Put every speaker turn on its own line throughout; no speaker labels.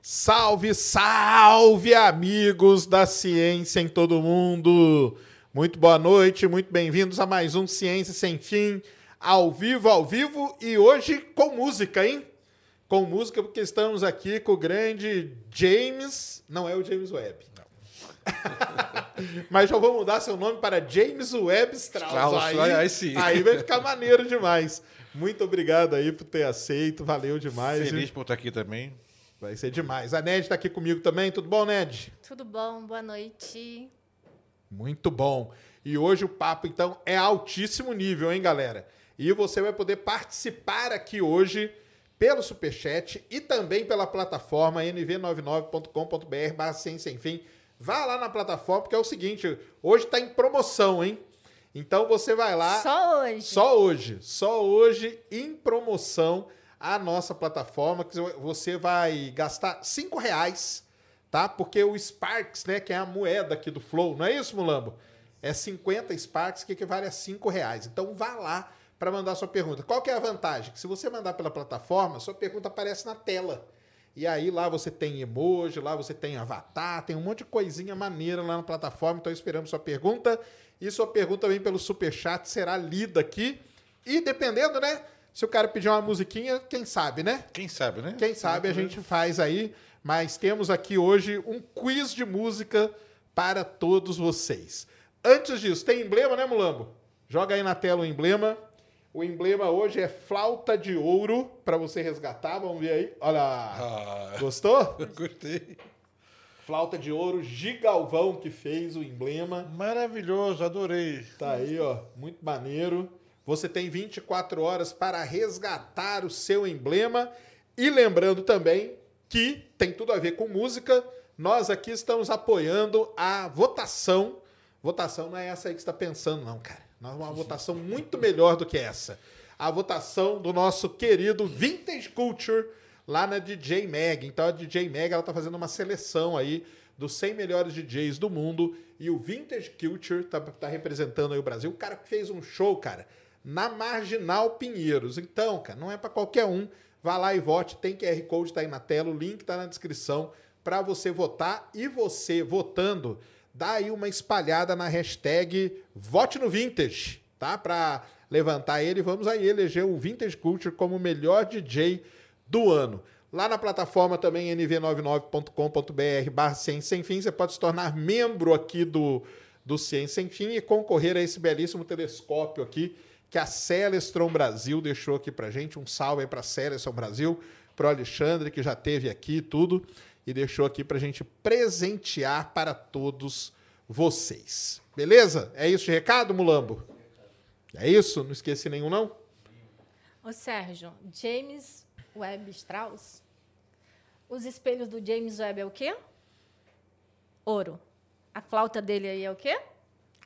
Salve, salve, amigos da ciência em todo mundo! Muito boa noite, muito bem-vindos a mais um Ciência Sem Fim, ao vivo, ao vivo e hoje com música, hein? Com música, porque estamos aqui com o grande James. Não é o James Webb. Mas já vou mudar seu nome para James Webb Strauss.
Strauss, aí- aí sim.
aí vai ficar maneiro demais. Muito obrigado aí por ter aceito, valeu demais.
Feliz por estar aqui também.
Vai ser demais. A Ned tá aqui comigo também. Tudo bom, Ned?
Tudo bom? Boa noite.
Muito bom. E hoje o papo, então, é altíssimo nível, hein, galera? E você vai poder participar aqui hoje pelo Superchat e também pela plataforma nv99.com.br barra ciência sem fim. Vá lá na plataforma, porque é o seguinte, hoje tá em promoção, hein? Então você vai lá...
Só hoje.
Só hoje, só hoje em promoção a nossa plataforma que você vai gastar cinco reais, tá? Porque o Sparks, né, que é a moeda aqui do Flow, não é isso, Mulambo? É 50 Sparks que equivale a cinco reais. Então vá lá para mandar sua pergunta. Qual que é a vantagem? Que se você mandar pela plataforma, sua pergunta aparece na tela. E aí lá você tem emoji, lá você tem avatar, tem um monte de coisinha maneira lá na plataforma. Então esperamos sua pergunta. E sua pergunta também pelo Superchat será lida aqui. E dependendo, né? Se o cara pedir uma musiquinha, quem sabe, né?
Quem sabe, né?
Quem sabe a gente faz aí, mas temos aqui hoje um quiz de música para todos vocês. Antes disso, tem emblema, né, Mulambo? Joga aí na tela o emblema. O emblema hoje é flauta de ouro para você resgatar. Vamos ver aí. Olha lá.
Ah,
Gostou?
gostei.
Flauta de ouro, Gigalvão que fez o emblema.
Maravilhoso, adorei.
Tá aí, ó. Muito maneiro. Você tem 24 horas para resgatar o seu emblema. E lembrando também que tem tudo a ver com música. Nós aqui estamos apoiando a votação. Votação não é essa aí que você está pensando, não, cara. Nós uma votação muito melhor do que essa. A votação do nosso querido Vintage Culture lá na DJ Mag. Então a DJ Mag ela tá fazendo uma seleção aí dos 100 melhores DJs do mundo e o Vintage Culture tá, tá representando aí o Brasil. O cara que fez um show, cara, na Marginal Pinheiros. Então, cara, não é para qualquer um. Vá lá e vote, tem QR Code tá aí na tela, o link tá na descrição para você votar e você votando dá aí uma espalhada na hashtag Vote no Vintage, tá? Para levantar ele, vamos aí eleger o Vintage Culture como o melhor DJ do ano. Lá na plataforma também nv99.com.br barra Ciência Sem Fim, você pode se tornar membro aqui do, do Ciência Sem Fim e concorrer a esse belíssimo telescópio aqui que a Celestron Brasil deixou aqui pra gente. Um salve aí pra Celestron Brasil, pro Alexandre que já teve aqui e tudo e deixou aqui pra gente presentear para todos vocês. Beleza? É isso de recado, Mulambo? É isso? Não esqueci nenhum, não?
Ô, Sérgio, James Webb Strauss. Os espelhos do James Webb é o quê? Ouro. A flauta dele aí é o quê?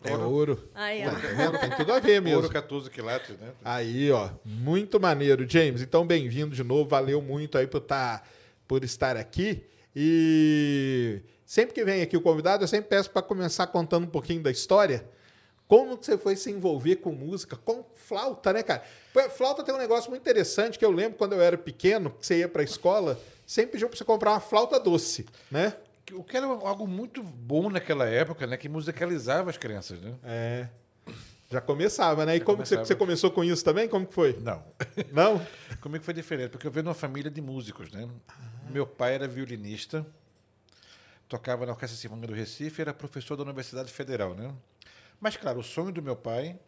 É ouro.
Aí,
Tá
ó.
vendo? Tem tudo a ver mesmo.
Ouro 14 quilates, né?
Aí, ó, muito maneiro, James. Então, bem-vindo de novo. Valeu muito aí por, tá, por estar aqui. E sempre que vem aqui o convidado, eu sempre peço para começar contando um pouquinho da história. Como que você foi se envolver com música, com flauta, né, cara? Pô, Flauta tem um negócio muito interessante que eu lembro quando eu era pequeno, que você ia para escola, sempre pediu para você comprar uma flauta doce, né?
O que era algo muito bom naquela época, né? Que musicalizava as crianças, né?
É. Já começava, né? E
Já
como que você,
começava.
você começou com isso também? Como que foi?
Não.
Não?
Comigo foi diferente, porque eu venho de uma família de músicos, né? Meu pai era violinista, tocava na Orquestra Sinfônica do Recife, era professor da Universidade Federal, né? Mas, claro, o sonho do meu pai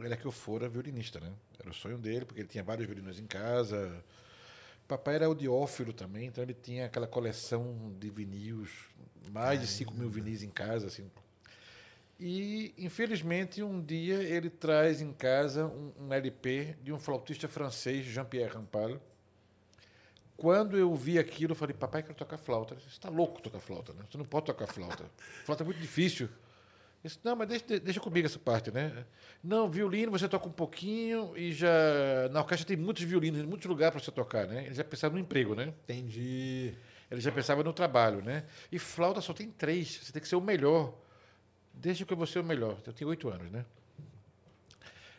era que eu fora violinista, né? Era o sonho dele, porque ele tinha vários violinos em casa. Papai era audiófilo também, então ele tinha aquela coleção de vinis, mais de 5 mil vinis em casa, assim. E, infelizmente, um dia ele traz em casa um, um LP de um flautista francês, Jean-Pierre Rampal. Quando eu vi aquilo, eu falei, papai, quero tocar flauta. Ele disse, Você está louco tocar flauta, né? Você não pode tocar flauta. Flauta é muito difícil. Eu disse, não, mas deixa, deixa comigo essa parte, né? Não, violino você toca um pouquinho e já... Na orquestra tem muitos violinos, muitos lugares para você tocar, né? Ele já pensava no emprego, né?
Entendi.
Ele já pensava no trabalho, né? E flauta só tem três, você tem que ser o melhor. Desde que eu vou ser o melhor. Eu tenho oito anos, né?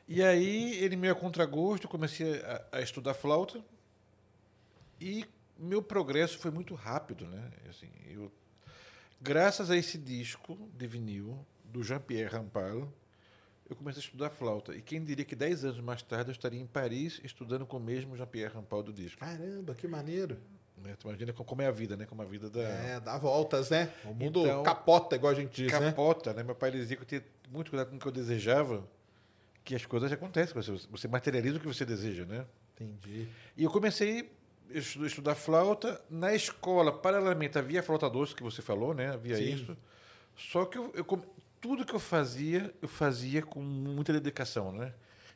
E aí, ele meio a contragosto, comecei a, a estudar flauta. E meu progresso foi muito rápido, né? Assim, eu, graças a esse disco de vinil do Jean-Pierre Rampal, eu comecei a estudar flauta. E quem diria que dez anos mais tarde eu estaria em Paris estudando com o mesmo Jean-Pierre Rampal do disco.
Caramba, que maneiro.
Né? Tu imagina co- como é a vida, né? Como a vida da
É, dá voltas, né? O mundo
Então-
capota, igual a gente diz, né?
capota, né? Meu pai ele dizia que eu tinha muito cuidado com o que eu desejava, que as coisas acontecem, você, você materializa o que você deseja, né?
Entendi.
E eu comecei a estu- estudar flauta na escola, paralelamente havia a flauta doce que você falou, né? Havia
Sim.
isso. Só que eu, eu come- tudo que eu fazia, eu fazia com muita dedicação, né?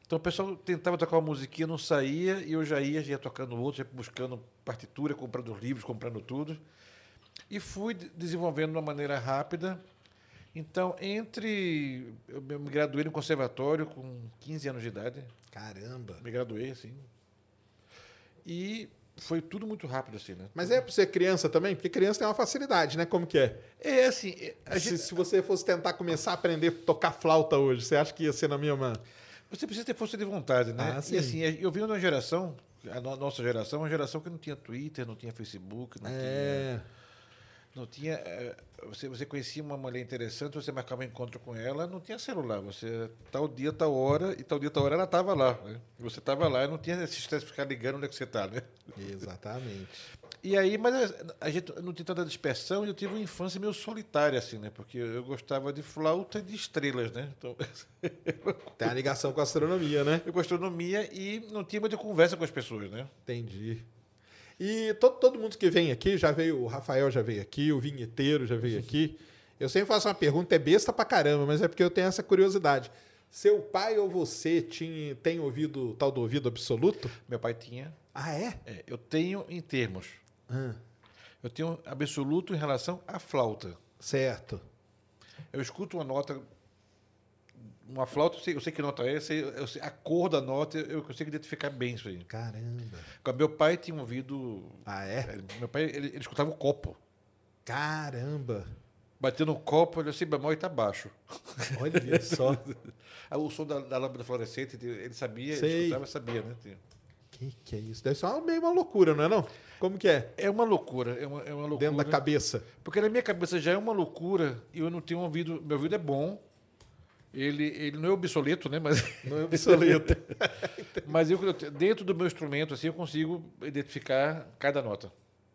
Então o pessoal tentava tocar uma musiquinha, não saía, e eu já ia, já ia tocando outro, já buscando partitura, comprando livros, comprando tudo. E fui de- desenvolvendo de uma maneira rápida. Então, entre. Eu me eu me graduei no conservatório com 15 anos de idade,
Caramba.
me graduei, assim. E foi tudo muito rápido, assim, né?
Mas é pra ser criança também? Porque criança tem uma facilidade, né? Como que é?
É, assim, é, a
Se,
gente,
se você fosse tentar começar a aprender a tocar flauta hoje, você acha que ia ser na mesma...
você precisa ter força de vontade, né?
Ah, sim.
E assim, eu venho de uma geração, a no- nossa geração, uma geração que não tinha Twitter, não tinha Facebook, não tinha.
É...
Não tinha eh, você, você conhecia uma mulher interessante, você marcava um encontro com ela, não tinha celular. Você, tal dia, tal hora, e tal dia, tal hora ela estava lá. Né? E Você estava lá e não tinha esse estresse de ficar ligando onde é que você está, né?
Exatamente.
E aí, mas eh, a- a gente não tinha tanta dispersão e eu tive uma infância meio solitária, assim, né? Porque eu gostava de flauta e de estrelas, né? Então,
Tem a ligação com a astronomia, né?
eu gastronomia e não tinha muita conversa com as pessoas, né?
Entendi. E todo, todo mundo que vem aqui, já veio, o Rafael já veio aqui, o vinheteiro já veio aqui. Eu sempre faço uma pergunta, é besta pra caramba, mas é porque eu tenho essa curiosidade. Seu pai ou você tinha, tem ouvido tal do ouvido absoluto?
Meu pai tinha.
Ah, é?
é, eu tenho em termos.
Ah,
Eu tenho absoluto em relação à flauta.
certo.
Eu escuto uma nota, uma flauta, eu sei, eu sei que nota é, eu sei, eu sei- a cor da nota, eu eu consigo identificar bem isso aí.
Caramba.
Meu pai tinha ouvido.
Ah, é?
Meu pai, ele, ele escutava o copo.
Caramba.
Batendo o copo, ele assim, bemol e tá baixo.
Olha só.
Ah, O som da, da lâmpada fluorescente, ele- ele sabia,
Sei.
ele escutava, sabia, né? Tem-
que que é isso? Deve ser uma, meio uma loucura, não é não? Como que é?
É uma loucura, é uma, é uma loucura.
Dentro da cabeça.
Porque na minha cabeça já é uma loucura e eu não tenho ouvido. Meu ouvido é bom. Ele, ele não é obsoleto, né? Mas,
Não é obsoleto.
mas eu, dentro do meu instrumento, assim, eu consigo identificar cada nota.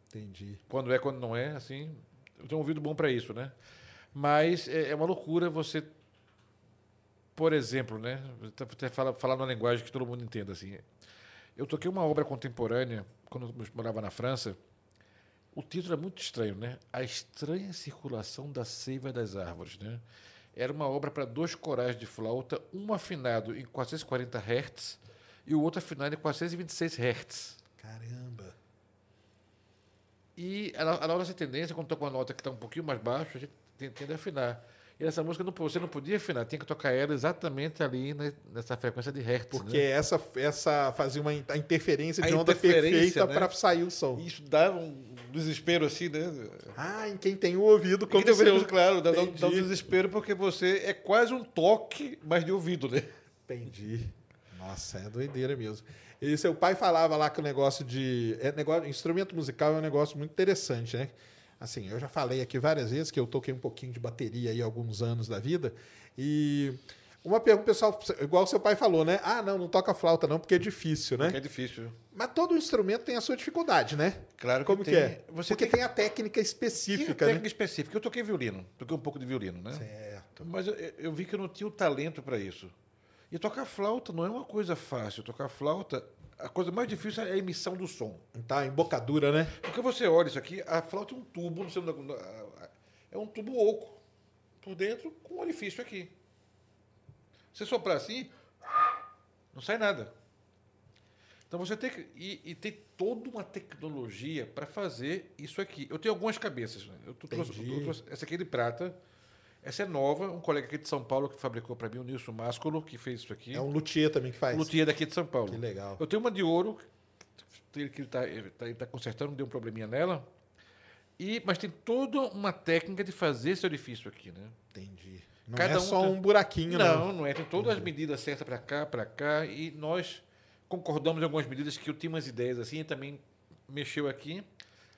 Entendi.
Quando é, quando não é, assim. Eu tenho um ouvido bom para isso, né? Mas é, é uma loucura você. Por exemplo, né? Até falar, falar numa linguagem que todo mundo entenda, assim. Eu toquei uma obra contemporânea, quando eu morava na França. O título é muito estranho, né? A Estranha Circulação da Seiva das Árvores, né? Era uma obra para dois corais de flauta, um afinado em 440 Hz e o outro afinado em 426 Hz.
Caramba.
E a, no- a nossa tendência, quando toca uma nota que está um pouquinho mais baixa, a gente ten- tende a afinar. E essa música não, po- você não podia afinar, tinha que tocar ela exatamente ali né, nessa frequência de hertz.
Porque
né?
é essa, essa fazia uma in- a interferência
A
de onda
interferência,
perfeita
né?
pra para sair o som.
E isso dava um desespero assim, né?
Ah, em quem tem o ouvido como
Quem tem
o seu.
ouvido, claro, dá, dá um- dá um
Entendi.
desespero porque você é quase um toque, mas de ouvido, né?
Entendi. Nossa, é doideira mesmo. E seu pai falava lá que o negócio de. É negócio, instrumento musical é um negócio muito interessante, né? Assim, eu já falei aqui várias vezes que eu toquei um pouquinho de bateria aí há alguns anos da vida. E uma pergunta, pessoal, igual seu pai falou, né? Ah, não, não toca flauta não, porque é difícil, né?
Que é difícil.
Mas todo instrumento tem a sua dificuldade, né?
Claro que
Como que
tem.
é?
Você
Porque
tem que-
tem a técnica
Tinha
específica,
técnica
né? É,
específica. Eu toquei violino, toquei um pouco de violino, né?
Certo. talento.
Mas eu, eu vi que eu não tinha o talento para isso. E tocar flauta não é uma coisa fácil. Tocar flauta, a coisa mais difícil é a emissão do som.
Tá, embocadura, né?
Porque você olha isso aqui, a flauta é um tubo, não sei, não- não- é um tubo oco por dentro com um orifício aqui. Você soprar assim, não sai nada. Então você tem que. E, e tem toda uma tecnologia para fazer isso aqui. Eu tenho algumas cabeças. né? Eu, tu- trouxe,
Entendi.
eu trouxe- essa aqui é de prata. Essa é nova. Um colega aqui de São Paulo que fabricou para mim, o Nilson Másculo, que fez isso aqui.
É um luthier também que faz.
O Luthier daqui de São Paulo.
Que legal.
Eu tenho uma de ouro, que ele está consertando, deu um probleminha nela. E, mas tem toda uma técnica de fazer esse orifício aqui, né?
Entendi. Não
Cada
é
um
só
tem-
um buraquinho, não.
Não, não é. Tem todas as medidas certas para cá, para cá. E nós concordamos em algumas medidas que eu tinha umas ideias assim e também mexeu aqui.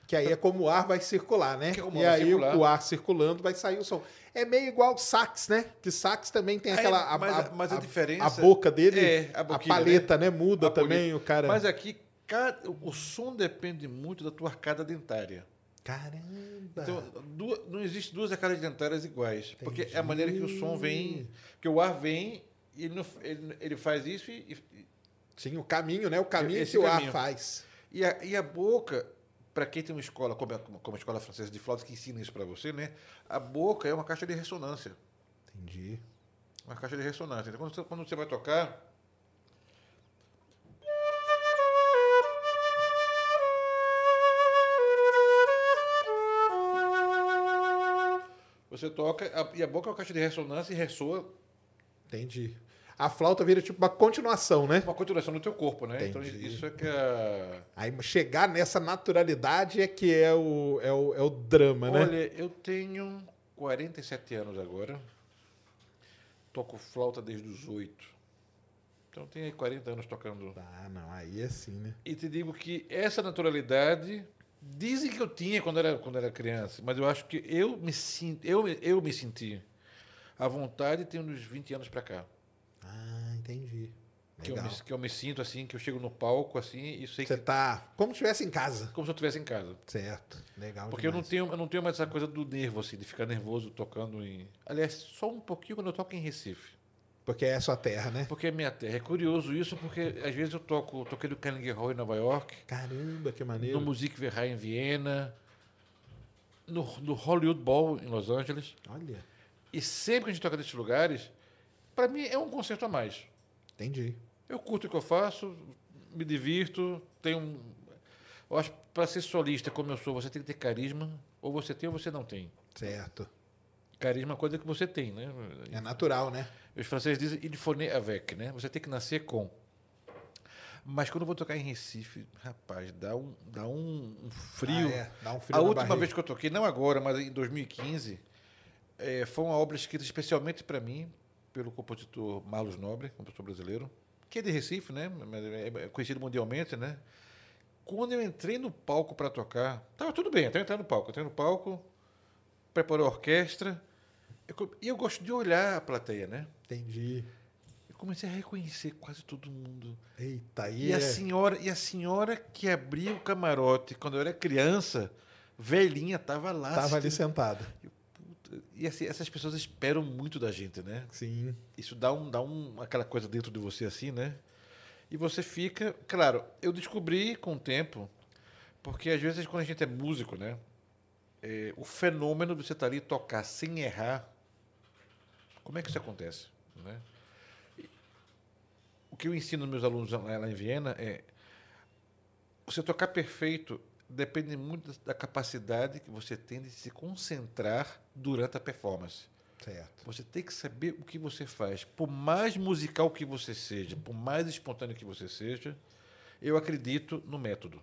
Que aí é como o ar vai circular, né?
Que é como
e
vai
aí
circular.
o ar circulando vai sair o som. É meio igual o sax, né? Que sax também tem
É,
aquela. a-
mas a-
a,
mas a
a-
diferença-
A boca dele,
É, a
a,
boquinha,
paleta, né? Muda
A
também
política.
o cara.
Mas aqui, ca- o som depende muito da tua arcada dentária.
Caramba!
Então, du- não existe duas arcadas dentárias iguais. Porque é a maneira que o som vem. Porque o ar vem, e ele, não- ele- ele faz isso e, e-
Sim, o caminho, né? O caminho
Esse
que o
caminho.
ar faz.
e a, e a boca. Para quem tem uma escola, como a, como a escola francesa de flauta, que ensina isso para você, né? A boca é uma caixa de ressonância.
Entendi.
Uma caixa de ressonância. Então, quando você, quando você vai tocar. Você toca a- e a boca é uma caixa de ressonância e ressoa
Entendi. A flauta vira tipo uma continuação, né?
uma continuação do teu corpo, né? Então
Entendi.
isso é que é...
Aí chegar nessa naturalidade é que é o, é o, é o drama, né?
Olha, eu tenho 47 anos agora. Toco flauta desde os 8. Então tenho aí 40 anos tocando.
Ah, não, aí é assim, né?
E te digo que essa naturalidade dizem que eu tinha quando era quando era criança, mas eu acho que eu me sinto, eu, me- eu me senti à vontade tenho uns 20 anos pra cá.
Ah, entendi.
Que eu,
Legal.
me, que eu me sinto assim, que eu chego no palco assim e sei
Você
que
tá como se estivesse em casa.
como se eu estivesse em casa.
Certo. Legal.
Porque eu não,
demais.
tenho, eu não tenho mais essa coisa do nervo, assim, de ficar nervoso tocando em. Aliás, só um pouquinho quando eu toco em Recife.
Porque é sua terra, né?
Porque é minha terra. É curioso isso, porque às vezes eu toco, eu toquei no Carnegie Hall em Nova York,
Caramba, que
no
maneiro.
Musikverein em Viena, no, no Hollywood Bowl em Los Angeles.
Olha,
E sempre que a gente toca nesses lugares, para mim é um concerto a mais.
entendi.
Eu curto o que eu faço, me divirto, tenho. um- Eu acho que para ser solista como eu sou, você tem que ter carisma, ou você tem ou você não tem.
Certo.
Carisma é uma coisa que você tem, né?
É natural, né?
Os franceses dizem il faut naître avec, né? Você tem que nascer com. Mas quando eu vou tocar em Recife, rapaz, dá um, dá um, um frio.
Ah, é. Dá um frio
A
na
última
barriga.
vez que eu toquei, não agora, mas em 2015, eh, foi uma obra escrita especialmente para mim, pelo compositor Marlos Nobre, compositor brasileiro, que é de Recife, né? Mas É é conhecido mundialmente, né? Quando eu entrei no palco para tocar, tava tudo bem, até eu entrar no palco. Eu entrei no palco, preparou a orquestra, eu co- e eu gosto de olhar a plateia, né?
Entendi.
Eu comecei a reconhecer quase todo mundo.
Eita, aí
E assim,
é...
a senhora, e a senhora que abria o camarote quando eu era criança, velhinha, tava lá.
Tava ali
assistindo.
sentado.
E assim, essas pessoas esperam muito da gente, né?
Sim.
Isso dá um, dá um aquela coisa dentro de você assim, né? E você fica, claro, eu descobri com o tempo, porque às vezes quando a gente é músico, né? É, o fenômeno de você estar ali e tocar sem errar, como é que isso acontece, né? E O que eu ensino meus alunos lá lá em Viena é você tocar perfeito depende muito da capacidade que você tem de se concentrar durante a performance.
Certo.
Você tem que saber o que você faz. Por mais musical que você seja, por mais espontâneo que você seja, eu acredito no método.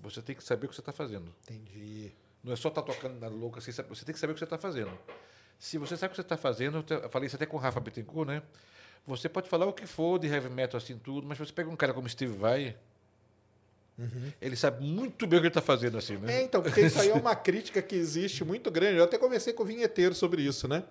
Você tem que saber o que você está fazendo.
Entendi.
Não é só estar tocando na louca, assim, sabe? você tem que saber o que você está fazendo. Se você sabe o que você está fazendo, eu te- eu falei isso até com o Rafa Bittencourt, né? Você pode falar o que for de heavy metal, assim, tudo, mas você pega um cara como Steve Vai, ele sabe muito bem o que ele está fazendo, assim,
Uhum. É,
né?
então, porque isso aí é uma crítica que existe muito grande. Eu até conversei com o vinheteiro sobre isso, né?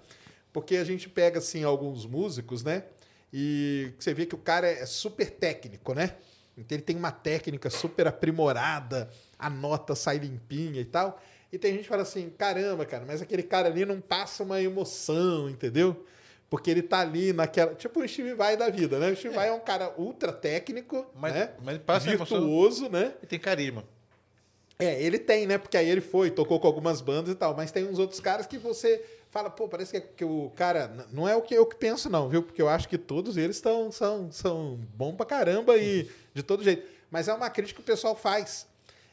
Porque a gente pega, assim, alguns músicos, né? E você vê que o cara é super técnico, né? Então ele tem uma técnica super aprimorada, a nota sai limpinha e tal. E tem gente que fala assim, caramba, cara, mas aquele cara ali não passa uma emoção, entendeu? Porque ele tá ali naquela. Tipo o Steve Vai da vida, né? O Steve Vai é um cara ultra técnico,
Mas-
né?
mas ele passa a emoção.
virtuoso, né?
E tem carisma.
É, ele tem, né? Porque aí ele foi, tocou com algumas bandas e tal, mas tem uns outros caras que você fala, pô, parece que, é- que o cara. n- Não é o que eu que penso, não, viu? Porque eu acho que todos eles tão, são, são bom pra caramba e de todo jeito. Mas é uma crítica que o pessoal faz.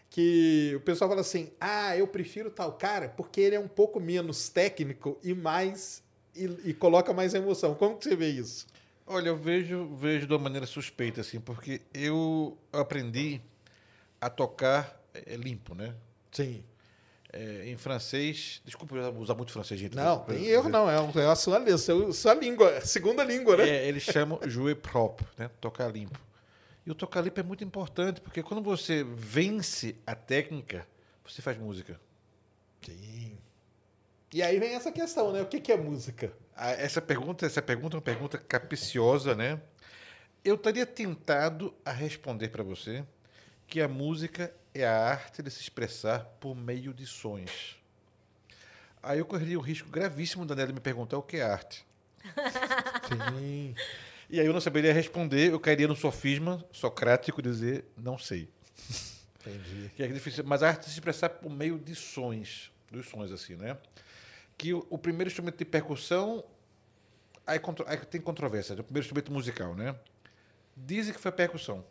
Que o pessoal fala assim: ah, eu prefiro tal cara porque ele é um pouco menos técnico e mais. e, e coloca mais emoção. Como que você vê isso?
Olha, eu vejo, vejo de uma maneira suspeita, assim, porque eu aprendi a tocar eh, limpo, né?
Sim.
Eh, em francês. Desculpa eu usar muito francês, gente.
Não,
Eu-
tem
eu-
erro, não. É, um- é a sua, li- seu- sua língua, é segunda língua, né?
É, eles chamam jouer propre, né? Tocar limpo. E o tocar limpo é muito importante, porque quando você vence a técnica, você faz música.
Sim. E aí vem essa questão, né? O que, que é música?
Ah, Essa pergunta, essa pergunta é uma pergunta capciosa, né? Eu estaria tentado a responder para você que a música é a arte de se expressar por meio de sons. Aí eu correria o risco gravíssimo da Nelly me perguntar o que é arte.
Sim.
E aí eu não saberia responder, eu cairia no sofisma socrático e dizer não sei.
Entendi.
Que é difícil, mas a arte de se expressar por meio de sons, dos sons assim, né? Que o, o primeiro instrumento de percussão aí, contro- aí tem controvérsia, é o primeiro instrumento musical, né? Dizem que foi a percussão.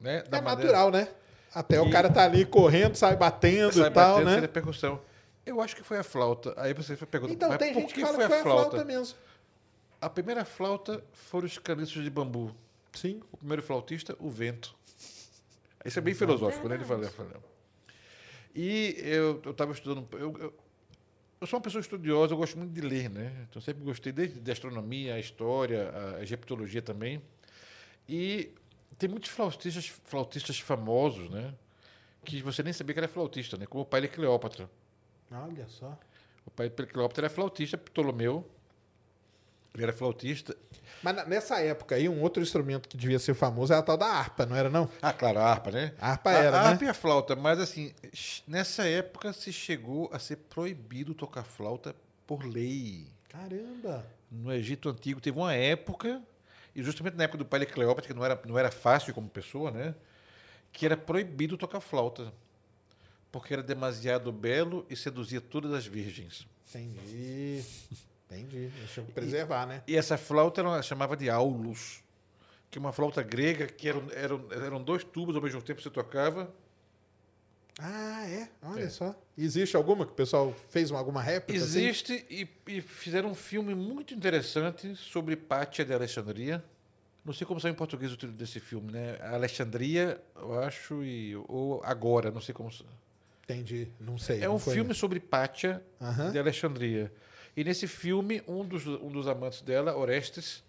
Né?
É natural, né? Até o cara tá ali correndo, sai batendo
sai
e tal,
batendo,
né?
seria percussão. Eu acho que foi a flauta. Aí você pergunta,
Então
mas
tem
por
gente
que
que fala
foi
que foi a flauta, mesmo.
A primeira flauta foram os caniços de bambu.
Sim.
O primeiro flautista, o vento. Isso é bem filosófico, né? Ele fala, fala. E eu estava estudando. Eu, eu, eu sou uma pessoa estudiosa, eu gosto muito de ler, né? Então sempre gostei desde de astronomia, a história, a egiptologia também. E tem muitos flautistas, flautistas famosos, né? Que você nem sabia que era flautista, né? Como o pai de Cleópatra.
Olha só.
O pai de Cleópatra era flautista, Ptolomeu. Ele era flautista.
Mas na- nessa época aí, um outro instrumento que devia ser famoso era a tal da harpa, não era não?
Ah, claro, a harpa, né?
A harpa
a,
era,
a
né?
harpa e a flauta, mas assim, ch- nessa época se chegou a ser proibido tocar flauta por lei.
Caramba.
No Egito Antigo teve uma época, e justamente na época do pai de Cleópatra, que não era, não era fácil como pessoa, né? Que era proibido tocar flauta. Porque era demasiado belo e seduzia todas as virgens.
Entendi. Entendi. Deixa eu preservar, né?
E essa flauta ela chamava de aulos, que é uma flauta grega que eram, eram, eram dois tubos ao mesmo tempo que você tocava.
Ah, é? Olha
É.
só. Existe alguma que o pessoal fez uma- alguma réplica? assim?
Existe e, e fizeram um filme muito interessante sobre Pátia de Alexandria. Não sei como saiu em português o título desse filme, né? Alexandria, eu acho, e ou agora, não sei como. sa-
Entendi. Não sei.
É
não
um
foi- né?
filme sobre Pátia
Aham.
de Alexandria. E nesse filme, um dos, um dos amantes dela, Orestes,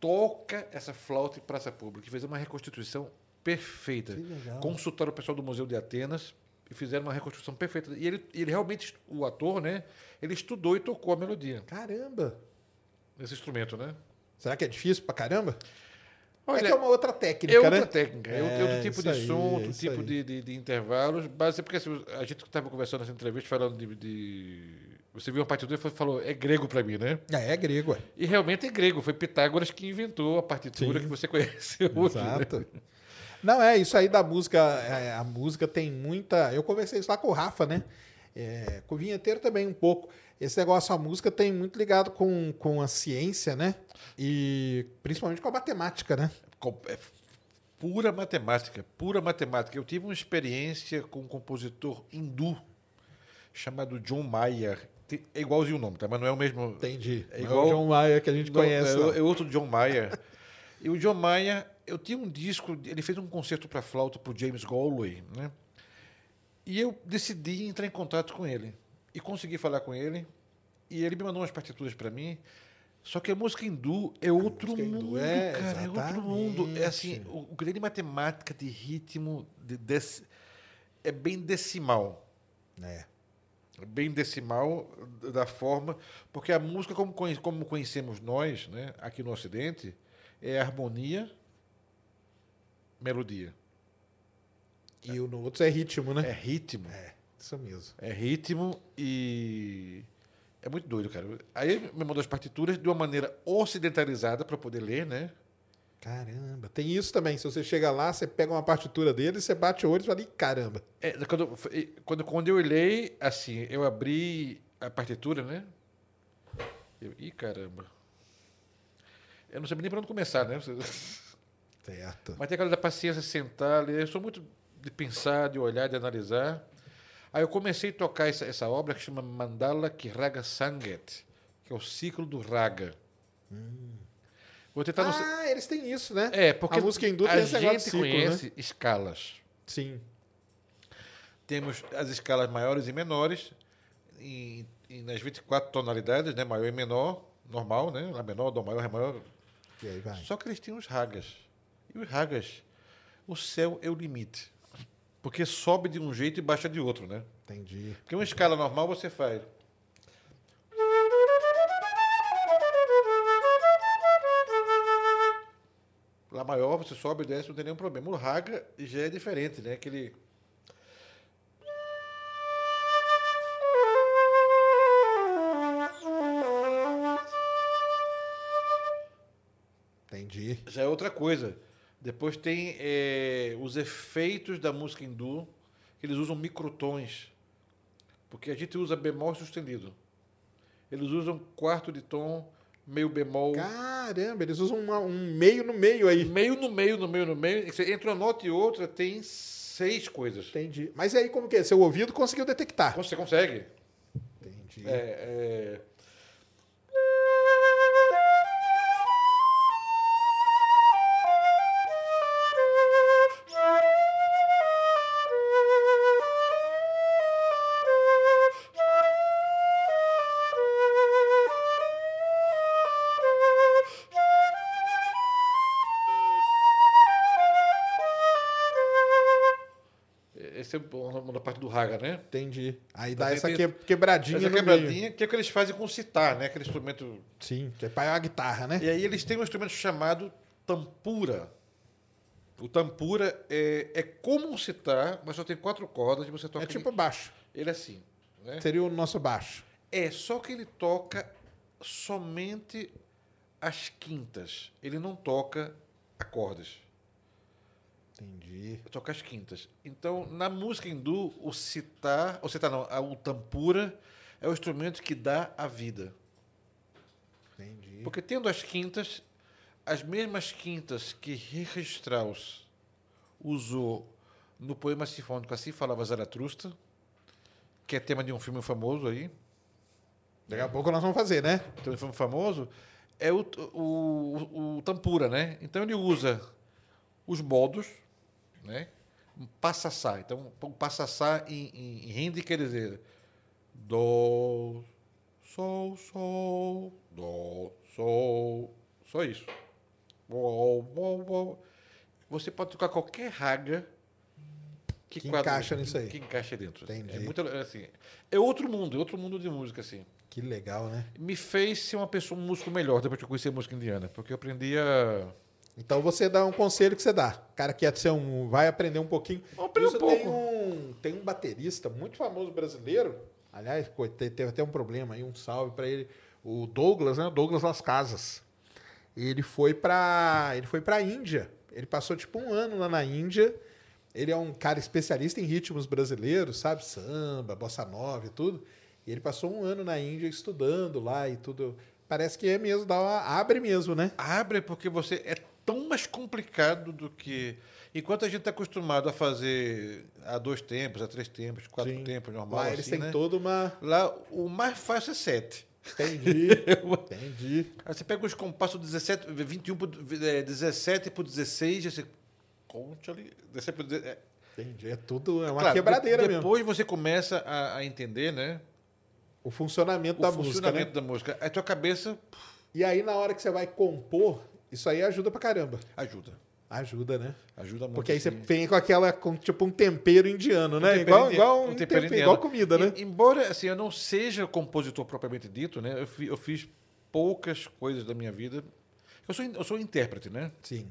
toca essa flauta em praça pública. E fez uma reconstituição perfeita.
Que legal.
Consultaram o pessoal do Museu de Atenas e fizeram uma reconstrução perfeita. E ele, ele realmente, o ator, né? Ele estudou e tocou a melodia
Caramba.
nesse instrumento, né?
Será que é difícil pra caramba? é
Olha,
que é uma outra técnica,
É outra
né?
técnica, é, outro- é
É,
outro tipo
isso
de
aí,
som,
é
outro
isso
tipo
aí.
de, de- de intervalos. Mas é porque assim, a gente estava conversando nessa entrevista, falando de. de- Você viu a partitura e foi- falou, é grego para mim, né?
É, é grego, é.
E realmente é grego, foi Pitágoras que inventou a partitura
Sim.
que você conhece hoje. né?
Exato. Não, é, isso aí da música. é, a música tem muita. Eu conversei isso lá com o Rafa, né? É, com o vinheteiro também um pouco. Esse negócio, a música tem muito ligado com, com a ciência, né? E principalmente com a matemática, né?
Com- é pura matemática, pura matemática. Eu tive uma experiência com um compositor hindu chamado John Mayer. Tem- É igualzinho o nome, tá? Mas não é o mesmo.
Entendi.
É
Não
igual-
o John Maia que a gente
Não,
conhece.
É,
não.
é outro John Mayer. e o John Mayer, eu tinha um disco, ele fez um concerto para flauta para James Galway, né? E eu decidi entrar em contato com ele. E consegui falar com ele. E ele me mandou umas partituras para mim. Só que a música hindu é outro
música hindu,
mundo,
é,
cara. É outro mundo. É assim,
exatamente.
o, o grande matemática de ritmo de dec- é bem decimal
É.
bem decimal da forma, porque a música como, conhe- como conhecemos nós, né, aqui no Ocidente, é harmonia, melodia.
E o no outro é ritmo,
É
né?
ritmo.
Isso mesmo.
É ritmo e. É muito doido, cara. Aí me mandou as partituras de uma maneira ocidentalizada para poder ler, né?
Caramba, tem isso também. Se você chega lá, você pega uma partitura dele, você bate o olho e fala, "Ih, caramba.
É, quando, eu- foi- quando, quando eu olhei, assim, eu abri a partitura, né? Eu, Ih, caramba. Eu não sabia nem pra onde começar, né?
Certo.
Mas tem aquela da paciência sentar, ler. Eu sou muito de pensar, de olhar, de analisar. Aí eu comecei a tocar essa, essa obra que chama Mandala Kiraga Sanget, que é o ciclo do raga. Vou tentar... não ser-
Hum. Ah, eles têm isso, né?
Tá É, porque
a música hindu
a
tem esse negócio de
gente
ciclo,
conhece
né?
escalas.
Sim.
Temos as escalas maiores e menores, em, em- nas 24 tonalidades, né? maior e menor, normal, né? Lá menor, dó maior, ré maior.
E aí vai.
Só que eles têm os ragas. E os ragas, o céu é o limite. Porque sobe de um jeito e baixa de outro, né?
Entendi.
Porque uma escala normal você faz. Lá maior, você sobe e desce, não tem nenhum problema. O raga já é diferente, né? Aquele.
Entendi.
já é outra coisa. Depois tem eh, os efeitos da música hindu, que eles usam microtons. Porque a gente usa bemol sustendido. Eles usam quarto de tom, meio bemol.
Caramba, eles usam uma- um meio no meio aí.
Meio no meio, no meio, no meio. Você Entre uma nota e outra tem seis coisas.
Entendi. Mas e aí como que é? Seu ouvido conseguiu detectar.
Você consegue.
Entendi.
É, é, Esse é uma da parte do Raga, né?
Entendi. Aí dá
Tem-
essa
tem-
que- quebradinha
Essa
no meio.
quebradinha, que é o que eles fazem com o citar, né? Aquele instrumento.
Sim, que é pra uma guitarra, né?
E aí eles têm um instrumento chamado tampura. O tampura é, é como um citar, mas só tem quatro cordas e você toca.
É
ele-
tipo baixo.
Ele é assim. Né?
Seria o nosso baixo.
É, só que ele toca somente as quintas. Ele não toca acordes.
Entendi.
toca as quintas. Então, na música hindu, o citar, o citar não, a- o tampura é o instrumento que dá a vida.
Entendi.
Porque tendo as quintas, as mesmas quintas que Richard Strauss usou no poema sinfônico Assim Falava Zaratrusta, que é tema de um filme famoso aí,
Daqui a pouco nós vamos fazer, né?
tem um filme famoso, é o, o, o tampura, né? Então ele usa os modos, né? Um Passassá. Então, o passassá em, em, em hindi quer dizer dó, sol, sol, dó, sol, só isso. Bol, bol, bol. Você pode tocar qualquer raga que,
Que encaixa nisso aí.
Que encaixa dentro.
Entendi.
É, muito, é assim, é outro mundo, é outro mundo de música, assim
Que legal, né?
me fez ser uma pessoa, um músico melhor depois que eu conheci a música indiana, porque eu aprendi a.
Então você dá um conselho que você dá. O cara quer ser um. Vai aprender um pouquinho.
aprender um
Isso
pouco.
Tem um, tem um baterista muito famoso brasileiro. Aliás, coi- te- teve até um problema aí, um salve pra ele. O Douglas, né? Douglas Las Casas. Ele foi pra. Ele foi pra Índia. Ele passou tipo um ano lá na Índia. Ele é um cara especialista em ritmos brasileiros, sabe? Samba, bossa nova e tudo. E ele passou um ano na Índia estudando lá e tudo. Parece que é mesmo, dá uma- abre mesmo, né?
Abre porque você é tão mais complicado do que. Enquanto a gente está acostumado a fazer a dois tempos, a três tempos, quatro
Sim.
tempos, normal.
Lá
assim,
eles têm
né?
toda uma.
Lá o mais fácil é sete.
Entendi. Entendi.
Aí você pega os compassos 17, 21 por, eh, 17 por 16, você. Conte ali. 17 por 16, é,
Entendi. É tudo. É uma
claro, de-
quebradeira mesmo.
Depois você começa a, a entender, né?
O funcionamento da
o
música.
funcionamento
né?
da música. A tua cabeça puf,
E aí, na hora que você vai compor, isso aí ajuda pra caramba.
ajuda.
Ajuda, né?
Ajuda muito.
Porque aí você
sim.
vem com aquela. Com, tipo um tempero indiano, né?
tempero
igual,
indi-
igual,
um
um
tempero
tempero,
indiano.
igual comida, né?
E- embora assim, eu não seja compositor propriamente dito, né? Eu, fi- eu fiz poucas coisas da minha vida. Eu sou, in- eu sou intérprete, né?
Sim.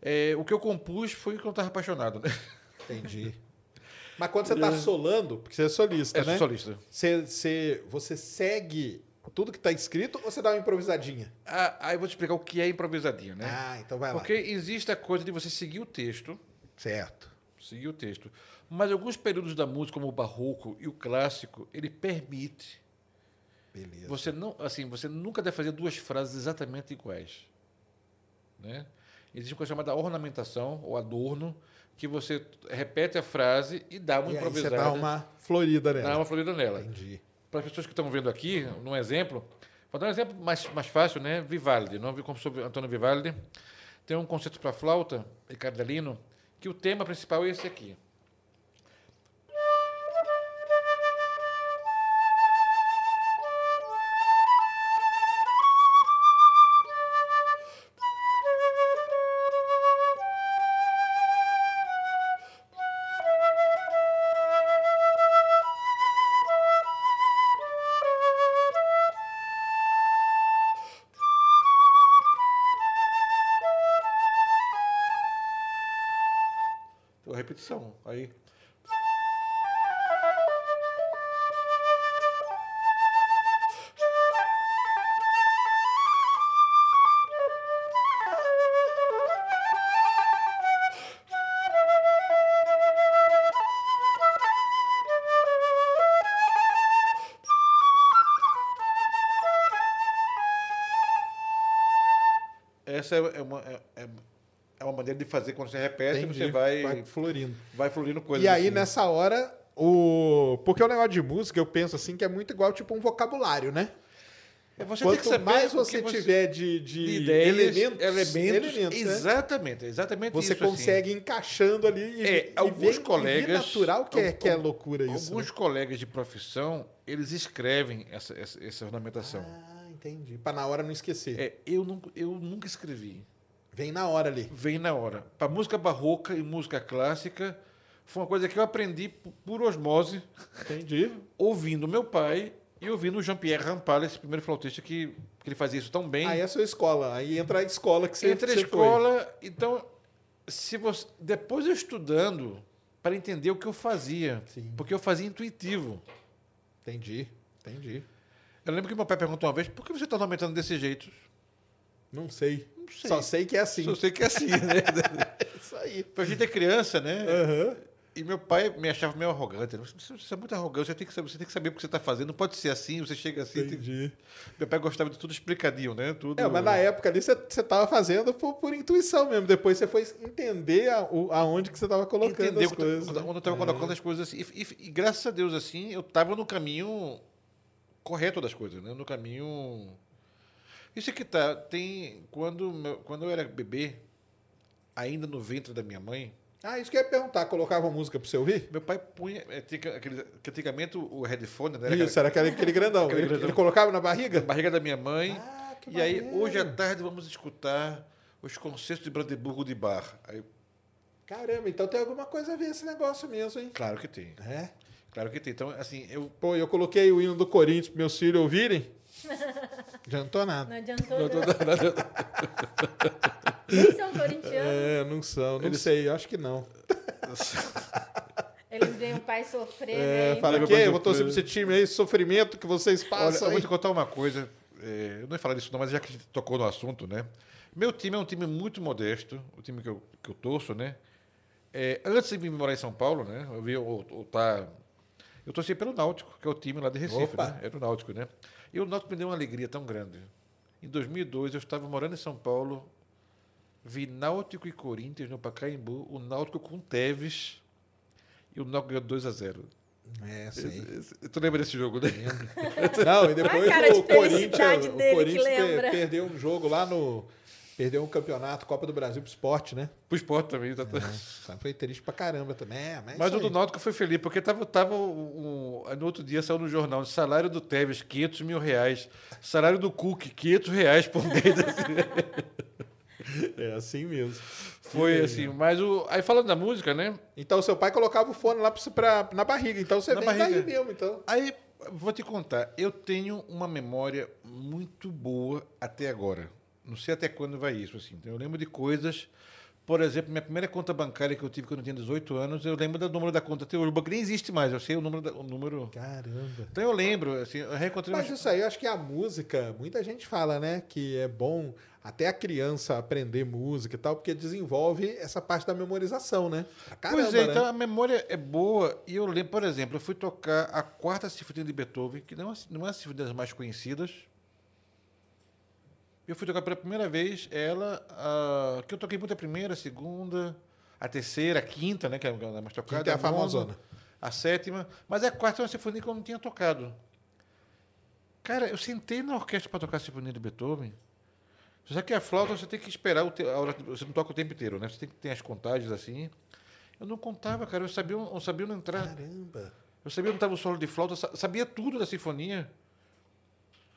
É, o que eu compus foi o que eu estava apaixonado, né? Entendi.
Mas quando você tá solando, porque você é solista,
É
né?
solista.
Você, você, você segue tudo que tá escrito ou você dá uma improvisadinha?
Ah, aí eu vou te explicar o que é improvisadinho, né?
Ah, então vai lá.
Porque existe a coisa de você seguir o texto,
Certo.
seguir o texto. Mas alguns períodos da música, como o barroco e o clássico, ele permite.
Beleza.
Você não, assim, você nunca deve fazer duas frases exatamente iguais, né? Existe uma coisa chamada ornamentação ou adorno, que você repete a frase e dá
E
uma
aí você
improvisada,
dá uma florida
dá
nela.
uma florida nela.
Entendi.
Para as pessoas que estão vendo aqui, num exemplo, vou dar um exemplo mais, mais fácil, né? Vivaldi, não vi como sobre Antônio Vivaldi. Tem um concerto para flauta e cardelino que o tema principal é esse aqui. Então, repetição. Aí. Essa é uma, é, é- é uma maneira de fazer quando você repete,
Entendi.
você vai, vai,
florindo.
florindo coisas.
E aí,
assim.
nessa hora, o. Porque o negócio de música, eu penso assim, que é muito igual, tipo, um vocabulário, né?
É, Você
Quanto
tem que saber
mais
o que
você tiver de, de,
de ideias,
elementos,
elementos,
elementos, né?
exatamente, é exatamente
você
isso, assim.
consegue encaixando ali e,
É,
e
alguns
ver- e ver
colegas-
natural que é,
al-
que é
al-
loucura isso.
Alguns
né?
colegas de profissão, eles escrevem essa, essa, essa ornamentação.
Ah, entendi. Pra na hora não esquecer.
É, eu, nunca, eu nunca escrevi.
Vem na hora ali.
Vem na hora. Para música barroca e música clássica, foi uma coisa que eu aprendi p- por osmose,
Entendi.
ouvindo meu pai e ouvindo o Jean-Pierre Rampal, esse primeiro flautista que, que ele fazia isso tão bem.
Aí é a sua escola. Aí entra a escola que você,
entre a
você foi.
escola. Então, se você depois eu estudando para entender o que eu fazia,
Sim.
porque eu fazia intuitivo.
Entendi. Entendi.
Eu lembro que meu pai perguntou uma vez: por que você está aumentando desse jeito?
Não sei.
sei.
Só sei que é assim.
Eu sei que é assim, né?
Isso aí.
Porque a gente é criança, né?
Aham.
E meu pai me achava meio arrogante. Ele falou, Você você é muito arrogante, você tem que saber, você tem que saber o que você está fazendo. Não pode ser assim, você chega assim. tem-
Entendi.
Meu pai gostava de tudo explicadinho, né? Tudo...
É, mas na época ali você você tava fazendo por, por intuição mesmo. Depois você foi entender a- o- aonde que você tava colocando
Entendeu
as coisas. né?
quando eu estava colocando as coisas assim. E, e- e graças a Deus, assim, eu estava no caminho correto das coisas, né? No caminho. Isso é que tá. Tem. Quando, meu- quando eu era bebê, ainda no ventre da minha mãe,
Ah, isso que eu ia perguntar. Colocava música pra você ouvir?
meu pai punha. é, tinha aquele- que antigamente o o headphone, né? Era
Isso, era aquele, aquele grandão.
Aquele
ele,
grandão.
ele colocava na
na
barriga?
barriga da minha mãe.
Ah, que
e aí,
maneiro.
hoje à tarde, vamos escutar os concertos de Brandeburgo de Bar. Aí,
Caramba, então tem alguma coisa a ver esse negócio mesmo, hein?
claro que tem.
É.
Claro que tem. Então, assim, eu.
Pô, eu coloquei o hino do Corinthians pros meus filhos ouvirem. Adiantou nada.
Não adiantou. Não. São corintianos.
É, não são. Não sei, acho que não.
Eles veem o pai sofrer,
É,
né?
fala
Leva
que
mais
eu
um
vou torcer pra
pra
esse time aí, sofrimento que vocês
Olha,
passam.
eu vou
aí.
te contar uma coisa. é, eu não ia falar disso, não, mas já que a gente tocou no assunto, né? Meu time é um time muito modesto, o time que eu, que eu torço, né? É, antes de vir morar em São Paulo, né? Eu vi o, o tá. Eu torci pelo Náutico, que é o time lá de Recife,
Opa.
né? Era o Náutico, né? E o Náutico me deu uma alegria tão grande. Em 2002, eu estava morando em São Paulo, vi Náutico e Corinthians no Pacaembu, o Náutico com Teves, e o Náutico ganhou 2 a 0
É, sim.
Tu lembra desse jogo, né?
Não, e depois
A cara de
o Corinthians,
felicidade
o
dele que
Corinthians per-
lembra.
perdeu um jogo lá no. Perdeu um campeonato, Copa do Brasil pro esporte, né?
Pro esporte também. Tá, tá-
Tá, Foi triste pra caramba também. É, mas
Mas
isso
o do
aí.
Náutico foi feliz, porque tava, tava um, um- no outro dia saiu no jornal, salário do Tevez, 500 mil reais. Salário do Cook, 500 reais por mês.
É assim mesmo.
Foi assim, mas o... Aí falando da música, né?
Então seu pai colocava o fone lá pra, você- pra- na barriga. Então você
Na
vem daí
barriga.
mesmo, então.
Aí, vou te contar, eu tenho uma memória muito boa até agora. Não sei até quando vai isso, assim. Então, eu lembro de coisas, Por exemplo, minha primeira conta bancária que eu tive quando eu tinha 18 anos, eu lembro do número da conta até hoje. O banco nem existe mais, eu sei o número. da- o número...
Caramba.
Então eu lembro, assim, eu reencontrei.
Mas
umas-
isso aí, eu acho que a música, muita gente fala, né, que é bom até a criança aprender música e tal, porque desenvolve essa parte da memorização, né? Pra Caramba,
pois é,
né?
então a memória é boa. E eu lembro, por exemplo, eu fui tocar a quarta sinfonia de Beethoven, que não é uma- não é uma sinfonia das mais conhecidas. Eu fui tocar pela primeira vez ela, a- que eu toquei muito é a primeira, a segunda, a terceira, a quinta, né? Que é a mais tocada.
Quinta é a
nona,
famosona.
A sétima. Mas a quarta é uma sinfonia que eu não tinha tocado. Cara, eu sentei na orquestra para tocar a sinfonia de Beethoven. Só que a flauta você tem que esperar o te- a hora, você não toca o tempo inteiro, né? Você tem que ter as contagens assim. Eu não contava, cara, eu sabia, eu sabia não entrar.
Caramba.
Eu sabia onde estava o solo de flauta, sa- sabia tudo da sinfonia.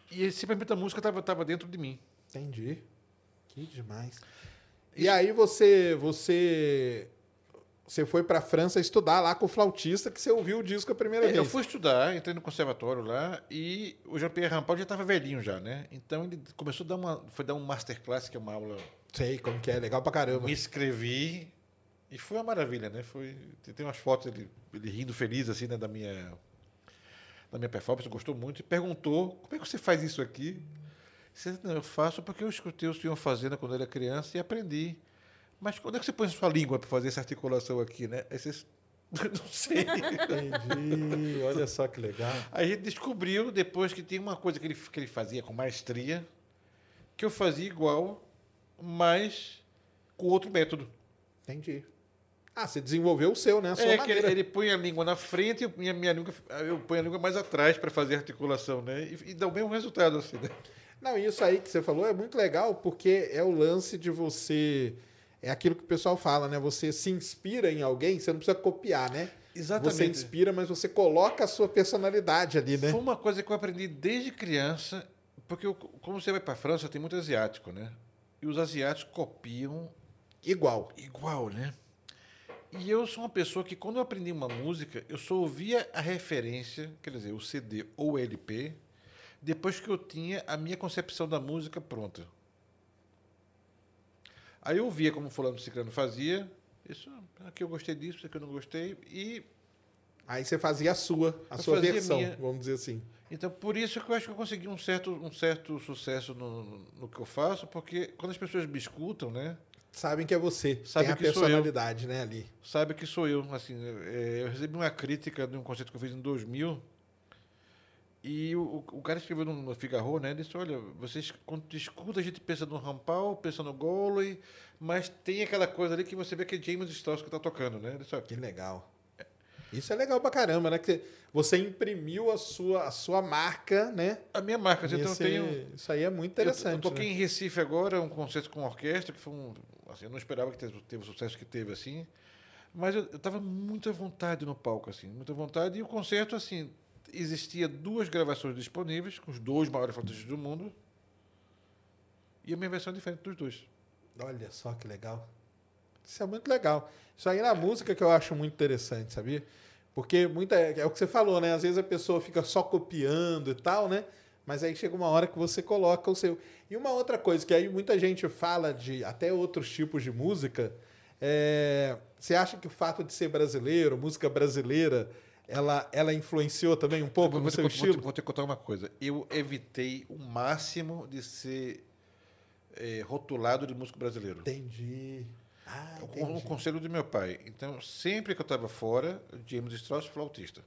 E simplesmente a música estava tava dentro de mim.
Entendi. Que demais. E aí você você você foi pra França estudar lá com o flautista que você ouviu o disco a primeira
É,
vez.
Eu fui estudar, entrei no conservatório lá e o Jean-Pierre Rampal já estava velhinho já, né? Então ele começou a dar uma, foi dar um masterclass, que é uma aula
Sei como que é, legal pra caramba.
me inscrevi e foi uma maravilha, né? Foi, tem- tem umas fotos dele ele rindo feliz assim, né, da minha da minha performance, gostou muito e perguntou: "Como é que você faz isso aqui?" Disse, Não, eu faço porque eu escutei o senhor fazendo quando eu era criança e aprendi. Mas quando é que você põe sua língua para fazer essa articulação aqui, né? Aí vocês- não sei.
Entendi. Olha só que legal.
A gente descobriu depois que tem uma coisa que ele, que ele fazia com maestria, que eu fazia igual, mas com outro método.
Entendi. Ah, você desenvolveu o seu, né? A sua
É, que ele,
maneira.
ele põe a língua na frente e eu- minha, minha língua, eu ponho a língua mais atrás para fazer a articulação, né? E, e dá o mesmo resultado, assim, né?
Não, e isso aí que você falou é muito legal, porque é o lance de você. É aquilo que o pessoal fala, né? Você se inspira em alguém, você não precisa copiar, né? Você inspira, mas você coloca a sua personalidade ali, né?
Foi uma coisa que eu aprendi desde criança, porque eu- como você vai para a França, tem muito asiático, né? E os asiáticos copiam
Igual.
igual, né? E eu sou uma pessoa que, quando eu aprendi uma música, eu só ouvia a referência, quer dizer, o CD ou o LP, depois que eu tinha a minha concepção da música pronta. Aí eu via como fulano ciclano fazia, isso aqui eu gostei disso, isso aqui eu não gostei, e
Aí você fazia a sua, a
Eu
sua
fazia
versão,
minha.
vamos dizer assim.
Então, por isso que eu acho que eu consegui um certo, um certo sucesso no, no que eu faço, porque quando as pessoas me escutam, né?
Sabem que é você.
Sabem
Tem a
que sou eu.
personalidade, né, ali.
sabe que sou eu. Assim, é, eu recebi uma crítica de um concerto que eu fiz em 2000 e o, o cara escreveu no, no Figaro, né? Disse, olha, vocês quando te escuta a gente pensa no Rampal, pensa no Goloi, mas tem aquela coisa ali que você vê que é James Strauss que tá tocando, né? Disse, "Ó,
Que legal. Isso é legal pra caramba, né? Que você imprimiu a sua, a sua marca, né?
a minha marca, assim, então eu
Esse-
tenho...
Isso aí é muito interessante.
Eu, eu toquei
né?
em Recife agora, um concerto com orquestra, que foi um. Assim, eu não esperava que teve, teve o sucesso que teve, assim. Mas eu estava muito à vontade no palco, assim, muito à vontade. E o concerto, assim, existia duas gravações disponíveis, com os dois maiores flautistas do mundo. E a minha versão é diferente dos dois.
Olha só que legal. Isso é muito legal. Isso aí na música que eu acho muito interessante, sabia? Porque muita, é o que você falou, né? Às vezes a pessoa fica só copiando e tal, né? Mas aí chega uma hora que você coloca o seu. E uma outra coisa que aí muita gente fala de até outros tipos de música, é, você acha que o fato de ser brasileiro, música brasileira, ela, ela influenciou também um pouco
vou,
no
te,
seu
vou te-
estilo?
vou te contar uma coisa. Eu evitei o máximo de ser eh, rotulado de músico brasileiro.
Entendi. Ah,
O con- o
entendi.
conselho do meu pai. Então, sempre que eu estava fora, James Strauss, flautista.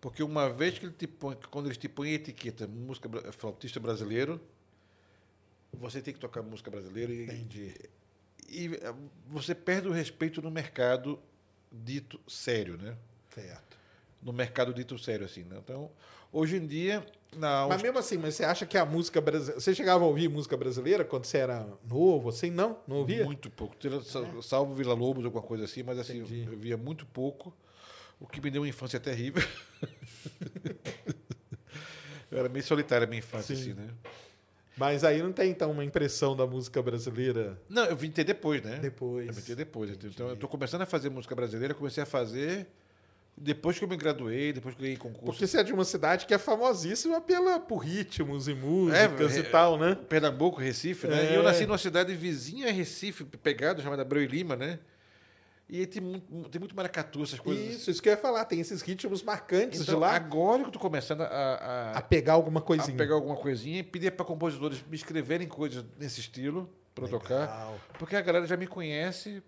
Porque uma vez que ele te põe, que quando eles te põem a etiqueta música bra- flautista brasileiro, você tem que tocar música brasileira e,
Entendi.
e, eh, você perde o respeito no mercado dito sério, né?
Certo.
No mercado dito sério, assim. né? Então, hoje em dia,
Mas
na Áustria,
mesmo assim, mas você acha que a música brasileira. Você chegava a ouvir música brasileira quando você era novo, assim? Não? Não ouvia?
muito pouco. Tira- sal- Salvo Vila Lobos, alguma coisa assim, mas assim,
Entendi.
eu via muito pouco, o que me deu uma infância terrível. eu era meio solitário a minha infância,
Sim.
assim, né?
Mas aí não tem, então, uma impressão da música brasileira
Não, eu vim ter depois, né?
depois.
Eu vim ter depois. Então, eu tô começando a fazer música brasileira, comecei a fazer Depois que eu me graduei, depois que eu ganhei concurso.
Porque você é de uma cidade que é famosíssima pela, por ritmos e músicas
É,
e
é-
tal, né?
Pernambuco, Recife, né?
É.
E eu nasci numa cidade vizinha a Recife, pegado, chamada Abreu e Lima, né? E aí tem muito, tem muito maracatu, essas coisas.
Isso, isso que eu ia falar. Tem esses ritmos marcantes
é, Então,
de lá.
agora que eu tô começando a, a-
A pegar alguma
a
coisinha.
pegar alguma coisinha e pedir para compositores me escreverem coisas nesse estilo para tocar. Porque a galera já me conhece.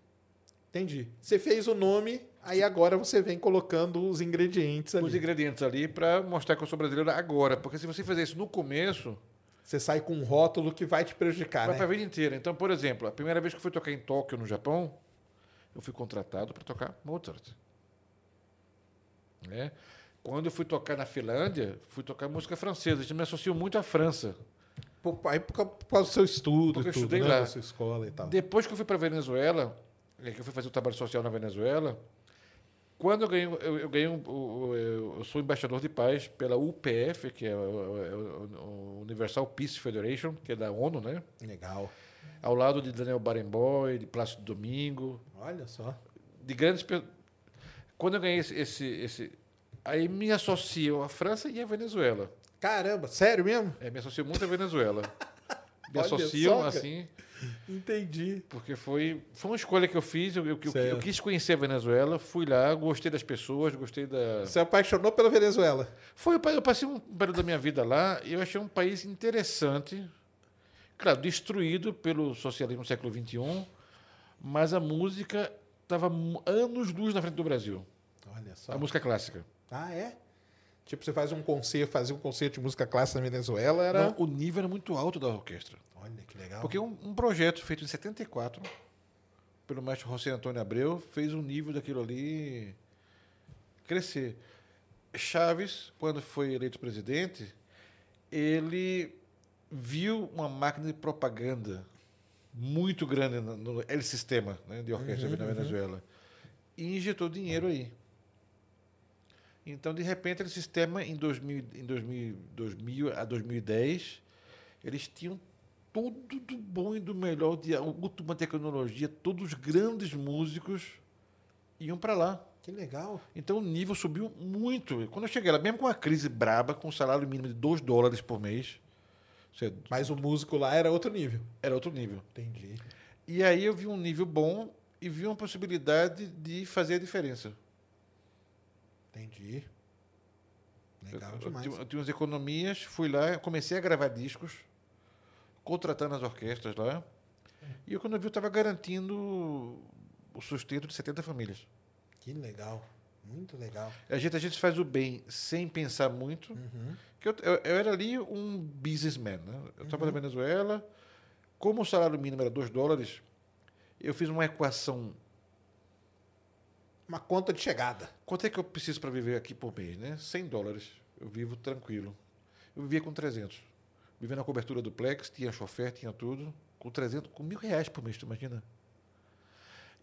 Entendi. Você fez o nome, aí agora você vem colocando os ingredientes ali.
Os ingredientes ali para mostrar que eu sou brasileiro agora. Porque se você fizer isso no começo,
Você sai com um rótulo que vai te prejudicar,
vai pra
né?
vida inteira. Então, por exemplo, a primeira vez que eu fui tocar em Tóquio, no Japão, eu fui contratado para tocar Mozart. Né? Quando eu fui tocar na Finlândia, fui tocar música francesa. Isso me associou muito à França.
Por, aí por causa- por causa do seu estudo
Porque
e
eu
tudo,
estudei
né?
lá.
Da sua escola e tal.
Depois que eu fui para Venezuela, é, que eu fui fazer o trabalho social na Venezuela, quando eu ganhei, eu, eu ganhei um, o- o- eu, sou embaixador de paz pela UPF, que é o- o- o- o Universal Peace Federation, que é da ONU, né?
Legal.
Ao lado de Daniel Barenboim, de Plácido Domingo,
Olha só.
de grandes pe- quando eu ganhei esse, esse esse aí me associam à França e à Venezuela
Caramba, sério mesmo?
é, me associam muito à Venezuela me
Olha
associam
só, cara.
assim
Entendi.
porque foi foi uma escolha que eu fiz eu, eu, eu-
Certo.
eu quis conhecer a Venezuela fui lá gostei das pessoas gostei da
Você apaixonou pela Venezuela.
foi eu pa- eu passei um período da minha vida lá e eu achei um país interessante claro destruído pelo socialismo do século 21 mas a música estava anos luz na frente do Brasil
Olha só.
a música clássica
Ah, é? Tipo, você faz um concerto, fazia um concerto de música clássica na Venezuela, era...
Não, o nível era muito alto da orquestra.
Olha que legal.
Porque um, um projeto feito em 74, pelo mestre José Antônio Abreu, fez o nível daquilo ali crescer. Chaves, quando foi eleito presidente, ele viu uma máquina de propaganda muito grande no, no El Sistema né, de orquestra na Venezuela e injetou dinheiro aí. Então, de repente, esse sistema, em 2000, em 2000, 2000 a 2010, eles tinham tudo do bom e do melhor, de última tecnologia, todos os grandes músicos iam para lá.
Que legal.
Então, o nível subiu muito. E Quando eu cheguei lá, mesmo com a crise braba, com um salário mínimo de 2 dólares por mês, isso é-
Mas o músico lá era outro nível.
era outro nível.
Entendi.
E aí eu vi um nível bom e vi uma possibilidade de fazer a diferença.
Entendi.
Eu-
Legal
eu
demais.
tinha- Eu tinha umas economias, fui lá, comecei a gravar discos, contratando as orquestras lá. E eu, quando eu vi, eu estava garantindo o sustento de 70 famílias.
Que legal. Muito legal.
A gente, a gente faz o bem sem pensar muito.
Uhum.
Que eu, eu, eu era ali um businessman. Né? Eu estava
Uhum.
na Venezuela. Como o salário mínimo era 2 dólares, eu fiz uma equação.
Uma conta de chegada.
Quanto é que eu preciso para viver aqui por mês? Né? 100 dólares. Eu vivo tranquilo. Eu vivia com 300. Vivia na cobertura do Plex, tinha chofer, tinha tudo. Com 300, com mil reais por mês, tu imagina?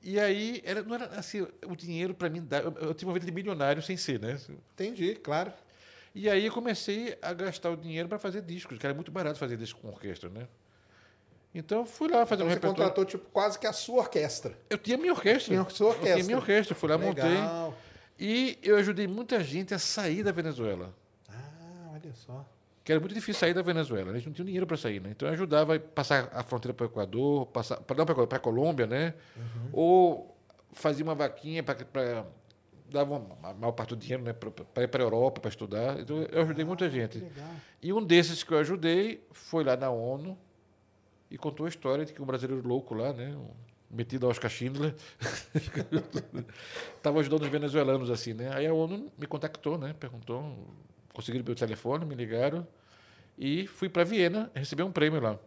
E aí, era, não era assim, o dinheiro para mim, dar, eu, eu tive uma vida de milionário sem ser, né?
Entendi, claro.
É E aí eu comecei a gastar o dinheiro para fazer discos, que era muito barato fazer disco com orquestra, né? Então eu fui lá fazer
Então
um
você
repertório.
contratou tipo, quase que a sua orquestra.
Eu tinha minha orquestra.
Tinha sua
Eu
orquestra.
tinha minha orquestra, fui lá, montei.
Legal.
E eu ajudei muita gente a sair da Venezuela.
Ah, olha só.
Que era muito difícil sair da Venezuela. Eles não tinham dinheiro para sair, né? Então eu ajudava a passar a fronteira para o Equador, passar, pra- não para a Colômbia, né? Ou fazia uma vaquinha para dava uma- a maior parte do dinheiro né, para ir para a Europa, para estudar. Então eu ajudei muita gente.
Legal.
E um desses que eu ajudei foi lá na ONU e contou a história de que um brasileiro louco lá, né? um metido ao Oscar Schindler, estava ajudando os venezuelanos assim, né? Aí a ONU me contactou, né? Perguntou, conseguiram meu telefone, me ligaram e fui para Viena receber um prêmio lá.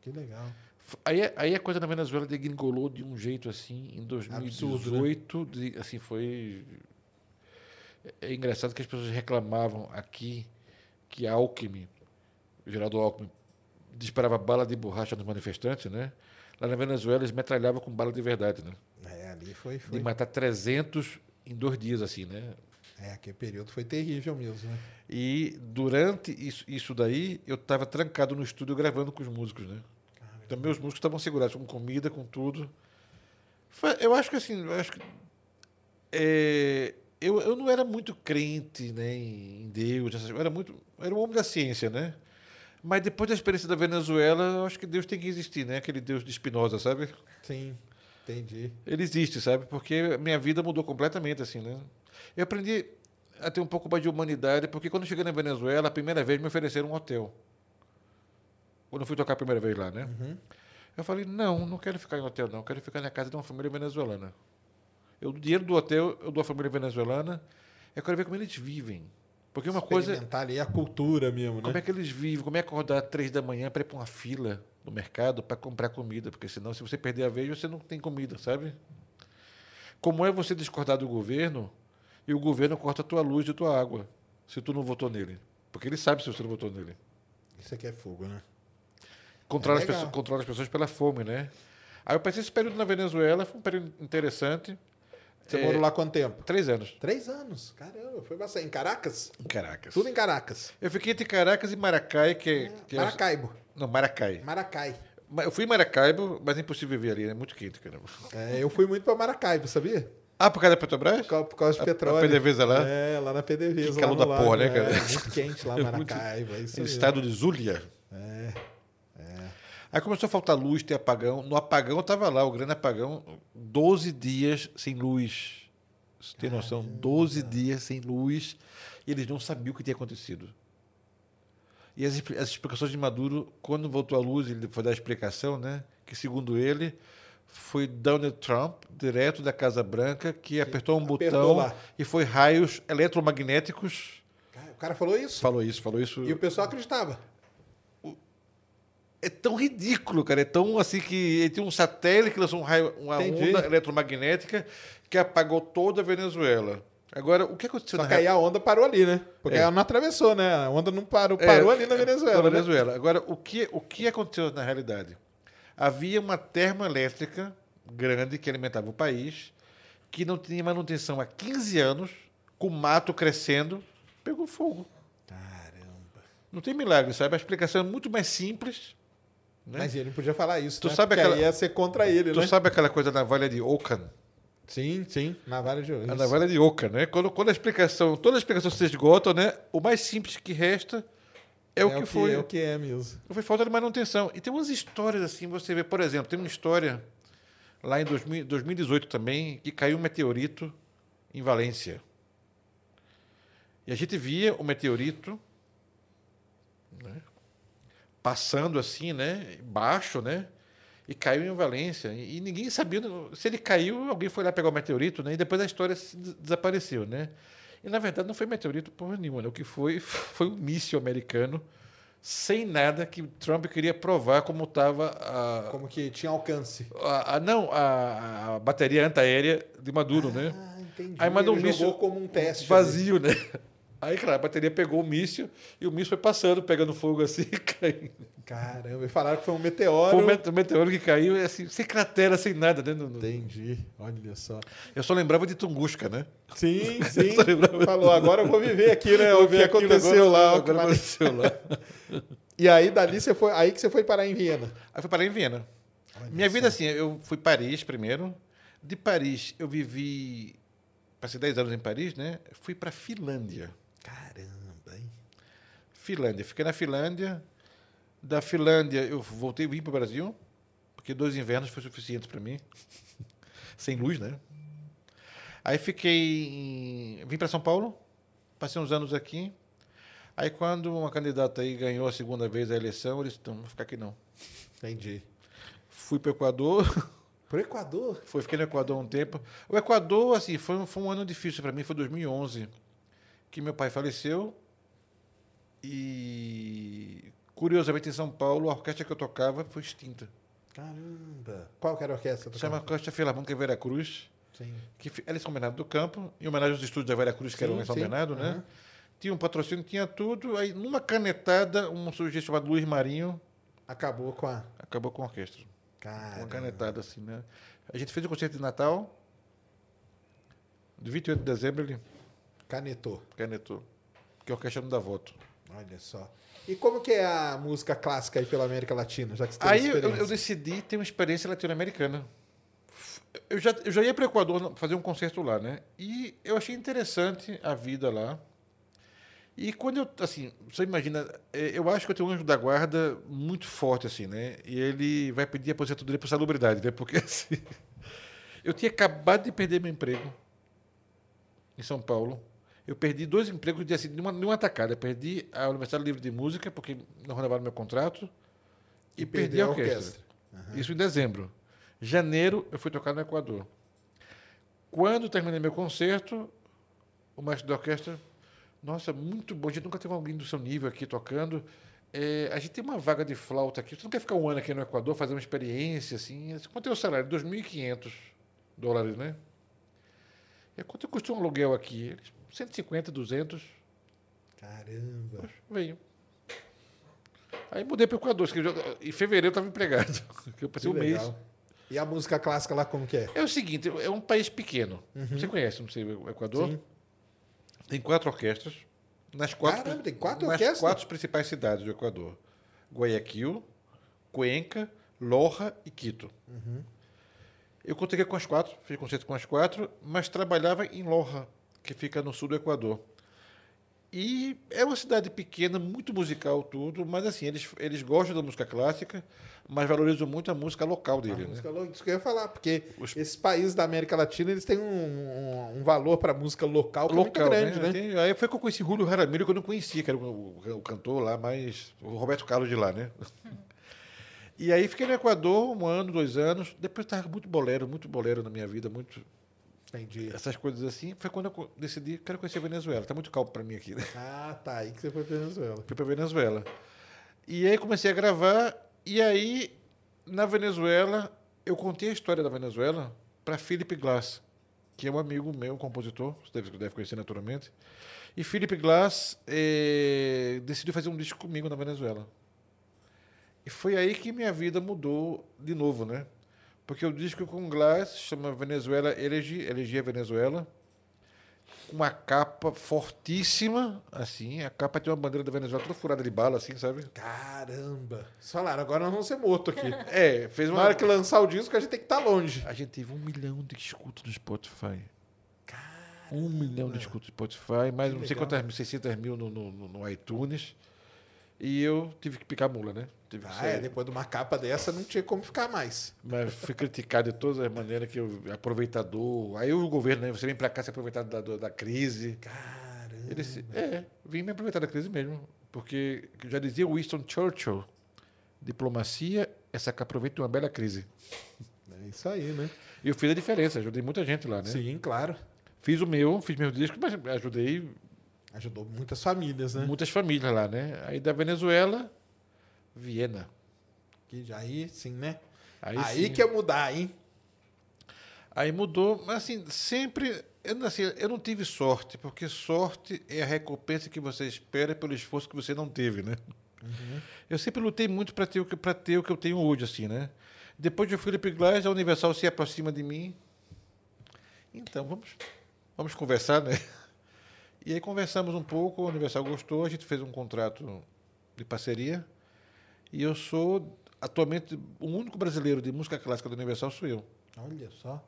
Que legal.
F- Aí, é, aí a coisa na Venezuela degringolou de um jeito assim, em 2018, de- assim, foi... É engraçado que as pessoas reclamavam aqui que Alckmin, o Geraldo Alckmin, disparava bala de borracha nos manifestantes, né? Lá na Venezuela eles metralhavam com bala de verdade, né?
É, ali foi.
De
foi.
matar 300 em dois dias, assim, né?
É, aquele período foi terrível mesmo, né?
E durante isso, isso daí, eu estava trancado no estúdio gravando com os músicos, né? Então, meus músicos estavam segurados, com comida, com tudo. Foi- Eu acho que assim, eu acho que. é, eu, eu não era muito crente né, em Deus, essas- eu era muito. eu Era um homem da ciência, né? Mas depois da experiência da Venezuela, eu acho que Deus tem que existir, né? Aquele Deus de Spinoza, sabe?
Sim, entendi.
Ele existe, sabe? Porque minha vida mudou completamente, assim, né? Eu aprendi a ter um pouco mais de humanidade, porque quando eu cheguei na Venezuela, a primeira vez me ofereceram um hotel. Quando eu fui tocar a primeira vez lá, né? Eu falei, não, não quero ficar em hotel, não. Eu quero ficar na casa de uma família venezuelana. Eu, o dinheiro do hotel, eu dou à família venezuelana. Eu quero ver como eles vivem. Porque uma coisa
Experimentar ali a cultura mesmo,
como
né?
é que eles vivem? Como é acordar às três da manhã para ir para uma fila no mercado para comprar comida? Porque senão, se você perder a vez, você não tem comida, sabe? Como é você discordar do governo e o governo corta a tua luz e a tua água se tu não votou nele? Porque ele sabe se você não votou nele.
Isso aqui é fogo, né?
Controla,
É
as,
legal.
pessoas, controla as pessoas pela fome, né? Aí eu passei esse período na Venezuela, foi um período interessante.
Você
É,
morou lá quanto tempo?
Três anos.
Três anos. Caramba, foi bastante. Em Caracas?
Caracas.
Tudo em Caracas.
Eu fiquei entre Caracas e Maracai, que, é- que é-
Maracaibo.
Não, Maracai.
Maracai.
Ma- Eu fui em Maracaibo, mas é impossível viver ali, é muito quente, caramba.
É, eu fui muito pra Maracaibo, sabia?
Ah, por causa da Petrobras?
Por causa- por causa de
A- a
petróleo.
PDVSA lá?
É, lá na PDVSA.
Que calor
lá no
da porra,
lago,
né, cara?
É, muito quente lá em Maracaibo. É isso é.
No
mesmo.
estado de Zulia. É, Aí começou a faltar luz, ter apagão. No apagão eu tava lá, o grande apagão, 12 dias sem luz. Você tem noção? 12 dias sem luz. E eles não sabiam o que tinha acontecido. E as, expli- as explicações de Maduro, quando voltou à luz, ele foi dar a explicação, né? Que segundo ele, foi Donald Trump, direto da Casa Branca, que apertou um
apertou
botão
lá.
e foi raios eletromagnéticos.
Cara, O cara falou isso.
Falou isso, falou isso.
E o pessoal acreditava.
É tão ridículo, cara. É tão assim que ele tem um satélite que lançou um raio, uma
Entendi.
onda eletromagnética que apagou toda a Venezuela. Agora, o que aconteceu
Só
na
que aí a onda parou ali, né? Porque
É.
ela não atravessou, né? A onda não parou.
É,
Parou ali na
é,
Venezuela.
Na
né?
Venezuela. Agora, o que, o que aconteceu na realidade? Havia uma termoelétrica grande que alimentava o país, que não tinha manutenção há 15 anos, com mato crescendo, pegou fogo.
Caramba.
Não tem milagre, sabe? A explicação é muito mais simples. Né?
Mas ele não podia falar isso.
Tu
né?
sabe
Porque
aquela-
aí ia ser contra ele,
tu
né?
sabe aquela coisa da navalha de Ocan?
Sim, sim. Navalha de ouro.
A
isso.
Ah, navalha de oca, né? Quando, quando a explicação, toda a explicação se esgota, né? O mais simples que resta é, o que, foi.
É o que é mesmo.
Foi falta de manutenção. E tem umas histórias assim, você vê, por exemplo, tem uma história lá em 2000 2018 também, que caiu um meteorito em Valência. E a gente via o meteorito né, passando assim, né? Baixo, né? E caiu em Valência. E e ninguém sabia. Se ele caiu, alguém foi lá pegar o meteorito, né? E depois a história se des- desapareceu, né? E na verdade não foi meteorito porra nenhuma, né? O que foi foi um míssil americano sem nada que Trump queria provar como estava a,
Como que tinha alcance.
a- a- não, a, a bateria antiaérea de Maduro, né?
Ah, entendi.
Aí mandou
ele
um míssil
jogou como um teste. ali.
Vazio, né? Aí, claro, a bateria pegou o míssil e o míssil foi passando, pegando fogo assim, caindo.
Caramba, e falaram que foi um meteoro.
Foi um mete- meteoro que caiu, e assim, sem cratera, sem nada, né? No- no-
Entendi. Olha só.
Eu só lembrava de Tunguska, né?
Sim, sim.
Só lembrava-
Falou, agora eu vou viver aqui, né? O que
Aquilo
aconteceu
agora-
lá. ó, que
agora
maravilha.
aconteceu lá.
E aí dali você foi. Aí que você foi parar em Viena.
Aí fui parar em Viena. Minha vida assim, eu fui Paris primeiro. De Paris, eu vivi. Passei 10 anos em Paris, né? Fui para Finlândia.
Caramba, hein?
Finlândia. Fiquei na Finlândia. Da Finlândia, eu voltei e vim para o Brasil, porque dois invernos foi suficiente para mim. Sem luz, né? Aí fiquei. em- Vim para São Paulo, passei uns anos aqui. Aí, quando uma candidata aí ganhou a segunda vez a eleição, eu disse: não, não vou ficar aqui não.
Entendi.
Fui para o Equador.
Pro Equador?
Foi, fiquei no Equador um tempo. O Equador, assim, foi um, foi um ano difícil para mim, foi 2011, que meu pai faleceu e, curiosamente, em São Paulo, a orquestra que eu tocava foi extinta.
Caramba. Qual que era a orquestra? que tu
Chama
tocava?
Orquestra Filarmônica Vera Cruz,
Sim.
que fi- era em São Bernardo do Campo, em homenagem aos estúdios da Vera Cruz, que
Sim,
eram em São
sim,
Bernardo, né?
aham.
Tinha um patrocínio, tinha tudo. Aí, numa canetada, um sujeito chamado Luiz Marinho
Acabou com a.
acabou com a orquestra. Uma
Cara.
canetada assim, né? A gente fez o concerto de Natal. De 28 de dezembro ele
Canetou.
canetou. Que a orquestra não dá voto.
Olha só. E como que é a música clássica aí pela América Latina, já que você tem
Aí eu,
experiência?
eu decidi ter uma experiência latino-americana. F- Eu já, eu já ia para o Equador na- fazer um concerto lá, né? E eu achei interessante a vida lá. E quando eu, assim, você imagina, eh, eu acho que eu tenho um anjo da guarda muito forte, assim, né? E ele vai pedir aposentadoria por salubridade, né? Porque, assim, eu tinha acabado de perder meu emprego em São Paulo. Eu perdi dois empregos de, assim, de, uma, de uma tacada. Eu perdi a Universidade Livre de Música, porque não renovaram meu contrato. E, perdi a orquestra. Isso em dezembro. Janeiro, eu fui tocar no Equador. Quando terminei meu concerto, o mestre da orquestra, nossa, muito bom, a gente nunca teve alguém do seu nível aqui tocando. É, a gente tem uma vaga de flauta aqui, você não quer ficar um ano aqui no Equador, fazer uma experiência assim? Eu disse, Quanto é o salário? 2.500 dólares, né? E quanto custa um aluguel aqui? Eles, 150, 200.
Caramba.
Veio. Aí mudei para o Equador, que eu já- em fevereiro eu estava empregado, que eu passei um
Que legal.
mês.
E a música clássica lá como que é?
É o seguinte, é um país pequeno.
Uhum.
Você conhece, não sei, o Equador? Tem quatro orquestras. Nas quatro,
Caramba, tem quatro
nas
orquestras?
quatro principais cidades do Equador. Guayaquil, Cuenca, Loja e Quito.
Uhum.
Eu contei com as quatro, fiz concerto com as quatro, mas trabalhava em Loja, que fica no sul do Equador. E é uma cidade pequena, muito musical tudo, mas assim, eles, eles gostam da música clássica, mas valorizam muito a música local
A
dele. né?
música local, isso que eu ia falar, porque
Os-
esses países da América Latina, eles têm um, um- um valor para música local, que é muito
local,
grande, né?
Tem- Aí foi que eu conheci Julio Jaramillo, que eu não conhecia, que era o, o- o cantor lá, mas o Roberto Carlos de lá, né? E aí fiquei no Equador um ano, dois anos. Depois estava muito bolero, muito bolero na minha vida, muito
Entendi.
essas coisas assim. Foi quando eu co- decidi quero conhecer a Venezuela. Tá muito calmo para mim aqui. Né?
Ah, tá. Aí que você foi pra Venezuela.
Fui para Venezuela. E aí comecei a gravar. E aí na Venezuela eu contei a história da Venezuela para Philip Glass, que é um amigo meu, um compositor, você deve, deve conhecer naturalmente. E Philip Glass eh, decidiu fazer um disco comigo na Venezuela. E foi aí que minha vida mudou de novo, né? Porque o disco com Glass chama Venezuela Elegi, Elegia Venezuela, com uma capa fortíssima, assim, a capa tem uma bandeira da Venezuela toda furada de bala, assim, sabe?
Caramba. Vocês falaram, agora nós vamos ser morto aqui.
É, fez uma...
Na hora que lançar o disco, a gente tem que estar longe.
A gente teve um milhão de escutas no Spotify. Um milhão de escutas no Spotify, mais não sei
legal.
quantas mil, 600 mil no, no- no- no iTunes. E eu tive que picar mula, né? Tive que
Ah,
sair.
é, depois de uma capa dessa, não tinha como ficar mais.
Mas fui criticado de todas as maneiras que eu aproveitador. Aí o governo, né? Você vem pra cá se aproveitar da, do- da crise.
Caramba.
Ele disse, é, vim me aproveitar da crise mesmo. Porque já dizia Winston Churchill, diplomacia é sacar proveito de uma bela crise.
É isso aí, né?
E eu fiz a diferença, ajudei muita gente lá, né?
Sim, claro.
Fiz o meu, fiz meu disco, mas ajudei
Ajudou muitas famílias, né?
muitas famílias lá, né? Aí da Venezuela, Viena.
Que já- aí sim, né? Aí,
Aí, sim.
que ia mudar, hein?
Aí mudou, mas assim, sempre. Eu, não- assim, eu não tive sorte, porque sorte é a recompensa que você espera pelo esforço que você não teve, né? Eu sempre lutei muito para ter, o que- pra ter o que eu tenho hoje, assim, né? Depois de Felipe Glass, a Universal se aproxima de mim. Então, vamos, vamos conversar, né? E aí conversamos um pouco, a Universal gostou, a gente fez um contrato de parceria. E eu sou, atualmente, o único brasileiro de música clássica da Universal sou eu.
Olha só.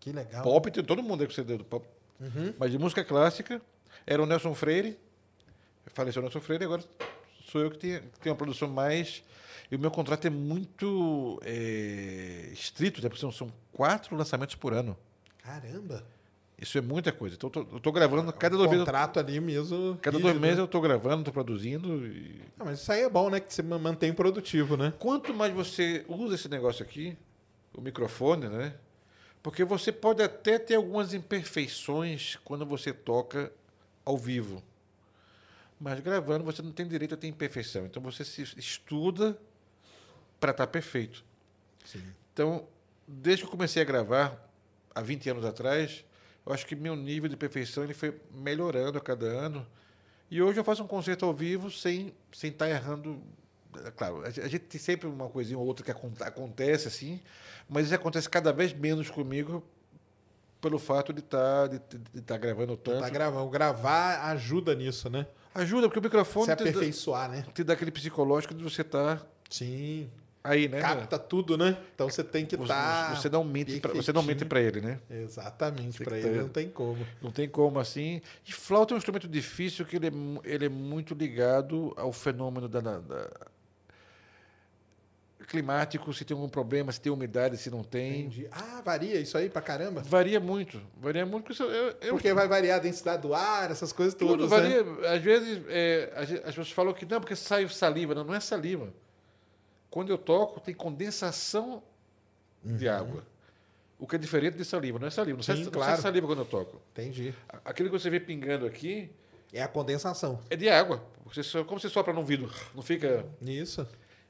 Que legal.
Pop tem todo mundo aí que você deu do pop.
Uhum.
Mas de música clássica, era o Nelson Freire. Faleceu o Nelson Freire, agora sou eu que tenho, que tenho uma produção mais. E o meu contrato é muito eh, estrito, né? Porque são, são quatro lançamentos por ano.
Caramba.
Isso é muita coisa. Então, eu tô- eu estou gravando cada dois
Ah, é
meses.
um Contrato ali mesmo.
Cada dois
rígido,
meses
né?
eu estou gravando, estou produzindo. e-
Ah, mas isso aí é bom, né? Que você ma- mantém produtivo, né?
Quanto mais você usa esse negócio aqui, o microfone, né? Porque você pode até ter algumas imperfeições quando você toca ao vivo. Mas gravando você não tem direito a ter imperfeição. Então você se estuda para estar perfeito. Então, desde que eu comecei a gravar, há 20 anos atrás, eu acho que meu nível de perfeição ele foi melhorando a cada ano. E hoje eu faço um concerto ao vivo sem sem estar errando. É Claro, a ge- a gente tem sempre uma coisinha ou outra que acon- acontece assim, mas isso acontece cada vez menos comigo pelo fato de estar de, de, de tá gravando tanto.
Tá gravando. Gravar ajuda nisso, né?
Ajuda, porque o microfone
Se
te dá,
aperfeiçoar, né?
te dá aquele psicológico de você estar
Sim.
tá Aí, né?
É, Capta tudo, né? Então você tem que tá
Você,
estar.
você não mente pra, você não mente pra ele, né?
Exatamente,
Você
pra
que
ele
tá-
não tem como.
Não tem como assim. E flauta é um instrumento difícil que ele é, mu- ele é muito ligado ao fenômeno da, da- da- climático, se tem algum problema, se tem umidade, se não tem.
Entendi. Ah, varia isso aí pra caramba?
Varia muito. Varia muito. Porque, isso- eu, eu,
Porque vai variar a densidade do ar, essas coisas todas.
tudo
né?
varia. Às vezes é, a gen- as pessoas falam que não, porque sai saliva. Não, não é saliva. Quando eu toco, tem condensação de água. O que é diferente de saliva. Não é saliva. Não, sai,
Uhum. Sim,
não sai
claro.
saliva quando eu toco.
Entendi.
A- Aquilo que você vê pingando aqui
É a condensação.
É de água. Você só- como você sopra num vidro, não fica.
Isso.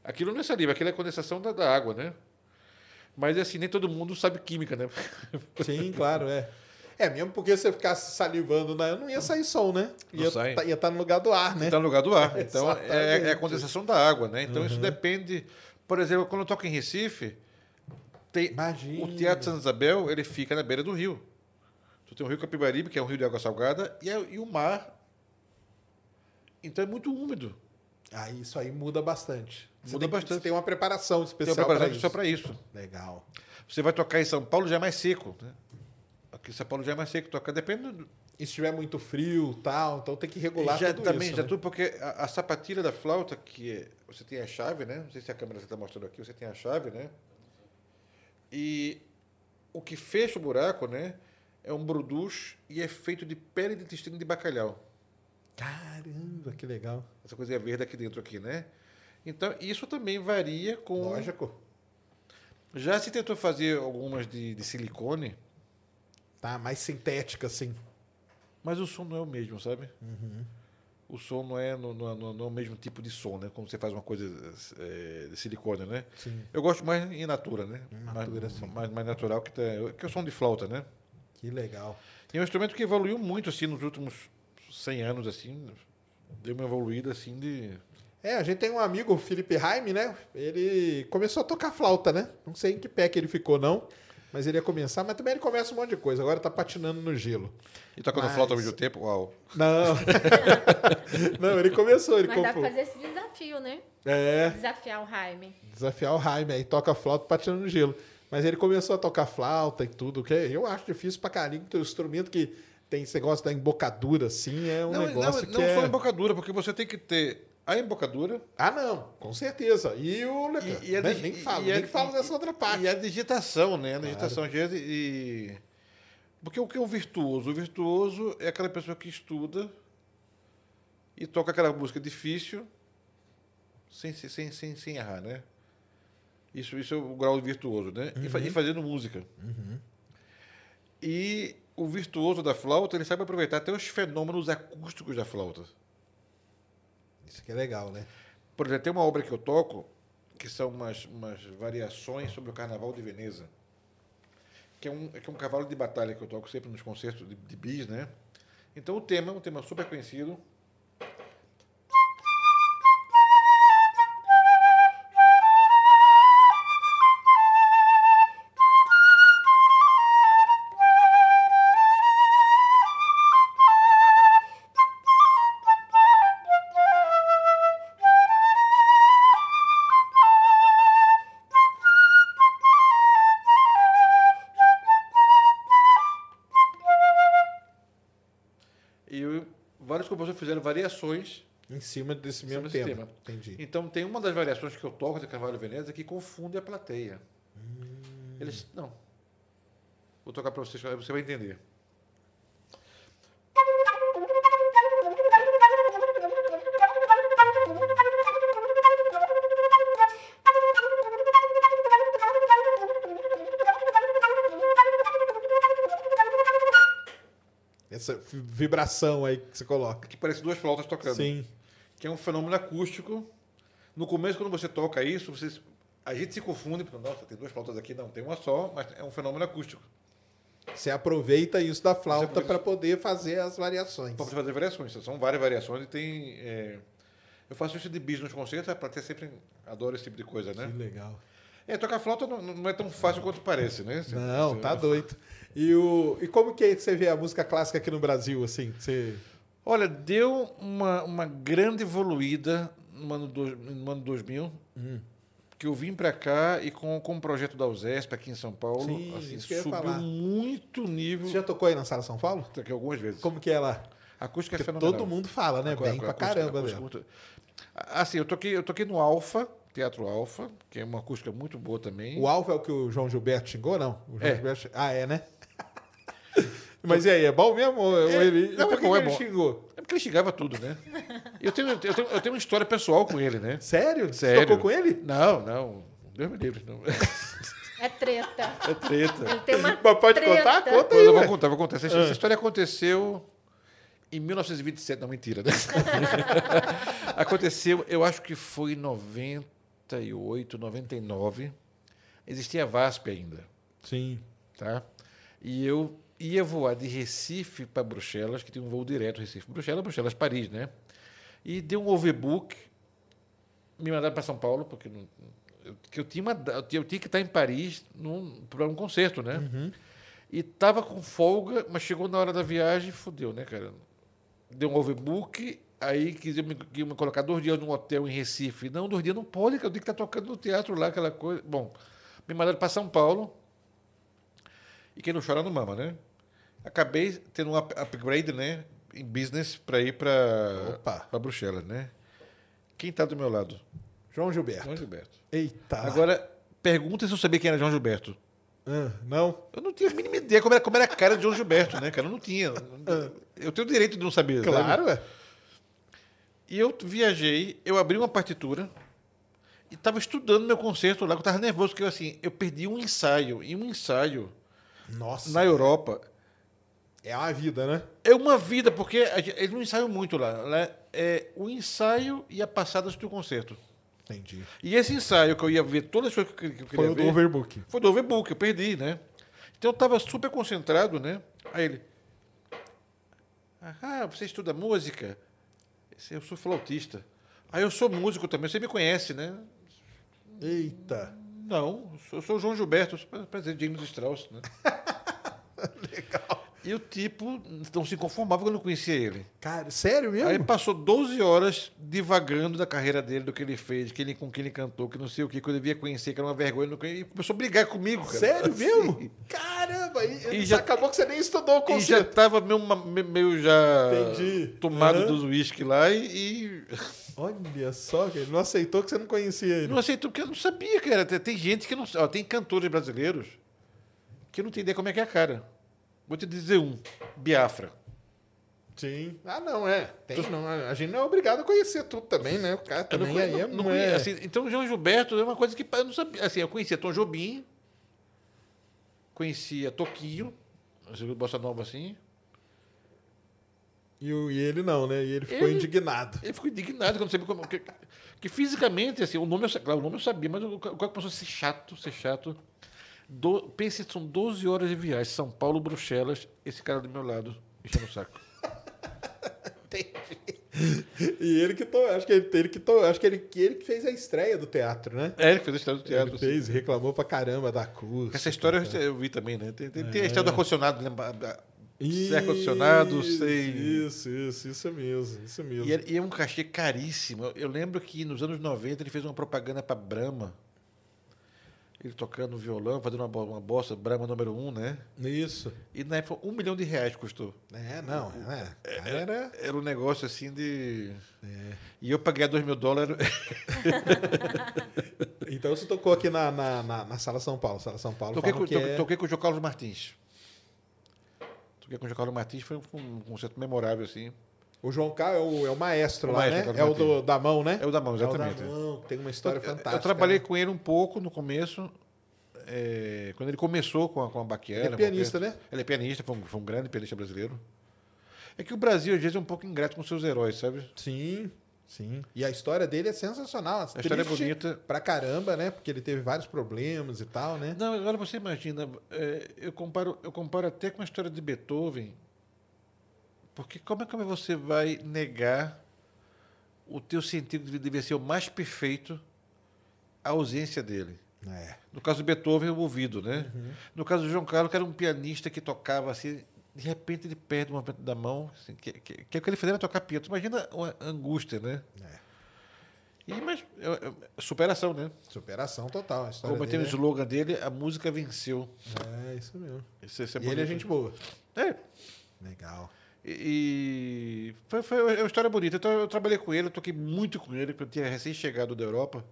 Aquilo não é saliva, aquilo é condensação da, da água, né? Mas assim, nem todo mundo sabe química, né?
Sim, claro, é. É, mesmo porque você ficasse salivando, né? não ia sair som, né?
Não
Ia
sai.
estar no lugar do ar, né?
Está no lugar do ar. Então é,
Exatamente.
é a condensação da água, né? Então
Uhum.
isso depende. Por exemplo, quando eu toco em Recife, tem,
Imagina.
o Teatro Santa Isabel ele fica na beira do rio. Tu tem o Rio Capibaribe, que é um rio de água salgada, e, é- e o mar. Então é muito úmido.
Aí Ah, isso aí muda bastante. Você
Muda
tem que-
bastante.
Você tem uma preparação
Tem uma
especial pra
preparação
isso.
só para isso.
Legal.
Você vai tocar em São Paulo já é mais seco. Né? Aqui em São Paulo já é mais seco tocar. Depende do.
E se tiver muito frio tal, então tem que regular
já,
tudo
também,
isso.
já
né?
tudo, porque a, a sapatilha da flauta, que é- você tem a chave, né? Não sei se a câmera está mostrando aqui, você tem a chave, né? E o que fecha o buraco, né? É um bruducho e é feito de pele de intestino de bacalhau.
Caramba, que legal.
Essa coisinha verde aqui dentro aqui, né? Então, isso também varia com...
Lógico.
Já se tentou fazer algumas de- de silicone,
Tá, mais sintética, assim.
Mas o som não é o mesmo, sabe?
Uhum.
O som não é, não, não- não- não é o mesmo tipo de som, né? Quando você faz uma coisa eh, de silicone, né?
Sim.
Eu gosto mais em natura, né?
natura,
mais,
sim.
mais, mais natural que, tá, que é o som de flauta, né?
Que legal.
E é um instrumento que evoluiu muito, assim, nos últimos 100 anos, assim. Deu uma evoluída, assim, de...
É, a gente tem um amigo, o Felipe Raime, né? Ele começou a tocar flauta, né? Não sei em que pé que ele ficou, não. Mas ele ia começar, mas também ele começa um monte de coisa. Agora tá patinando no gelo.
E tocando
Mas-
flauta ao mesmo tempo, uau.
Não. não, ele começou, ele
Mas dá pra
confundiu.
fazer esse desafio, né?
É,
Desafiar o Jaime.
desafiar o Raime aí, toca flauta patinando no gelo. Mas ele começou a tocar flauta e tudo, que eu acho difícil pra caralho, que o instrumento que tem esse negócio da embocadura, assim, é um
não,
negócio
não,
que
não
é...
só a embocadura, porque você tem que ter a embocadura...
Ah, não, com certeza. E o Lecan,
E, e a
né?
digi-
nem falo,
e a-
nem falo dessa
e-
outra parte.
E a digitação, né? A digitação. às vezes, E... Porque o que é um virtuoso? O virtuoso é aquela pessoa que estuda e toca aquela música difícil sem, sem- sem, sem, sem errar, né? Isso, isso é o grau de virtuoso, né? E, fa- e fazendo música. E o virtuoso da flauta, ele sabe aproveitar até os fenômenos acústicos da flauta.
Isso que é legal, né?
Por exemplo, tem uma obra que eu toco que são umas, umas variações sobre o Carnaval de Veneza, que é, um, que é um cavalo de batalha que eu toco sempre nos concertos de, de bis, né? Então o tema é um tema super conhecido. E eu- vários compositores fizeram variações.
Em cima desse
Em
mesmo
cima desse
tema.
tema.
Entendi.
Então tem uma das variações que eu toco de Carnaval de Veneza que confunde a plateia.
Hum.
Eles, não. Vou tocar para vocês, aí você vai entender.
Essa vi- vibração aí que você coloca.
Que parece duas flautas tocando.
Sim.
que é um fenômeno acústico. No começo, quando você toca isso, você- a gente se confunde, porque, nossa, tem duas flautas aqui, não, tem uma só, mas é um fenômeno acústico.
Você aproveita isso
é
da flauta
aproveita-
para poder fazer as variações.
Pode fazer variações, são várias variações e tem. é, eu faço isso de bis nos concertos, a plateia sempre adora esse tipo de coisa,
Que
né?
legal.
É, tocar flauta não, não é tão fácil quanto parece, né? Você-
Não,
você-
tá doido. E, o, e como que é que você vê a música clássica aqui no Brasil, assim? Você...
Olha, deu
Hum.
uma, uma grande evoluída no ano, dois, no ano 2000, que que eu vim para cá e com, com o projeto da USESP aqui em São Paulo,
Sim,
assim,
isso que eu ia
subiu
falar.
muito o nível.
Você já tocou aí na Sala São Paulo?
Aqui algumas vezes.
Como que é lá?
A acústica é
Porque
fenomenal.
todo mundo fala, né?
Agora,
Bem
com
pra
a acústica-
caramba,
acústica
né?
muito- Assim, eu toquei, eu toquei no Alfa, Teatro Alfa, que é uma acústica muito boa também.
O alvo é o que o João Gilberto xingou, não? O João
É.
Gilberto- Ah, é, né? Mas e aí, é bom mesmo? Ou ele...
não,
Por
é
que
bom,
que
é
ele
bom.
xingou?
É porque ele xingava tudo, né? Eu tenho, eu, tenho, eu tenho uma história pessoal com ele, né?
Sério? Você
Sério.
tocou com ele?
Não, não. Deus me livre. Não.
É treta.
É treta.
Ele tem uma
Mas pode
treta.
contar? Conta
Mas
aí,
eu vou
ué.
contar, vou contar. Essa, essa história aconteceu em 1927. Não, mentira, né? aconteceu, eu acho que foi em 98, 99. Existia a VASP ainda.
Sim.
tá? E eu ia voar de Recife para Bruxelas, que tem um voo direto Recife-Bruxelas, Bruxelas-Paris, né? E deu um overbook, me mandaram para São Paulo, porque não- eu, que eu, tinha uma da- eu, tinha, eu tinha que estar em Paris para um concerto, né? E tava com folga, mas chegou na hora da viagem, fudeu, né, cara? Deu um overbook, aí quis me, quis me colocar dois dias num hotel em Recife. Não, dois dias não pode, que eu tenho que estar tocando no teatro lá, aquela coisa. Bom, me mandaram para São Paulo, e quem não chora não mama, né? Acabei tendo um up- upgrade, né? Em business para ir para
Opa.
para Bruxelas, né? Quem tá do meu lado?
João Gilberto. Ah.
João Gilberto.
Eita.
Agora, pergunta se eu sabia quem era João Gilberto.
Ah, não?
Eu não tinha a mínima ideia como era, como era a cara de João Gilberto, né, cara? Eu não tinha. Eu tenho o direito de não saber. sabe?
Claro, é.
E eu viajei, eu abri uma partitura e estava estudando meu concerto lá, que eu estava nervoso, porque eu, assim, eu perdi um ensaio. E um ensaio
Nossa.
na Europa
É uma vida, né?
É uma vida, porque a gen- eles não ensaiam muito lá. Né? É o ensaio e a passada do concerto.
Entendi.
E esse ensaio que eu ia ver todas as coisas que eu que eu queria
Foi o
ver.
do overbook.
Foi do overbook, eu perdi, né? Então eu tava super concentrado, né? Aí ele. Ah, você estuda música? Eu sou flautista. Ah, eu sou músico também, você me conhece, né?
Eita.
Não, eu sou- eu sou o João Gilberto, eu sou pra- pra dizer James Strauss, né? Legal. E o tipo não se conformava que eu não conhecia ele.
Cara, sério mesmo?
Aí passou 12 horas divagando da carreira dele, do que ele fez, que ele, com quem ele cantou, que não sei o que, que eu devia conhecer, que era uma vergonha. não conhe- E começou a brigar comigo, cara.
Sério mesmo?
Sim.
Caramba, e,
E
já
já-
acabou que você nem estudou o
E já
conceito.
tava meio, ma- me- meio já
Entendi.
tomado
Aham.
dos uísque lá e, e
Olha só, que ele não aceitou que você não conhecia ele.
não aceitou, porque eu não sabia, cara. Tem, tem gente que não sabe. Tem cantores brasileiros que não tem ideia como é que é a cara. Vou te dizer um: Biafra.
Sim. Ah, não, é. Tem, não, a gente não é obrigado a conhecer tudo também, né? O cara
Eu não
também
conhe-
aí é...
não- não
não
conhe-
é-
assim, então, João Gilberto é uma coisa que eu não sabia. Assim, eu conhecia Tom Jobim, conhecia Toquinho, você viu Bossa Nova assim.
E, o- e ele não, né? E ele ficou
Ele-
indignado.
Ele ficou indignado quando sabia como. Que, que fisicamente, assim, o nome, eu, sa- claro, o nome eu sabia, mas o cara começou a ser chato, ser chato. Do, pense, são 12 horas de viagem, São Paulo, Bruxelas, esse cara do meu lado, enchendo o saco.
E ele que to... acho que ele, ele que to... acho que ele, que ele que fez a estreia do teatro, né?
É, ele que fez a história do teatro.
Ele
assim.
fez, reclamou pra caramba da curva.
Essa história eu- eu vi também, né? Tem, tem- tem a
É.
história do ar-condicionado, né? Ba- ba- Sem ar-condicionado, sem.
Isso, isso, isso mesmo, isso mesmo.
E, era- e é um cachê caríssimo. Eu, eu lembro que nos anos 90 ele fez uma propaganda para Brahma. Ele tocando violão, fazendo uma, bo- uma bossa, Brahma número um, né?
Isso.
E na época, um milhão de reais custou.
É, não, é. Era... É.
Era um negócio assim de. E eu paguei a dois mil dólares.
Então você tocou aqui na, na, na, na Sala São Paulo. Sala São Paulo
toquei,
falam
com,
que
toquei,
é-
toquei com o João Carlos Martins. Toquei com o João Carlos Martins, foi um, um concerto memorável, assim.
O João Carlos é o, é o maestro
O
lá,
maestro,
né?
Carlos
É o do,
Martins.
da mão, né?
É o da mão,
É
exatamente.
o da mão, que tem uma história fantástica.
Eu trabalhei
né?
com ele um pouco no começo, é, quando ele começou com a, com a baquera.
Ele é pianista,
com a-
né?
Ele é pianista, foi um, foi um grande pianista brasileiro. É que o Brasil, às vezes, é um pouco ingrato com seus heróis, sabe?
Sim, sim. E a história dele é sensacional.
A história é
Triste
bonita.
Pra caramba, né? Porque ele teve vários problemas e tal, né?
Não, agora você imagina, é, eu, comparo, eu comparo até com a história de Beethoven, porque como é que você vai negar o teu sentido de dever ser o mais perfeito a ausência dele?
É.
No caso de Beethoven, o ouvido, né? No caso de João Carlos, que era um pianista que tocava assim, de repente ele perde o movimento é da mão, assim, que, que, que é o que ele fazia era tocar piano. Tu Imagina uma angústia, né? E, mas é- é superação, né?
Superação total. A história
Como tem o
dele
slogan dele, a música venceu.
é... é isso mesmo.
Esse, esse é
E ele é
bonito.
gente boa.
É.
Legal.
E e foi, foi uma história bonita. Então, eu trabalhei com ele, eu toquei muito com ele, porque eu tinha recém-chegado da Europa.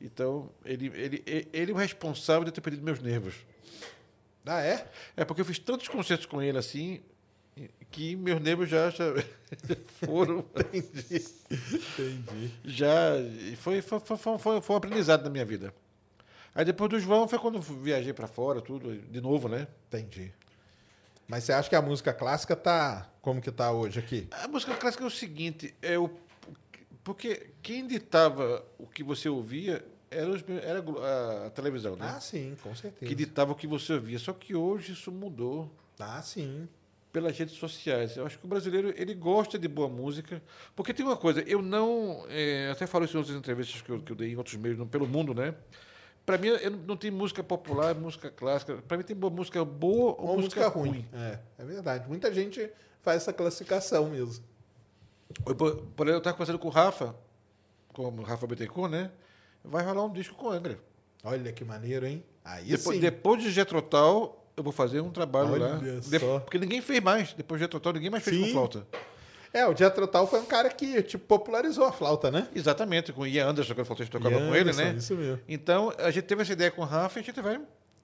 Então, ele, ele, e- ele é o responsável de eu ter perdido meus nervos.
Ah, é?
É porque eu fiz tantos concertos com ele assim, que meus nervos já, já foram.
Entendi.
já e foi, foi, foi, foi, foi- foi um aprendizado na minha vida. Aí depois do João foi quando eu viajei para fora, tudo, de novo, né?
Entendi. Mas você acha que a música clássica tá. Como que tá hoje aqui?
A música clássica é o seguinte, é o porque quem ditava o que você ouvia era, os- era a Glo- a, a televisão, né?
Ah, sim, com certeza.
que ditava o que você ouvia. Só que hoje isso mudou
Ah, sim.
pelas redes sociais. Eu acho que o brasileiro ele gosta de boa música, porque tem uma coisa. Eu não eh, até falo isso em outras entrevistas que eu, que eu dei em outros meios não, pelo mundo, né? Para mim eu não, não tem música popular, música clássica. Para mim tem boa música boa ou
Uma música, ruim.
ruim.
É, é verdade. Muita gente faz essa classificação mesmo.
Eu, por por exemplo, eu estava conversando com o Rafa, com o Rafa Bittencourt, né? Vai rolar um disco com o Angra.
Olha que maneiro, hein? Aí
Depois,
sim.
depois de Getrotal, eu vou fazer um trabalho
assim- Olha
lá.
só.
De- porque ninguém fez mais. Depois de Getrotal, ninguém mais fez
Sim.
com flauta.
É, o Diatrotal foi um cara que tipo, popularizou a flauta, né?
Exatamente, com o Ian Anderson, que eu faltei tocava com ele, né?
Isso mesmo.
Então, a gente teve essa ideia com o Rafa e a gente vai,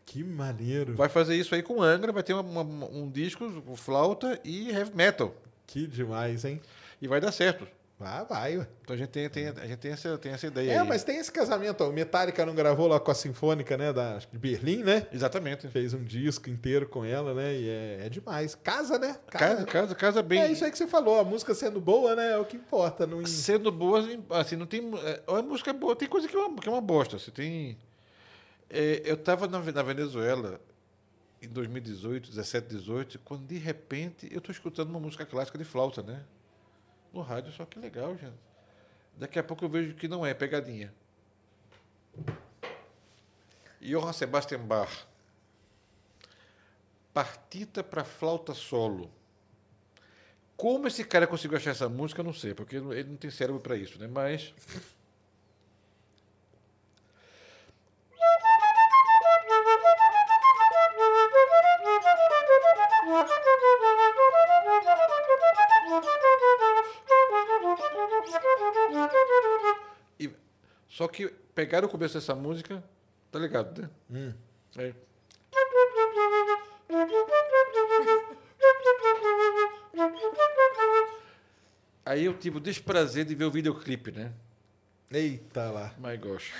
Que maneiro.
vai fazer isso aí com o Angra. Vai ter uma- uma- um disco com flauta e heavy metal.
Que demais, hein?
E vai dar certo.
Ah, vai. ué.
Então, a gente tem, tem- a gente tem, essa, tem essa ideia
É,
aí.
mas tem esse casamento. ó. O Metallica não gravou lá com a Sinfônica, né? Da, acho que de Berlim, né?
Exatamente.
Fez um disco inteiro com ela, né? E é, é demais. Casa, né?
Casa, casa, casa bem.
É isso aí que você falou. A música sendo boa, né? É o que importa. Não...
sendo boas, assim, não tem. é, Ou é música boa, tem coisa que é uma, que é uma bosta. Você tem. é, eu estava na, Ve- na Venezuela em 2018, 17, 18, quando de repente eu estou escutando uma música clássica de flauta, né? No rádio, só que legal, gente. Daqui a pouco eu vejo que não é pegadinha. Johann Sebastian Bach. Partita para flauta solo. Como esse cara conseguiu achar essa música, eu não sei, porque ele não tem cérebro para isso, né? Mas. E- só que pegaram o começo dessa música, tá ligado, né? Aí. Aí eu tive o desprazer de ver o videoclipe, né?
Eita lá.
My gosh.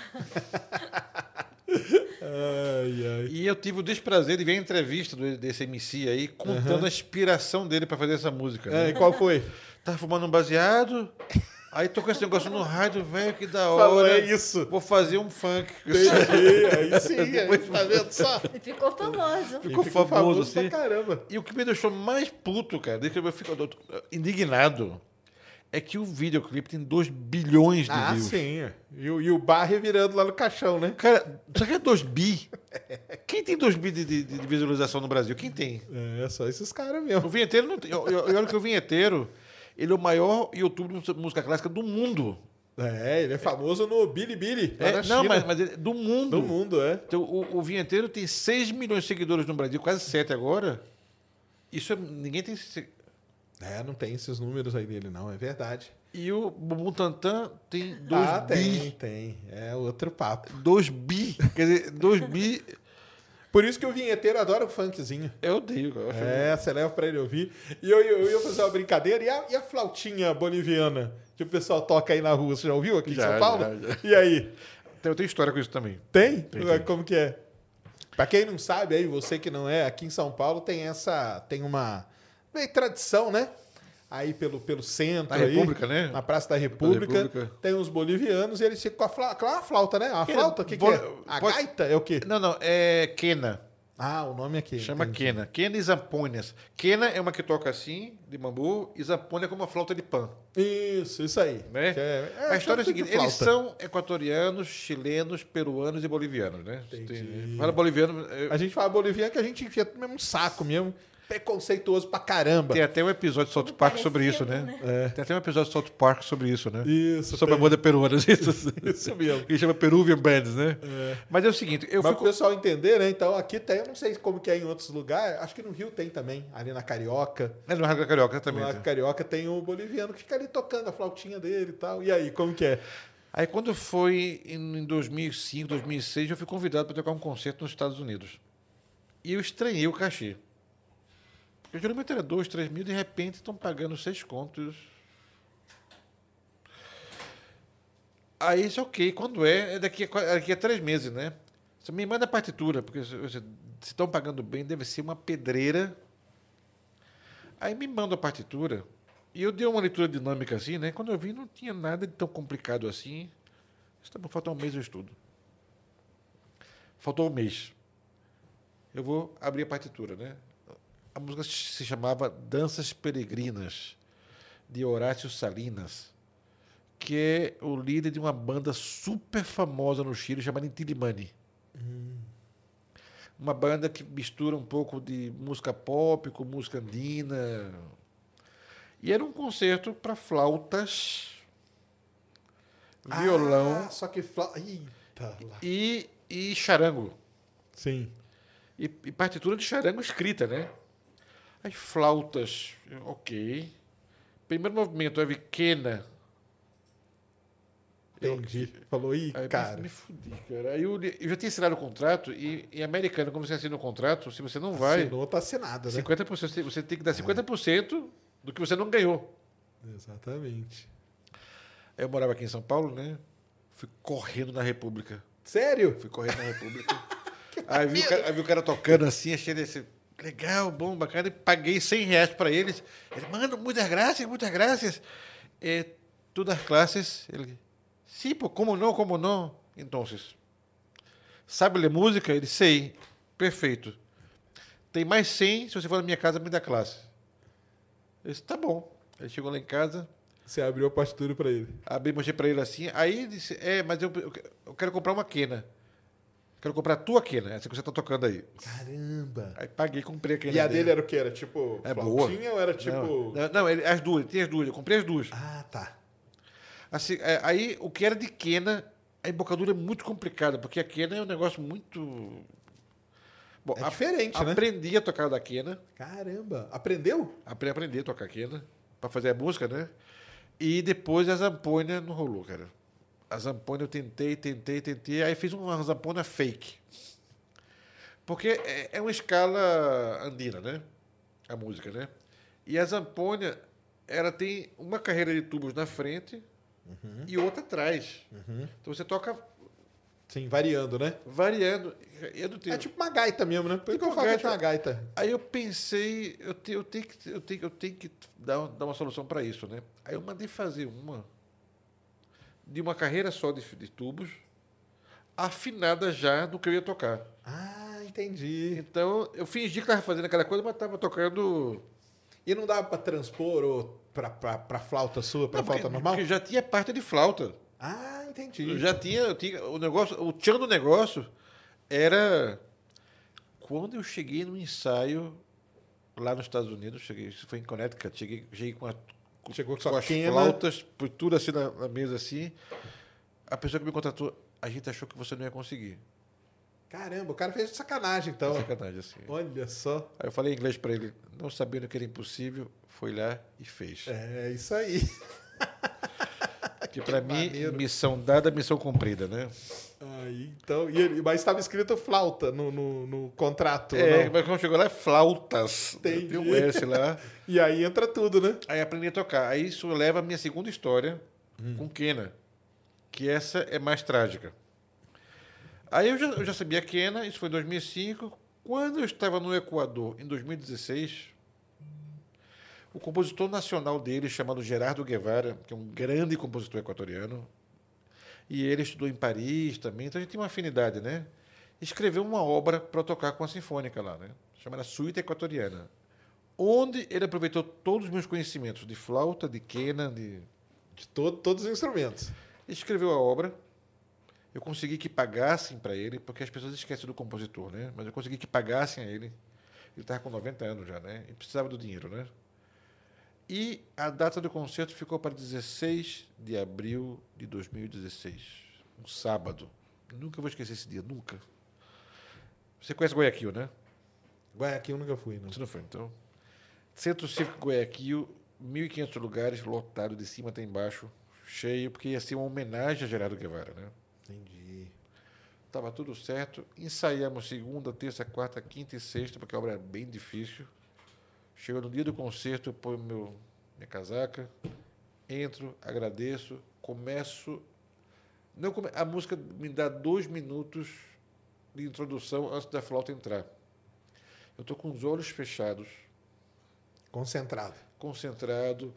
Ai, ai.
E eu tive o desprazer de ver a entrevista do- desse MC aí contando a inspiração dele para fazer essa música. né?
É, e qual foi?
Tava fumando um baseado, aí tocou esse negócio no rádio, velho, que da hora.
Falou, é isso.
Vou fazer um funk.
Entendi, aí sim, aí, tá vendo só?
E ficou famoso.
Ficou,
Ficou
famoso,
pra
assim.
caramba.
E o que me deixou mais puto, cara, desde que eu fico eu tô indignado, é que o videoclipe tem 2 bilhões de
Ah,
views.
sim. é. E, o- e o bar revirando lá no caixão, né?
Cara, será que é 2 bi? Quem tem 2 bi de, de- de visualização no Brasil? Quem tem?
É, só esses caras
O
mesmo.
vinheteiro não tem. Eu, eu, eu olho que o vinheteiro, ele é o maior youtuber de música clássica do mundo.
É, ele é famoso no Bilibili. lá
É,
na
não,
China.
mas, mas ele- do mundo.
Do mundo, é.
Então, o, o vinheteiro tem 6 milhões de seguidores no Brasil, quase 7 agora. Isso é, ninguém tem. se-
É, não tem esses números aí dele, não, é verdade.
E o Bumbum Tantan tem 2
ah, tem,
bi.
tem. É outro papo.
2 bi. Quer dizer, 2 bi.
Por isso que o vinheteiro adora o funkzinho.
Eu odeio, cara.
É, você leva pra ele ouvir. E eu, eu, eu ia fazer uma brincadeira. E a, e a flautinha boliviana que o pessoal toca aí na rua? Você já ouviu aqui
Já,
em São
já,
Paulo?
já.
E aí?
Então, eu tenho história com isso também.
Tem?
Tem, tem.
Como que é? Pra quem não sabe aí, você que não é, aqui em São Paulo tem essa. Tem uma meio tradição, né? Aí pelo, pelo centro.
Na
aí,
República, né?
Na Praça da República,
República.
Tem uns bolivianos e eles ficam com a flauta. Claro, a flauta, né? A
Que-
flauta, o que, que
bol-
é? A
pode-
gaita é o quê?
Não, não, é Kena.
Ah, o nome aqui.
Chama
entendi.
Kena. Kena e Zamponas. Kena é uma que toca assim, de bambu, e Zampona é como uma flauta de pan.
Isso, isso aí.
Né?
Que é- é
a história é a
tudo de
seguinte: eles
flauta.
são equatorianos, chilenos, peruanos e bolivianos, né? Tem- Fala boliviano. eu-
é A gente fala boliviano que a gente enfia no mesmo saco mesmo. preconceituoso pra caramba.
Tem até um episódio de South Park sobre isso, né? Tem até um episódio de South Park sobre isso, né?
É. Isso,
Sobre a
tem.
moda peruana. Isso,
Isso mesmo.
Ele chama Peruvian Bands, né? Mas é o seguinte, eu
Mas
fico...
pro pessoal entender, né? Então aqui tem, eu não sei como que é em outros lugares, acho que no Rio tem também, ali na Carioca.
É no Rádio Carioca também.
Na Carioca tem o boliviano que fica ali tocando a flautinha dele e tal. E aí, como que é?
Aí quando foi em em 2005, 2006, eu fui convidado para tocar um concerto nos Estados Unidos. E eu estranhei o cachê. Porque geralmente era 2, 3 mil, de repente estão pagando seis contos. Aí isso é ok, quando é? É daqui a, qua- é daqui a três meses, né? Você me manda a partitura, porque se se estão pagando bem, deve ser uma pedreira. Aí me manda a partitura. E eu dei uma leitura dinâmica assim, né? Quando eu vi, não tinha nada de tão complicado assim. Isso tá bom, falta um mês eu estudo. Faltou um mês. Eu vou abrir a partitura, né? A música se chamava Danças Peregrinas, de Horácio Salinas, que é o líder de uma banda super famosa no Chile chamada Intilimani. Uma banda que mistura um pouco de música pop com música andina, e era um concerto para flautas, violão Então-
Ah, só que flau... Eita lá.
e, e charango.
Sim.
E, e partitura de charango escrita, né? As flautas, ok. Primeiro movimento, é quena.
Entendi. Falou, ih,
Aí eu
cara.
me fudi, cara. Aí eu, li- eu já tinha assinado o contrato e, e americano, quando você assina o contrato, se você não vai,
Assinou, tá assinado, né?
50%, você- você tem que dar 50% do que você não ganhou.
Exatamente.
Aí eu morava aqui em São Paulo, né? Fui correndo na República.
Sério?
Fui correndo na República. aí, vi o cara, aí vi o cara tocando assim, achei desse. Legal, bom, bacana. E paguei 100 reais para eles. Ele, mano, muitas graças, muitas graças. É, todas as classes. Ele, sim, pô, como não, como não? Então, sabe ler música? Ele, sei. Perfeito. Tem mais 100, se você for na minha casa, me dá classe. Eu disse, tá bom. Ele chegou lá em casa,
Você abriu a partitura pra ele.
Abri, mostrei pra ele assim. Aí ele disse: É, mas eu, eu que- eu quero comprar uma quena. Quero comprar a tua quena, essa que você tá tocando aí.
Caramba.
Aí paguei, comprei a quena.
E a dele era o que? Era tipo
É boa.
flautinha ou era tipo...
Não, não, não, ele- as duas, tem as duas, eu comprei as duas.
Ah, tá.
Assim, é, aí o que era de quena, a embocadura é muito complicada, porque a quena é um negócio muito. Bom,
É diferente, né?
Aprendi a tocar da quena.
Caramba. Aprendeu?
Apre- Aprendi a tocar quena para fazer a música, né? E depois a zamponha não rolou, cara. A zamponha eu tentei, tentei, tentei, aí fiz uma zamponha fake. Porque é, é uma escala andina, né? A música, né? E a zamponha, ela tem uma carreira de tubos na frente e outra atrás. Então você toca
Sim, variando, né?
variando. Eu não tenho...
É tipo uma gaita mesmo, né? Por isso que eu
Tipo
falo que é
gaita.
tipo uma gaita.
Aí eu pensei, eu, te- eu tenho que, eu tenho, eu tenho que dar, um- dar uma solução para isso, né? Aí eu mandei fazer uma de uma carreira só de, fi- de tubos, afinada já do que eu ia tocar.
Ah, entendi.
Então eu fingi que estava fazendo aquela coisa, mas estava tocando.
E não dava pra transpor ou pra, pra, pra flauta sua, pra
Não,
flauta
porque-
normal?
Porque já tinha parte de flauta.
Ah, entendi.
Eu já tinha, eu tinha o negócio, o tchan do negócio era quando eu cheguei no ensaio lá nos Estados Unidos, cheguei, isso foi em Connecticut, cheguei, cheguei com, a, com,
Chegou com
com
sua
as
quena.
flautas, por tudo assim na, na mesa assim. A pessoa que me contratou, a gente achou que você não ia conseguir.
Caramba, o cara fez de sacanagem, então.
Sacanagem assim.
Olha só.
Aí eu falei em inglês para ele, não sabendo que era impossível, foi lá e fez.
É isso aí.
que para mim, missão dada, missão cumprida, né?
aí então, e ele- mas estava escrito flauta no, no, no contrato.
É,
não?
mas quando chegou lá, é flautas.
Entendi.
Tem um S lá.
E aí entra tudo, né?
Aí aprendi a tocar. Aí isso leva à minha segunda história com Kena, que essa é mais trágica. Aí eu já, eu já sabia Kena, isso foi em 2005. Quando eu estava no Equador, em 2016, o compositor nacional dele, chamado Gerardo Guevara, que é um grande compositor equatoriano, e ele estudou em Paris também, então a gente tinha uma afinidade, né? Escreveu uma obra para tocar com a Sinfônica lá, né? Chamada Suíte Equatoriana onde ele aproveitou todos os meus conhecimentos de flauta, de quena, de...
De todo, todos os instrumentos.
escreveu a obra. Eu consegui que pagassem para ele, porque as pessoas esquecem do compositor, né? Mas eu consegui que pagassem a ele. Ele estava com 90 anos já, né? E precisava do dinheiro, né? E a data do concerto ficou para 16 de abril de 2016. Um sábado. Nunca vou esquecer esse dia, nunca. Você conhece Guayaquil, né?
Guayaquil nunca fui, não.
Você não foi, então. Centro Cívico Guayaquil, 1.500 lugares, lotado de cima até embaixo, cheio, porque ia ser uma homenagem a Gerardo Guevara, né?
Entendi.
Tava tudo certo. Ensaiamos segunda, terça, quarta, quinta e sexta, porque a obra era bem difícil. Chegou no dia do concerto, eu ponho meu, minha casaca, entro, agradeço, começo. Não come- A música me dá dois minutos de introdução antes da flauta entrar. Eu estou com os olhos fechados,
Concentrado.
concentrado.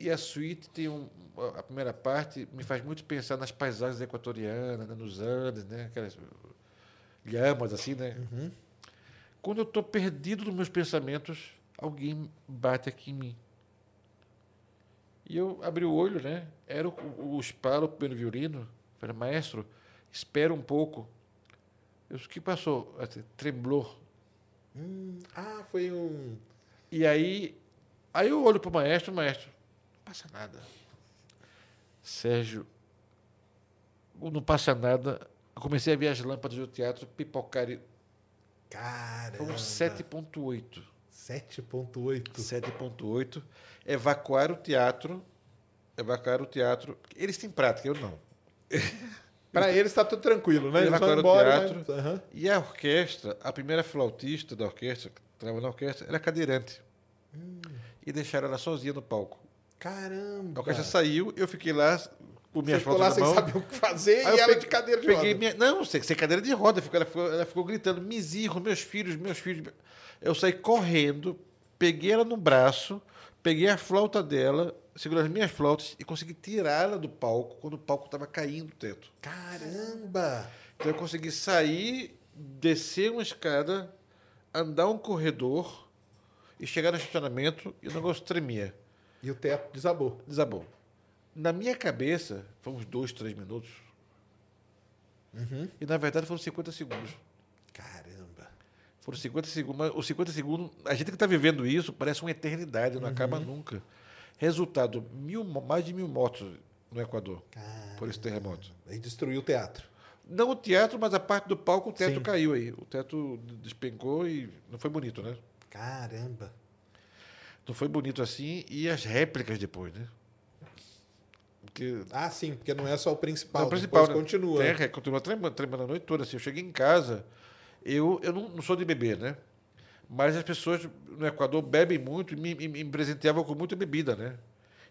E a suíte tem um, a primeira parte me faz muito pensar nas paisagens equatorianas, né, nos Andes, né, aquelas lhamas assim, né? Quando eu estou perdido nos meus pensamentos, alguém bate aqui em mim. E eu abri o olho, né? Era o, o, o Spalo, o primeiro violino. Falei, maestro, espera um pouco. Eu disse, o que passou? Ela disse, Tremblou.
Ah, foi um.
E aí, aí eu olho pro maestro, o maestro, não passa nada. Sérgio, o não passa nada. Eu comecei a ver as lâmpadas do teatro pipocarem. Foi um
Caramba.
7.8.
7,8.
7.8. Evacuar o teatro. Evacuar o teatro. Eles têm prática, eu não.
Pra eles tá tudo tranquilo, né?
Eles
Eles vão
levaram o
embora.
teatro.
Mas... Aham.
E a orquestra, a primeira flautista da orquestra, que trabalhava na orquestra, era cadeirante.
Hum.
E deixaram ela sozinha no palco. A
Caramba.
orquestra saiu, eu fiquei lá com minhas
Você ficou lá
flautas na
sem
mão.
saber o que fazer
Aí
e
eu
ela
pe-
de cadeira de
peguei
roda.
minha- não, sem, sem cadeira de roda. Ficou, ela, ficou, ela ficou gritando, Mizirro, meus filhos, meus filhos. Eu saí correndo, peguei ela no braço, peguei a flauta dela, segurei as minhas flautas e consegui tirá-la do palco quando o palco estava caindo o teto.
Caramba.
Então eu consegui sair, descer uma escada, andar um corredor e chegar no estacionamento e o negócio tremia
E o teto desabou.
desabou. Na minha cabeça, foi uns dois, três minutos. E na verdade foram 50 segundos.
Caramba.
Foram 50 segundos. Mas os 50 segundos, a gente que está vivendo isso, parece uma eternidade, não acaba nunca. Resultado: mil, mo- mais de mil mortos no Equador por esse terremoto.
E destruiu o teatro.
Não o teatro, mas a parte do palco, o teto
Sim.
caiu aí. O teto despencou e não foi bonito, né?
Caramba.
Não foi bonito assim. E as réplicas depois, né? Porque
Ah, sim, porque não é só o principal.
É o principal,
depois
né?
continua.
É, é, continua tremendo, tremendo a noite toda. Assim, eu cheguei em casa, eu, eu não, não sou de beber, né? Mas as pessoas no Equador bebem muito e me, me- me presenteavam com muita bebida, né?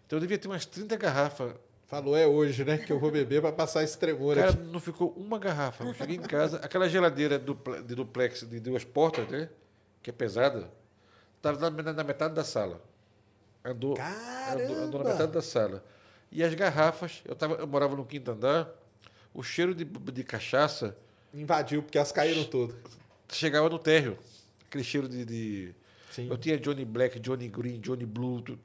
Então eu devia ter umas 30 garrafas.
Falou é hoje, né? Que eu vou beber pra passar esse tremor
Cara,
aqui.
não ficou uma garrafa. Eu cheguei em casa, aquela geladeira dupla- de duplex de duas portas, né? Que é pesada, estava na, na metade da sala. Andou, andou, andou
Caramba!
na metade da sala. E as garrafas, eu, tava, eu morava no quinto andar, o cheiro de, de cachaça
Invadiu, porque elas caíram todas.
chegava no térreo. Aquele cheiro de. de-
Sim.
Eu tinha Johnny Black, Johnny Green, Johnny Blue, tu-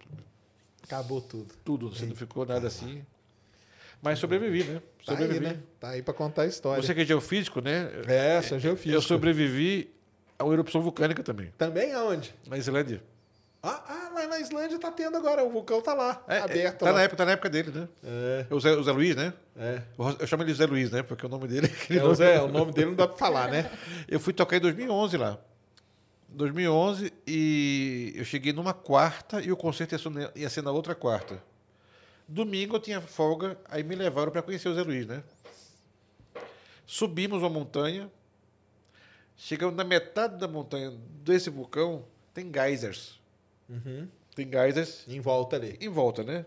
Acabou tudo.
tudo. Assim, não ficou nada assim. Mas sobrevivi, né?
Ah. Tá aí,
Sobrevivi.
né? Tá aí pra contar a história.
Você que é geofísico, né?
É, sou geofísico.
Eu sobrevivi a uma erupção vulcânica também,
Também aonde?
na Islândia.
Ah, ah, lá na Islândia tá tendo agora. O vulcão tá lá,
É, é,
aberto.
tá,
lá.
na época, tá na época dele, né?
É,
É O Zé, o Zé Luiz, né?
é.
Eu eu chamo ele de Zé Luiz, né? Porque o nome dele. aquele
É, o, Zé, o nome dele não dá pra falar, né?
Eu fui tocar em 2011 lá. 2011 e eu cheguei numa quarta e o concerto ia ser na- ia ser na outra quarta. Domingo eu tinha folga, aí me levaram para conhecer o Zé Luiz, né? Subimos uma montanha. Chegamos na metade da montanha desse vulcão, tem geysers. Tem geysers
Em volta ali.
em volta, né?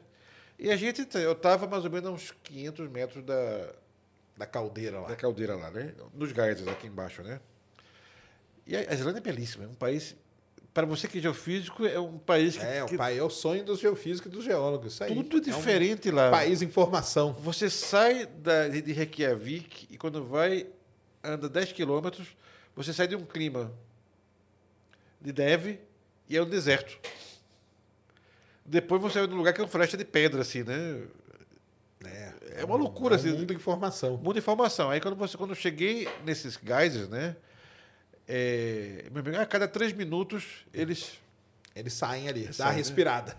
E a gente, eu tava mais ou menos a uns 500 metros da,
Da caldeira
da
lá.
caldeira lá, né? Nos geysers aqui embaixo, né? E a a Islândia é belíssima, é um país. Para você que é geofísico, é um país que,
É, o
que
pai é o sonho dos geofísicos e dos geólogos. Isso aí.
tudo é diferente Uhum.
É
lá.
um país em formação.
Você sai da, de Reykjavik e quando vai, anda 10 quilômetros, você sai de um clima de neve e é um deserto. Depois você vai num lugar que é uma floresta de pedra, assim, né? É, uma loucura,
É um
assim.
mundo em formação.
Muda informação. Aí quando você quando eu cheguei nesses geysers, né? É, meu amigo, a cada três minutos eles.
Eles saem ali, dá
Saem,
a
né?
respirada.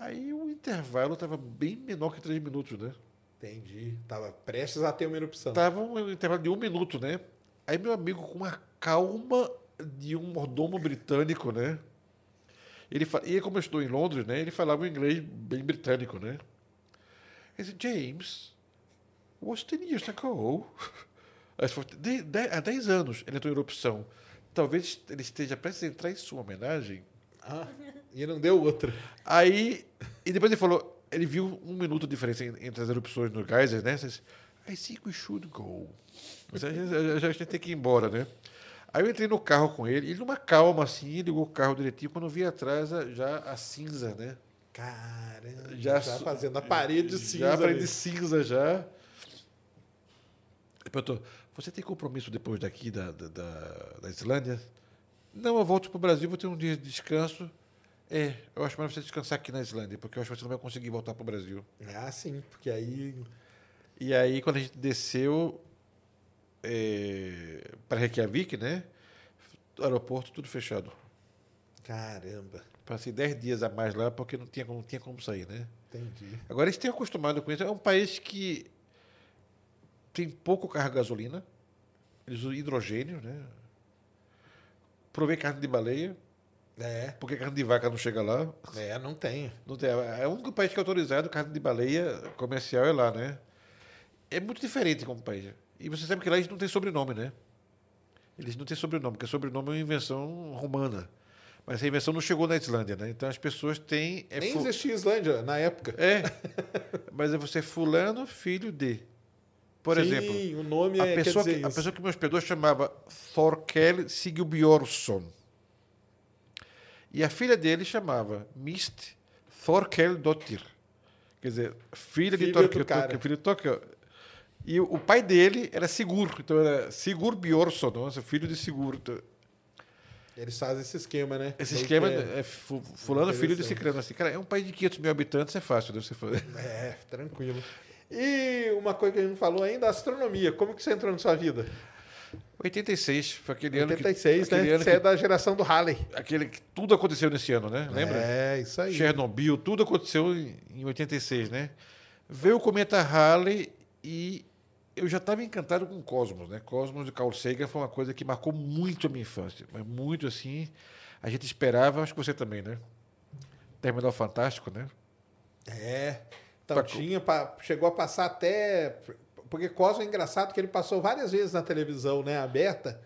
Aí o intervalo estava bem menor que três minutos, né?
Entendi. Tava prestes a ter uma erupção.
Tava um intervalo de um minuto, né? Aí meu amigo, com a calma de um mordomo britânico, né? Ele fa... E como eu estou em Londres, né? Ele falava um inglês bem britânico, né? Ele disse, James, was 10 years ago. Aí ele falou, "De- de- Há 10 anos ele entrou em erupção. Talvez ele esteja prestes a entrar em sua homenagem.
Ah, e não deu outra.
Aí, e depois ele falou, ele viu um minuto de diferença en- entre as erupções no Geysers, né? Ele disse, I think we should go. Mas a gente- a gente tem que ir embora, né? Aí eu entrei no carro com ele, ele numa calma assim, ele ligou o carro direitinho, quando eu vi atrás a- já a cinza, né?
Caramba, já,
Já su-
fazendo a parede cinza.
Já a
ali.
parede cinza já. Ele perguntou, você tem compromisso depois daqui da, da, da- da Islândia? Não, eu volto para o Brasil, vou ter um dia de descanso. É, eu acho melhor você descansar aqui na Islândia, porque eu acho que você não vai conseguir voltar para o Brasil.
Ah, sim, porque aí.
E aí, quando a gente desceu é, para Reykjavik, né? Aeroporto tudo fechado.
Caramba,
Passei 10 dias a mais lá porque não tinha, como- não tinha como sair, né?
entendi.
Agora eles têm acostumado com isso. É um país que tem pouco carro de gasolina, eles usam hidrogênio, né? Provei carne de baleia, né?
É,
porque carne de vaca não chega lá.
é, não tem.
Não tem, é o único país que é autorizado carne de baleia comercial é lá, né? É muito diferente como país. E você sabe que lá eles não têm sobrenome, né? Eles não têm sobrenome, porque sobrenome é uma invenção romana. Mas essa invenção não chegou na Islândia, né? Então as pessoas têm. é
Nem
fu-
existia Islândia na época.
é. Mas é você fulano, filho de. Por
Sim,
exemplo,
o nome
a
é.
pessoa,
quer
que,
dizer
a
isso.
pessoa que me hospedou chamava Thorkel Sigbjörnsson. E a filha dele chamava Mist Thorkel Dottir. Quer dizer, filha de
Filha
Thorkel,
do cara.
Thorkel, filha de Thorkel. E o- o pai dele era Sigur, então era Sigur Björnsson, nossa, filho de Sigur. Então,
Eles fazem esse esquema, né?
Esse
Meio
esquema
que
é, fu- fulano, filho de
Interessante.
Cicrano. Assim, cara, é um país de 500 mil habitantes, é fácil de você fazer.
É, é, tranquilo. E uma coisa que a gente não falou ainda, a astronomia. Como que você entrou na sua vida?
86, foi aquele ano que-
86,
aquele
né?
ano
Você é da geração do Halley.
que, aquele que tudo aconteceu nesse ano, né? Lembra?
É, isso aí.
Chernobyl, tudo aconteceu em, em 86, né? Veio o cometa Halley e eu já estava encantado com Cosmos, né? Cosmos de Carl Sagan foi uma coisa que marcou muito a minha infância, mas muito assim. A gente esperava, acho que você também, né? Terminal Fantástico, né?
É. Então
Pra-
tinha, pa- chegou a passar até. Porque Cosmo é engraçado que ele passou várias vezes na televisão, né? Aberta.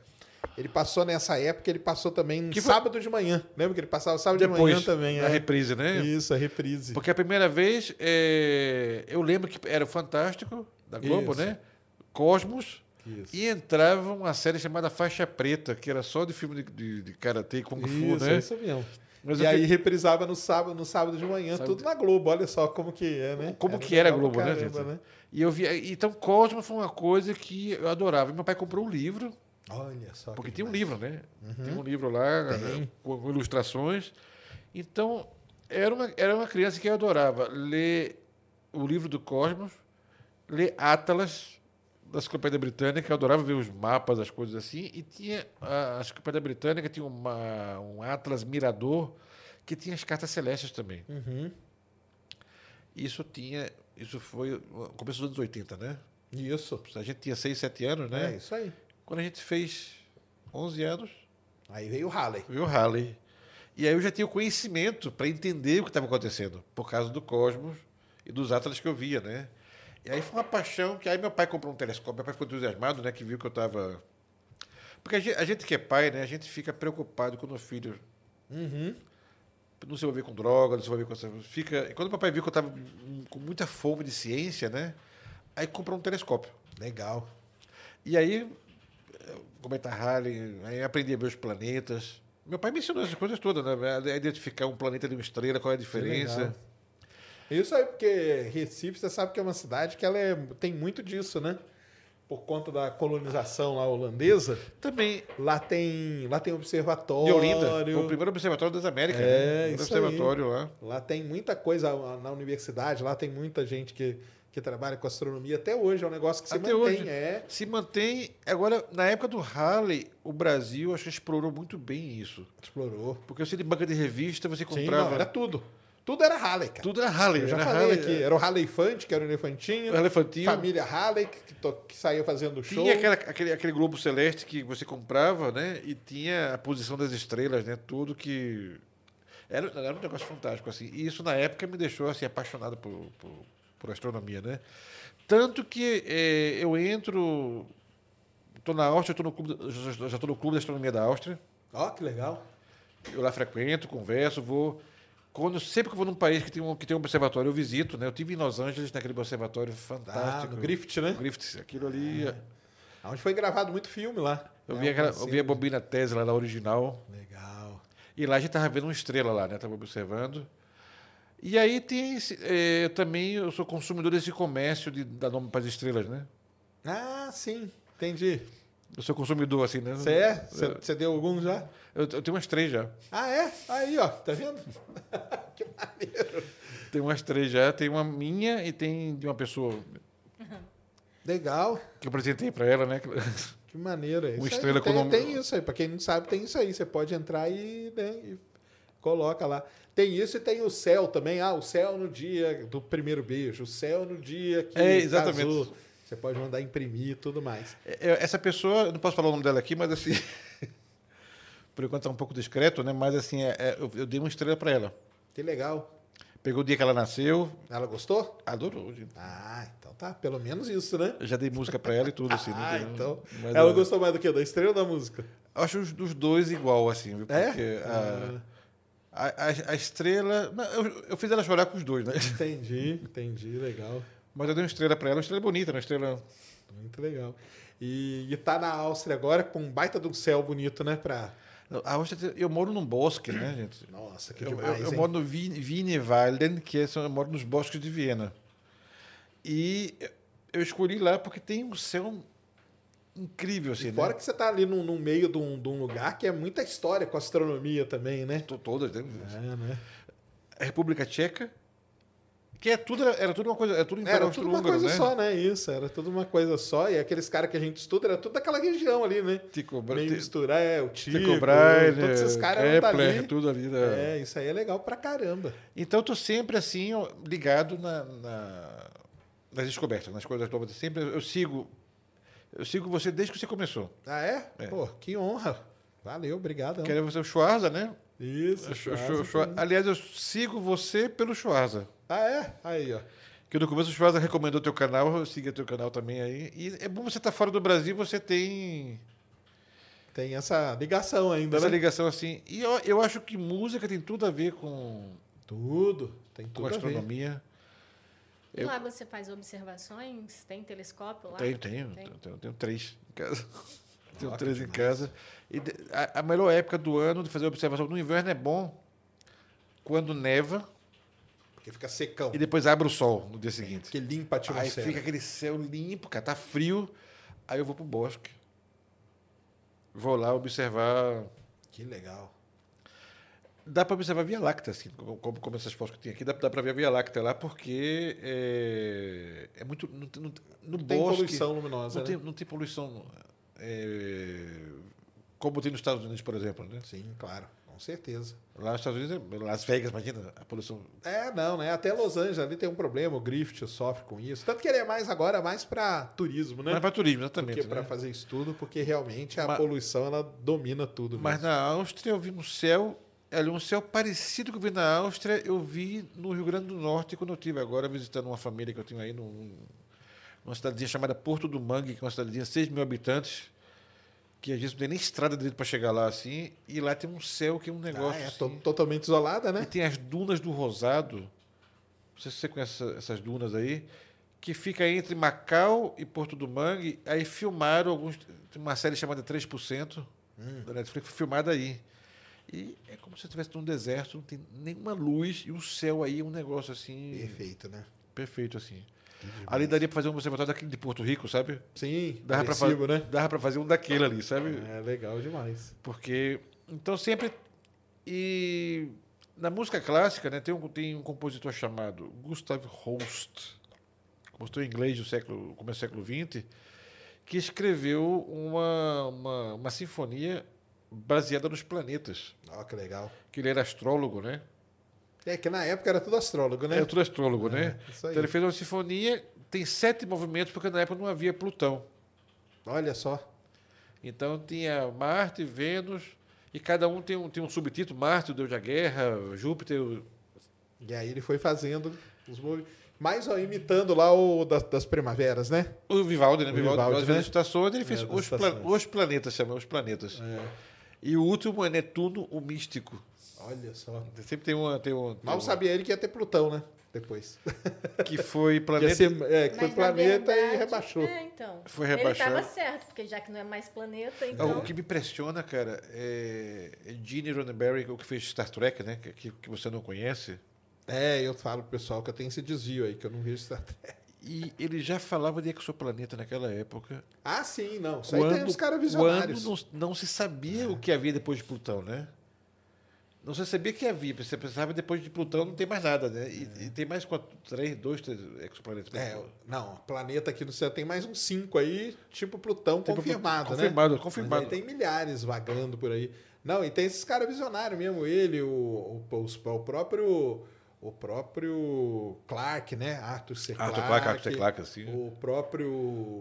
Ele passou nessa época, ele passou também
Que foi-
sábado de manhã. Lembra que ele passava sábado de manhã também,
na
é.
reprise, né?
Isso, a reprise.
Porque a primeira vez, é, eu lembro que era o Fantástico, da Globo,
Isso.
né? Cosmos.
Isso.
E entrava uma série chamada Faixa Preta, que era só de filme de, de, de karatê e kung fu,
Isso,
né?
isso mesmo.
Mas
e
eu
aí
fiquei-
reprisava no sábado, no sábado de manhã,
Sábado-
tudo na Globo. Olha só como que é, né?
Como que era a
legal
Globo,
pra
né,
caramba,
gente? E eu via. Então, Cosmos foi uma coisa que eu adorava. E meu pai comprou um livro,
Olha só.
porque
que
tem um livro, né? Tem um livro lá
Uhum. Tem.
né, com com ilustrações. Então, era uma, era uma criança que eu adorava ler o livro do Cosmos, ler Atlas da Enciclopédia Britânica, eu adorava ver os mapas, as coisas assim, e tinha a, a Enciclopédia Britânica tinha uma, um Atlas Mirador que tinha as cartas celestes também.
Uhum.
Isso tinha, isso foi no começo dos anos 80, né?
Isso.
A gente tinha 6, 7 anos,
É
né?
isso aí.
Quando a gente fez 11 anos,
Aí veio o Halley.
viu o Halley. E aí eu já tinha o conhecimento para entender o que estava acontecendo, por causa do Cosmos e dos Atlas que eu via, né? E aí foi uma paixão que aí meu pai comprou um telescópio, meu pai ficou entusiasmado, né, que viu que eu estava Porque a gente, a gente que é pai, né, a gente fica preocupado quando o filho não se envolver com droga, não se envolver com essa fica, e quando meu pai viu que eu estava com muita fome de ciência, né? Aí comprou um telescópio.
Legal.
E aí, eh, é cometa Halley, tá aí aprendi a ver os planetas. Meu pai me ensinou essas coisas todas, né? A identificar um planeta de uma estrela, qual é a diferença.
legal. Isso aí, porque Recife, você sabe que é uma cidade que ela é- tem muito disso, né? Por conta da colonização lá holandesa,
Também,
lá tem, lá tem
de
observatório.
Olinda, foi o primeiro observatório das Américas.
É,
né? O primeiro
isso aí.
observatório lá.
Lá tem muita coisa na universidade, lá tem muita gente que que trabalha com astronomia até hoje. É um negócio que se
Até
mantém.
hoje.
É.
Se mantém. Agora, na época do Halley, o Brasil acho que explorou muito bem isso.
Explorou.
Porque você de banca de revista, você
Sim,
comprava.
não, era tudo. Tudo era Halley, cara.
Tudo era Halley.
Eu já
era
falei
Halley, é.
aqui. Era o Halley Fante, que era o elefantinho.
O elefantinho.
Família Halley, que, to- que saía fazendo show.
Tinha aquela- aquele, aquele globo celeste que você comprava, né? E tinha a posição das estrelas, né? Tudo que. Era, era um negócio fantástico, assim. E isso, na época, me deixou, assim, apaixonado por, por, por astronomia, né? Tanto que eh, eu entro... Estou na Áustria, tô no clube, da- já já- já tô no clube da astronomia da Áustria.
Ó, que legal.
Eu lá frequento, converso, vou... Quando, sempre que eu vou num país que tem um, que tem um observatório, eu visito, né? Eu estive em Los Angeles, naquele observatório
Ah,
fantástico.
no Griffith, né? é
Griffiths, aquilo ali...
Onde foi gravado muito filme lá.
É. Eu
É,
vi,
um
aquela, eu
passeio.
vi a bobina Tesla lá original.
Legal.
E lá a gente tava vendo uma estrela lá, né? Tava observando. E aí tem esse, eh, eu também eu sou consumidor desse comércio de dar nome para as estrelas, né?
Ah, sim. Entendi.
Eu sou consumidor, assim, né?
Você é? Você deu algum já?
Eu, eu tenho umas três já.
Ah, é? Aí, ó. Tá vendo? que maneiro.
Tenho umas três já. Tem uma minha e tem de uma pessoa
Legal.
que eu apresentei para ela, né?
Que maneiro. é
Uma
Isso aí,
estrela com
tem,
nome-
tem isso aí. Pra quem não sabe, tem isso aí. Você pode entrar e, né, e coloca lá. Tem isso e tem o céu também. Ah, o céu no dia do primeiro beijo. O céu no dia que
É, exatamente.
casou. Você pode mandar imprimir e tudo mais.
É, é, Essa pessoa, eu não posso falar o nome dela aqui, mas assim. por enquanto tá um pouco discreto, né? Mas assim, é- é, eu, eu dei uma estrela para ela.
Que legal.
Pegou o dia que ela nasceu,
Ela gostou?
adorou, gente.
Ah, então tá. Pelo menos isso, né?
Eu já dei música pra ela e tudo, assim.
Ah,
não tem-
então.
Mas é.
ela
eu-
gostou mais do que? Da estrela ou da música?
Eu acho os, dos dois igual, assim, viu?
É?
Porque a, a, a- a estrela. não, Eu, eu fiz ela chorar com os dois, né?
Entendi, entendi, legal.
Mas eu dei uma estrela pra ela, uma estrela bonita, né? uma estrela.
Muito legal. E, e tá na Áustria agora com um baita do céu bonito, né? Pra...
A Áustria tem- eu moro num bosque, né, gente?
Nossa, que
Eu, eu-
demais,
eu
hein?
moro no Vin- Wienerwalden, que são, eu moro nos bosques de Viena. E eu escolhi lá porque tem um céu incrível, assim,
E
né?
fora que você tá ali no, no meio de um, de um lugar que é muita história com astronomia também, né?
To- Todas, né?
É, né?
a É. República Tcheca, que é tudo, era tudo uma coisa, era tudo Império
Era tudo uma
Austro-Húngaro,
coisa
né?
só, né? Isso, era tudo uma coisa só. E aqueles caras que a gente estuda, era tudo daquela região ali, né?
Tico, Bra-
Meio
Ti-
misturar, é, o Tico,
Tico Braille,
todos esses caras eram
Tipo, é, né? Kepler,
dali.
tudo ali. Né?
É, isso aí é legal pra caramba.
Então eu tô sempre assim, ó, ligado na, na- nas descobertas, nas coisas novas. Sempre eu sigo, eu sigo você desde que você começou.
Ah, é?
É.
Pô, que honra. Valeu, obrigado.
Que era você o Schwarza, né?
Isso.
O Schwa-
Schwarza
Schwa- Schwa-
também.
Aliás, eu sigo você pelo Schwarza.
Ah, é? Aí, ó.
Que no começo o Schwarza recomendou teu canal, eu siga teu canal também aí. E é bom você estar fora do Brasil, você tem
Tem essa ligação ainda,
Essa
né?
ligação assim. E eu, eu acho que música tem tudo a ver com,
Tudo. Tem
com
tudo a ver.
astronomia. Eu-
Lá você faz observações? Tem telescópio lá?
Tenho, tenho,
Tem?
tenho, tenho, tenho três em casa. tenho três em casa. E de- a, a melhor época do ano de fazer observação no inverno é bom quando neva
Porque fica secão.
e depois abre o sol no dia seguinte.
Porque limpa a
Aí
atmosfera.
fica aquele céu limpo, cara, tá frio. Aí eu vou pro bosque. Vou lá observar
Que legal.
Dá para observar a Via Láctea, assim, como, como- como essas fotos que tem aqui, dá, dá para ver a Via Láctea lá, porque é, é muito. Não, tem- não, tem- no
Tem
bosque,
poluição
Não,
luminosa, né?
tem, não tem poluição. é, como tem nos Estados Unidos, por exemplo. Né?
Sim, claro. Com certeza.
Lá nos Estados Unidos, é Las Vegas, imagina a poluição.
É, não, né? Até Los Angeles ali tem um problema. O Griffith sofre com isso. Tanto que ele é mais agora, mais pra turismo, né?
Mas para turismo,
do
exatamente.
que pra
né?
fazer estudo, porque realmente a
Mas-
poluição, ela domina tudo.
Mas é
mesmo.
na Áustria eu vi um céu. Ali, um céu parecido que eu vi na Áustria, eu vi no Rio Grande do Norte quando eu estive agora visitando uma família que eu tenho aí num, numa cidadezinha chamada Porto do Mangue, que é uma cidadezinha de 6 mil habitantes, que às vezes não tem nem estrada direito para chegar lá assim, e lá tem um céu que é um negócio.
Ah, é to-
assim.
totalmente isolada,
E
né?
tem as dunas do Rosado, não sei se você conhece essa- essas dunas aí, que fica entre Macau e Porto do Mangue. Aí filmaram alguns, tem uma série chamada 3%
Hum.
da Netflix, foi filmada aí. E é como se você estivesse num deserto, não tem nenhuma luz, e o céu aí é um negócio assim.
Perfeito, né?
Perfeito, assim. Ali daria para fazer um observatório daquele de Porto Rico, sabe?
Sim,
Dava para
agressivo, né?
fazer um daquele ali, sabe?
É legal demais.
Porque. Então sempre. E na música clássica, né, tem, um, tem um compositor chamado Gustav Holst. compositor inglês do século, começo do século XX, que escreveu uma, uma, uma sinfonia baseada nos planetas.
Ó, que legal.
Que ele era astrólogo, né?
É que na época era tudo astrólogo, né? É,
Era tudo astrólogo, né?
isso aí.
Então ele fez uma sinfonia, tem sete movimentos, porque na época não havia Plutão.
Olha só.
Então tinha Marte, Vênus, e cada um tem um, tem um subtítulo, Marte, o deus da guerra, Júpiter, o-
E aí ele foi fazendo os movimentos. Mas ó, imitando lá o da- das primaveras, né?
o Vivaldi, né?
O
Vivaldi, Vivaldi,
Vivaldi,
fez
né?
as estações, ele fez
É, das
os, pla-
estações.
os planetas, chama, os planetas. E o último é Netuno, o místico.
Olha só.
Sempre tem uma... Tem um, tem
Mal
um-
sabia ele que ia ter Plutão, né? Depois.
Que foi
Que ia
planeta...
ser- é, que foi
na
planeta e
verdade-
rebaixou.
É, então.
Foi
Ele
rebaixado.
tava certo, porque já que não é mais planeta,
Ah,
então.
O que me impressiona, cara, é é Gene Roddenberry, o que fez Star Trek, né? Que, que você não conhece.
É, eu falo pro pessoal que eu tenho esse desvio aí, que eu não vejo Star Trek.
E ele já falava de exoplaneta naquela época.
Ah, sim, não. Isso aí tem uns caras visionários.
quando não, não se sabia o que havia depois de Plutão, né? Não se sabia que havia, você pensava depois de Plutão não tem mais nada, né? E, e tem mais quanto? Três, dois, três exoplanetas.
É,
Tipo
não, planeta aqui no céu tem mais uns cinco aí, tipo Plutão,
Plutão,
confirmado, né?
Confirmado,
Mas
confirmado.
aí tem milhares vagando por aí. Não, e tem esses caras visionários mesmo, ele, o, o, os- o próprio o próprio Clark, né? Arthur C.
Arthur
Clarke.
Clarke, Arthur C. Clarke, assim.
O próprio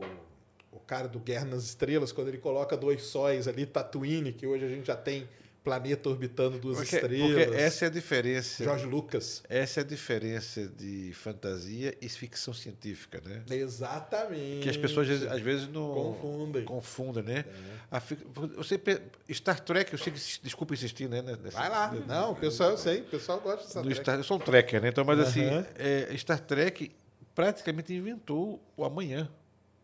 o cara do Guerra nas Estrelas, quando ele coloca dois sóis ali, Tatooine, que hoje a gente já tem planeta orbitando duas
Porque,
estrelas.
porque essa é a diferença.
George Lucas.
Essa é a diferença de fantasia e ficção científica, né?
Exatamente.
Que as pessoas às- às vezes não
Confundem. É.
confundem, né? A fic- você pe- Star Trek, eu sei que desculpa insistir, né? nessa-
Vai lá. Não, o pessoal, eu sei. O pessoal gosta dessa
do
track.
Star- eu sou um trekker, né? Então, mas assim,
Aham.
é, Star Trek praticamente inventou o amanhã.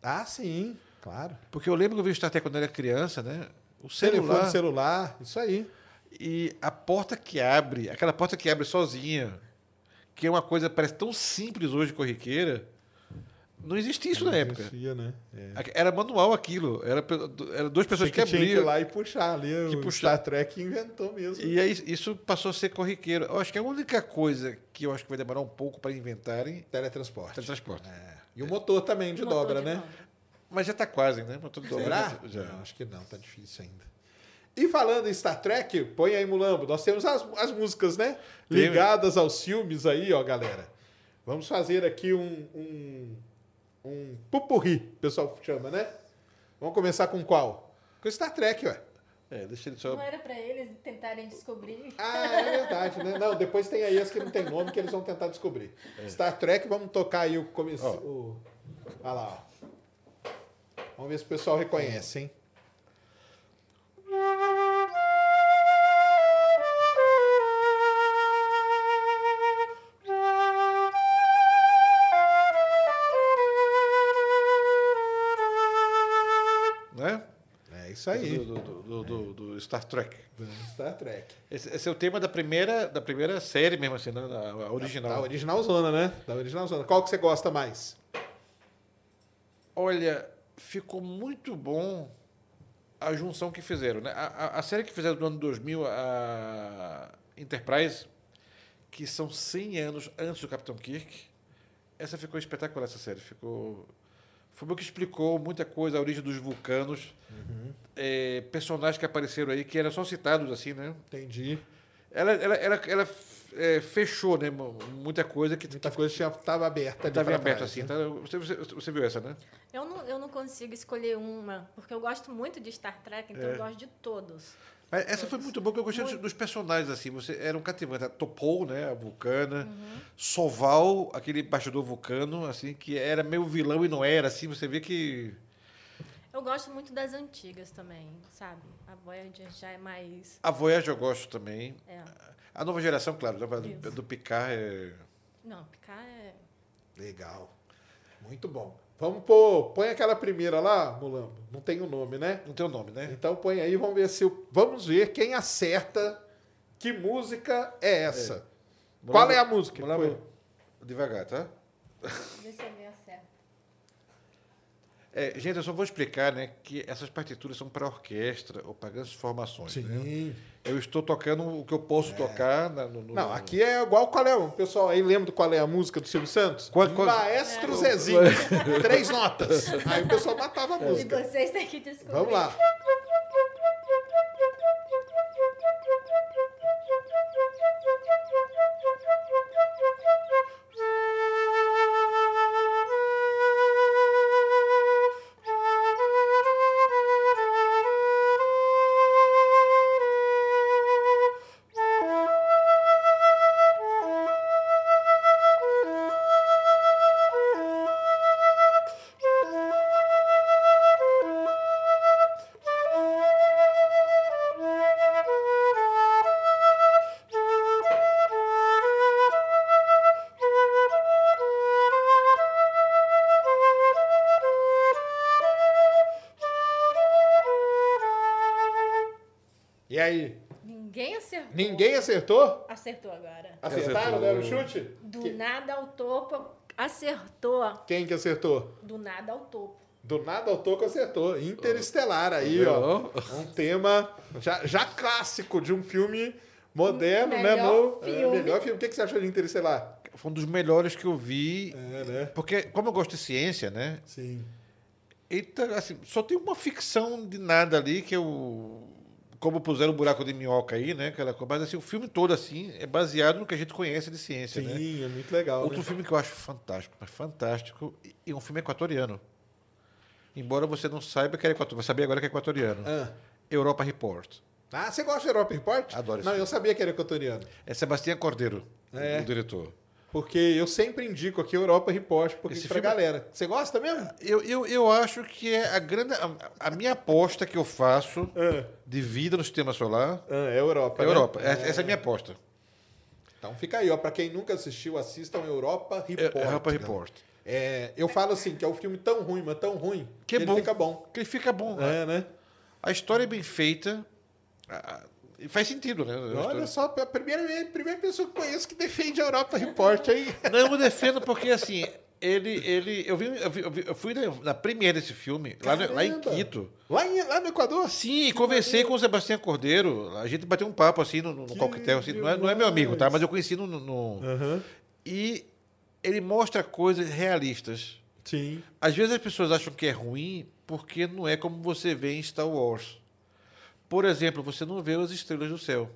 Ah, sim. Claro.
Porque eu lembro que eu vi Star Trek quando eu era criança, né? O
Telefone
celular
celular, isso aí.
e a porta que abre, aquela porta que abre sozinha, que é uma coisa que parece tão simples hoje, corriqueira, não existia isso na época.
Existia, né? É.
Aqu- Era manual aquilo, era, pe- era duas pessoas
Você
que
que tinha que ir
abriam.
lá e puxar ali.
Que
o
puxar.
Star Trek inventou mesmo.
E aí isso passou a ser corriqueiro. Eu acho que a única coisa que eu acho que vai demorar um pouco para inventarem é
Teletransporte.
teletransporte.
E o motor também de
motor
dobra,
de
né?
dobra.
Mas já tá quase, né? Mas tudo
Será?
dobrado, Já.
Não, acho que não, tá difícil ainda. E falando em Star Trek, põe aí Mulambo. Nós temos as, as músicas, né?
Tem.
Ligadas aos filmes aí, ó, galera. Vamos fazer aqui um. Um, um pupurri, o pessoal chama, né? Vamos começar com qual? Com Star Trek, ué.
É, deixa ele
Não
só.
era pra eles tentarem descobrir.
Ah, é verdade, né? Não, depois tem aí as que não tem nome que eles vão tentar descobrir. Star Trek, vamos tocar aí o começo.
É. Ó.
o- Olha lá, ó. Vamos ver se o pessoal reconhece, hein?
Né?
É isso aí.
Do, do- do- do- do Star Trek.
Star Trek.
Esse, esse é o tema da primeira, da primeira série mesmo, assim, né? Da- a
Da
original.
originalzona, né? Da originalzona. Qual que você gosta mais?
Olha, ficou muito bom a junção que fizeram. Né? A, a- a série que fizeram do ano 2000, a Enterprise, que são 100 anos antes do Capitão Kirk, essa ficou espetacular, essa série. Ficou... Foi o que explicou muita coisa, a origem dos vulcanos,
Uhum.
eh, personagens que apareceram aí, que eram só citados assim, né?
Entendi.
Ela, ela, ela, ela, f- eh, fechou né, mu- muita coisa que
Muita coisa Tá tinha, tava aberta ali.
estava
pra
aberta
trás,
assim.
né?
tá? Você, você, você viu essa, né?
Eu não, eu não consigo escolher uma, porque eu gosto muito de Star Trek, então
É.
eu gosto de todos.
Mas É, essa foi muito boa, porque eu gostei dos- dos personagens, assim. Você era um cativante. A Topol, né? A vulcana. Soval, aquele bastidor vulcano, assim, que era meio vilão e não era, assim. Você vê que...
Eu gosto muito das antigas também, sabe? A Voyager já é mais.
A Voyage eu gosto também.
É.
A nova geração, claro, né, do,
Isso.
do Picard é...
Não, Picard é.
Legal. Muito bom. Vamos pôr. Põe aquela primeira lá, Mulambo. Não tem o nome, né?
Não tem o nome, né?
Então põe aí, vamos ver se. o- Vamos ver quem acerta que música é essa. Qual é a música?
Vamos lá,
Foi.
é
vamos- devagar, tá?
Vê se alguém acerta.
É, gente, eu só vou explicar né, que essas partituras são para orquestra ou para grandes formações. né? Eu estou tocando o que eu posso tocar. na- no, no-
É. Não,
no-
aqui é igual qual é o pessoal aí lembra do qual é a música do Silvio Santos?
Qual- qual-
Maestro Zezinho, três notas. Aí o pessoal matava
É.
a
E
música.
vocês têm que descobrir.
Vamos lá. E aí?
Ninguém acertou.
Ninguém acertou?
acertou agora.
Acertaram? Deram chute?
Do
Que-
nada ao topo, acertou.
Quem que acertou?
Do nada ao topo.
Do nada ao toco acertou. Interestelar aí, ó. Um tema já, já clássico de um filme moderno, né,
Melhor
Mo?
filme.
É, melhor filme. O que que você achou de Interestelar?
Foi um dos melhores que eu vi.
É, né?
Porque, como eu gosto de ciência, né?
Sim.
Eita, assim, só tem uma ficção de nada ali que eu. Como puseram o buraco de minhoca aí, né? Aquela coisa. Mas assim, o filme todo assim é baseado no que a gente conhece de ciência, né?
Sim, é muito legal.
Outro
né?
filme que eu acho fantástico, mas fantástico, e- e um filme equatoriano. Embora você não saiba que é equatoriano, vai saber agora que é equatoriano.
Ah.
Europa Report.
Ah, você gosta de Europa Report?
Adoro esse
Não,
filme.
eu sabia que era equatoriano.
É Sebastião Cordeiro,
É.
o diretor.
Porque eu sempre indico aqui Europa Report porque
Esse
pra
filme-
galera. Você gosta mesmo?
Eu, eu, eu acho que é a grande. a- A, minha aposta que eu faço de vida no sistema solar
Ah, é Europa.
é a
né?
Europa. É- Essa é a minha aposta.
Então fica aí, ó. Pra quem nunca assistiu, assistam Europa
É,
Report.
Europa
né?
Report.
É, eu falo assim, que é um filme tão ruim, mas tão ruim,
Que é
ele
bom.
fica bom.
Que fica bom.
É, né?
A história é bem feita. a- a- e faz sentido, né? A história-
Olha só, a primeira, a primeira pessoa que conheço que defende a Europa Report aí.
Não, eu defendo porque assim, ele. ele eu, vi, eu, vi- eu vi- eu fui na, na primeira desse filme, lá, no- lá em
Caramba.
Quito.
Lá, em- lá no Equador?
Sim, conversei com o Sebastião Cordeiro. A gente bateu um papo assim no, no coquetel. assim, não, é, não é meu amigo, tá? Mas eu conheci no. no- no-
É.
E ele mostra coisas realistas.
Sim.
Às vezes as pessoas acham que é ruim porque não é como você vê em Star Wars. Por exemplo, você não vê as estrelas do céu.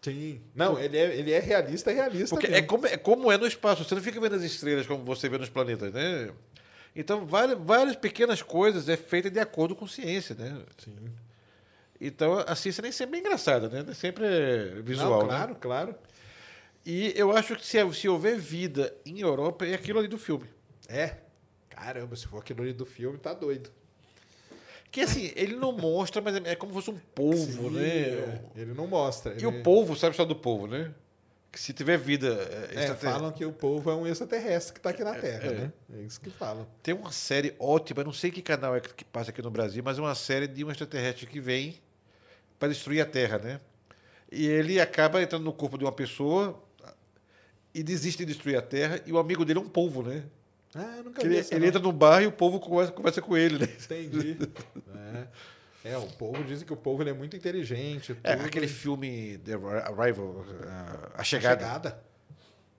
Sim. Não, ele é, ele é realista, realista
Porque é
mesmo.
como, é como é no espaço, você não fica vendo as estrelas como você vê nos planetas, né? Então, várias, várias pequenas coisas é feita de acordo com ciência, né?
Sim.
Então, a ciência nem sempre é engraçada, né? Nem sempre é visual,
Não,
né?
claro, claro.
E eu acho que se, se houver vida em Europa, é aquilo ali do filme.
É. Caramba, se for aquilo ali do filme, tá doido.
Que, assim, ele não mostra, mas é é como se fosse um polvo, né?
É, Ele não mostra.
E
ele-
o povo, sabe a história do povo, né? Que se tiver vida... é,
É,
extraterrestre-
falam que o povo é um extraterrestre que tá aqui na Terra, né? É isso que falam.
Tem uma série ótima, eu não sei que canal é que passa aqui no Brasil, mas é uma série de um extraterrestre que vem para destruir a Terra, né? E ele acaba entrando no corpo de uma pessoa e desiste de destruir a Terra, e o amigo dele é um polvo, né?
Ah, eu nunca
Que
vi
Ele,
essa,
ele
não.
entra num bar e o povo conversa, conversa com ele, né?
Entendi. é. É, o povo dizem que o povo ele é muito inteligente.
É,
tudo.
aquele filme The Arrival, ah, a- a, chegada.
Chegada.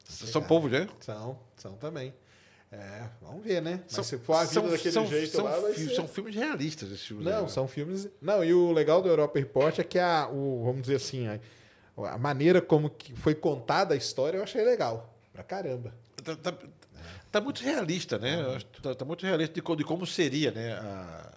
São povos, né?
São, são também. É, vamos ver, né? Mas
São-
se for a vida
são-
daquele
são-
jeito
são,
lá, vai
fi-
ser-
são filmes realistas esses filmes.
Não,
né?
são filmes... Não, e o legal do Europa Report é que a, o, vamos dizer assim, a, a maneira como que foi contada a história eu achei legal. Pra caramba.
Tá, tá- tá muito realista,
Uhum.
né? Eu acho que Tá, tá muito realista de, co- de como seria, né? a-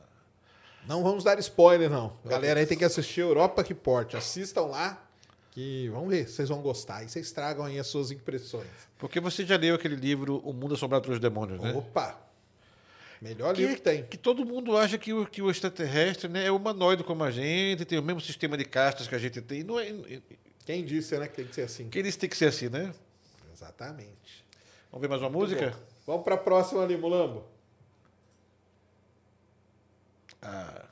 Não vamos dar spoiler, não.
É.
Galera aí tem que assistir Europa Report. Assistam lá, que vamos ver, vocês vão gostar. E vocês tragam aí as suas impressões.
Porque você já leu aquele livro O Mundo Assombrado pelos Demônios, né?
Opa! Melhor livro que tem.
que todo mundo acha que o, que o extraterrestre né, é humanoide como a gente, tem o mesmo sistema de castas que a gente tem. Não é,
Quem disse, né, que tem que ser assim?
que eles têm que ser assim, né?
Exatamente.
Vamos ver mais uma música?
Bom, vamos pra próxima ali, Mulambo. Ah.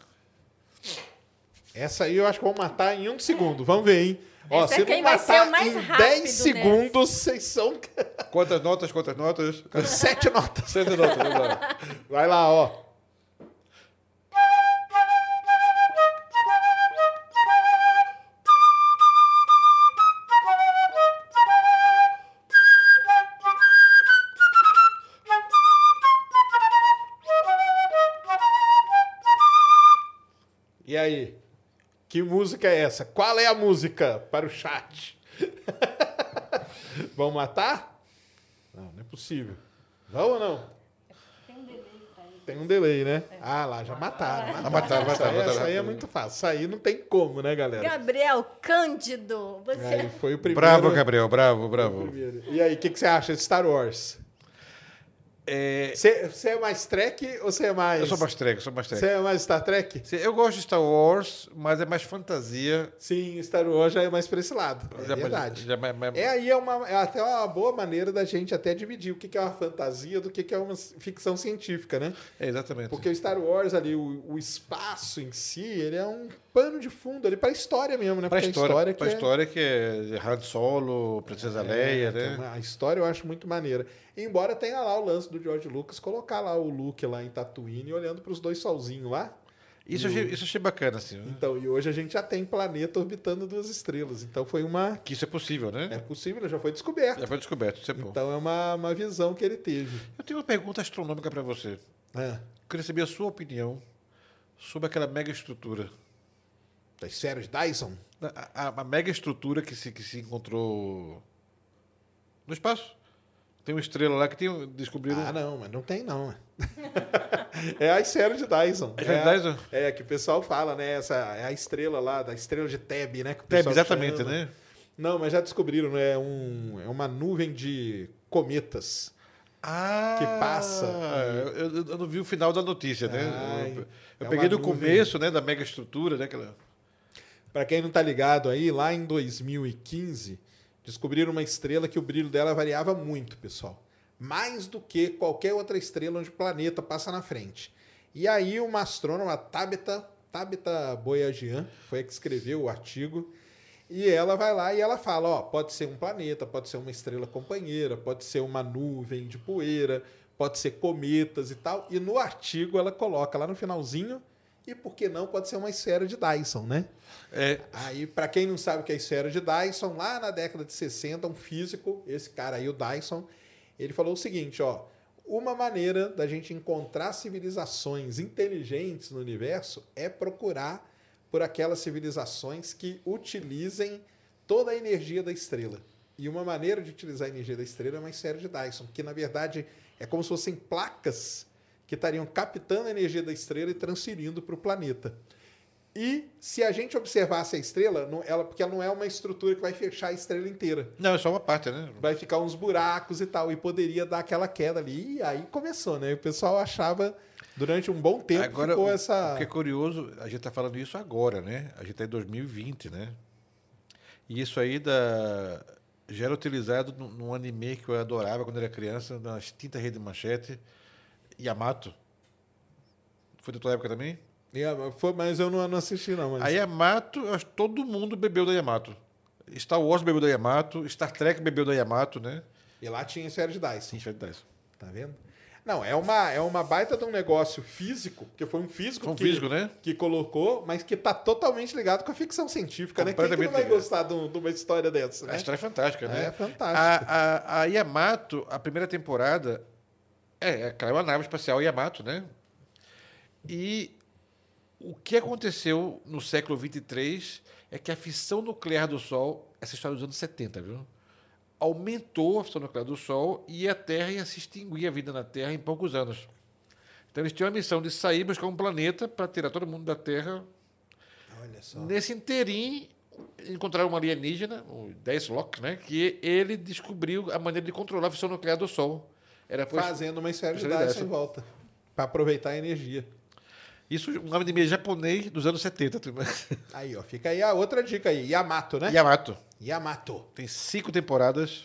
Essa aí eu acho que vão matar em um segundo. Vamos ver, hein? Ó,
É. Essa é
se não
quem vai ser
matar
o mais
em
rápido
10
nessa.
segundos, vocês são
Quantas notas, quantas notas?
sete notas. à?
Sete notas, vamos lá.
Vai lá, ó. E aí? Que música é essa? Qual é a música para o chat? Vão matar? Não, não é possível. Vão ou não? Tem um delay, né? Ah lá, já mataram. mataram.
mataram,
Essa aí-
mataram, mataram.
Essa aí é muito fácil. Isso aí não tem como, né, galera?
Gabriel Cândido,
Aí
você
foi o primeiro.
Bravo, Gabriel, bravo, bravo.
primeiro. E aí, o que, que você acha de Star Wars? Você você é... mais Trek ou você é mais.
Eu sou mais trek, sou mais trek.
Você é mais Star Trek?
Sim, Eu gosto de Star Wars, mas é mais fantasia.
Sim, Star Wars já é mais pra esse lado. É
Já-
verdade.
já- mas- mas-
É aí é uma é até uma boa maneira da gente até dividir o que que é uma fantasia do que que é uma ci- ficção científica, né?
é, exatamente.
Porque o Star Wars ali, o, o espaço em si, ele é um pano de fundo ali pra história mesmo, né?
Pra
Porque a
história, pra
que é-
história que é Han Solo, Princesa Leia, né?
Então, A história eu acho muito maneira. Embora tenha lá o lance do George Lucas colocar lá o Luke lá em Tatooine olhando pros dois solzinhos lá.
Isso, eu achei, isso eu achei bacana, assim. né?
Então, e hoje a gente já tem planeta orbitando duas estrelas. Então foi uma.
Que isso é possível, né?
É possível, já foi descoberto.
Já foi descoberto, isso é bom.
Então é uma, uma visão que ele teve.
Eu tenho uma pergunta astronômica pra você.
Ah,
Queria saber a sua opinião sobre aquela mega estrutura.
das séries Dyson?
A, a- a mega estrutura que se, que se encontrou no espaço. Tem uma estrela lá que tem, um- descobriram.
Ah, não, mas não tem não. é as séries de Dyson.
É as Dyson?
É, que o pessoal fala, né? Essa, é a estrela lá, da estrela de Teb, né? que o
Teb,
pessoal
exatamente,
chama.
né?
Não, mas já descobriram, né? É, um, é uma nuvem de cometas.
Ah, é,
que passa.
Eu, eu- eu não vi o final da notícia, né?
Ai,
eu eu
é
peguei
uma
do
nuvem.
começo, né, da mega estrutura, né, aquela-
Pra quem não tá ligado aí, lá em 2015, descobriram uma estrela que o brilho dela variava muito, pessoal. Mais do que qualquer outra estrela onde o planeta passa na frente. E aí uma astrônoma, Tabitha, Tabitha Boyajian, foi a que escreveu o artigo, e ela vai lá e ela fala, ó, pode ser um planeta, pode ser uma estrela companheira, pode ser uma nuvem de poeira, pode ser cometas e tal. E no artigo ela coloca lá no finalzinho, e por que não pode ser uma esfera de Dyson, né?
É,
Aí, pra quem não sabe o que é a esfera de Dyson, lá na década de 60, um físico, esse cara aí, o Dyson, ele falou o seguinte, ó, uma maneira da gente encontrar civilizações inteligentes no universo é procurar por aquelas civilizações que utilizem toda a energia da estrela. E uma maneira de utilizar a energia da estrela é uma esfera de Dyson, que na verdade é como se fossem placas que estariam captando a energia da estrela e transferindo para o planeta. E se a gente observasse a estrela, não- ela, porque ela não é uma estrutura que vai fechar a estrela inteira.
não, é só uma parte, né?
Vai ficar uns buracos e tal, e poderia dar aquela queda ali. E aí começou, né? E o pessoal achava, durante um bom tempo,
Agora,
ficou
o-
essa.
o que é curioso, a gente tá falando isso agora, né? A gente tá em 2020, né? E isso aí da... já era utilizado num, num anime que eu adorava quando era criança, na extinta rede manchete, Yamato. Foi da tua época também?
É, mas foi- mas eu não, não assisti, não. Mas...
A Yamato, eu acho que todo mundo bebeu da Yamato. Star Wars bebeu da Yamato, Star Trek bebeu da Yamato, né?
E lá tinha esfera de Dyson.
Sim, Fred Dyson.
Tá vendo? Não, é uma, é uma baita de um negócio físico, porque foi um físico,
Foi um
que,
físico, né?
que colocou, mas que tá totalmente ligado com a ficção científica, né? Quem que não
Completamente
vai
ligado.
gostar de, um- de uma história dessa,
A
né?
história é fantástica, né?
É fantástica.
A, a, a Yamato, a primeira temporada, é, é, caiu a nave espacial Yamato, né? E o que aconteceu no século 23 é que a fissão nuclear do Sol, essa história dos anos 70, viu? Aumentou a fissão nuclear do Sol e a Terra ia se extinguir, a vida na Terra, em poucos anos. Então eles tinham a missão de sair e buscar um planeta para tirar todo mundo da Terra
Olha só.
Nesse interim, encontraram um alienígena, o 10 Locke, né? Que ele descobriu a maneira de controlar a fissão nuclear do Sol. Era pois,
Fazendo uma esfera de
esfera de
Dyson em
Dyson.
volta. Pra aproveitar a energia.
Isso, um anime japonês dos anos 70. tu imagina?
Aí, ó, fica aí a outra dica aí. Yamato, né?
Yamato.
Yamato.
Tem cinco temporadas.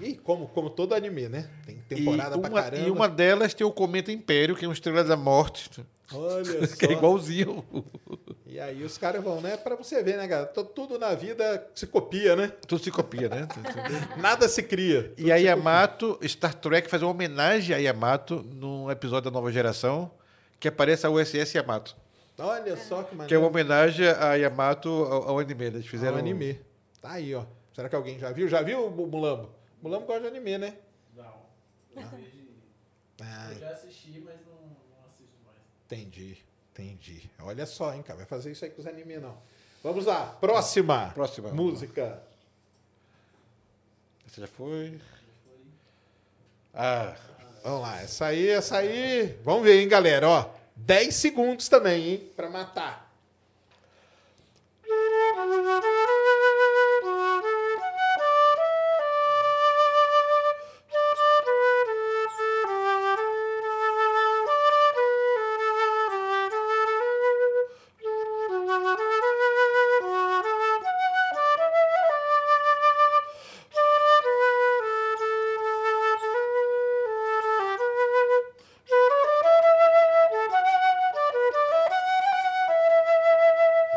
E como, como todo anime, né? Tem
e
temporada pra
uma-
caramba.
E uma delas tem o Cometa Império, que é uma estrela da morte.
Olha só.
Que é igualzinho.
E aí os caras vão, né? Pra você ver, né, cara? Tô- Tudo na vida se copia, né?
Tudo se copia, né?
Nada se cria.
E a Yamato, Star Trek faz uma homenagem a Yamato num episódio da nova geração que aparece a USS Yamato.
Olha só que
Que é
maneiro.
uma homenagem a Yamato ao, ao anime. Eles
Fizeram
fizeram
um anime. Tá aí, ó. Será que alguém já viu? Já viu o Mulambo? Mulambo gosta de anime, né? Ah, Não. Ah,
Já assisti, mas não, não assisto mais.
entendi. Entendi. Olha só, hein, cara. Vai fazer isso aí com os animes, não. Vamos lá. Próxima.
Próxima.
Música.
Essa já foi. Ah,
Vamos lá. Essa aí, essa aí. Vamos ver, hein, galera. Ó, 10 segundos também, hein? Pra matar.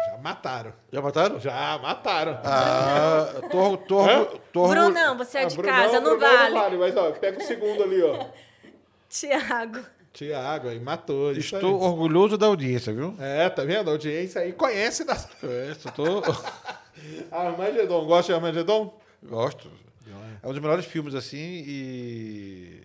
Já mataram.
já mataram?
Já mataram.
Ah, torro, torro, torro.
Brunão, você é
Ah,
de
Bruno-
casa, não,
Bruno
vale.
Não vale, mas ó, pega o segundo ali, ó.
Tiago.
Tiago aí matou. isso
Estou
aí.
orgulhoso da audiência, viu?
É, tá vendo? A audiência aí conhece da.
É, só tô.
Armagedon, gosta de Armagedon?
Gosto. É um dos melhores filmes, assim, e.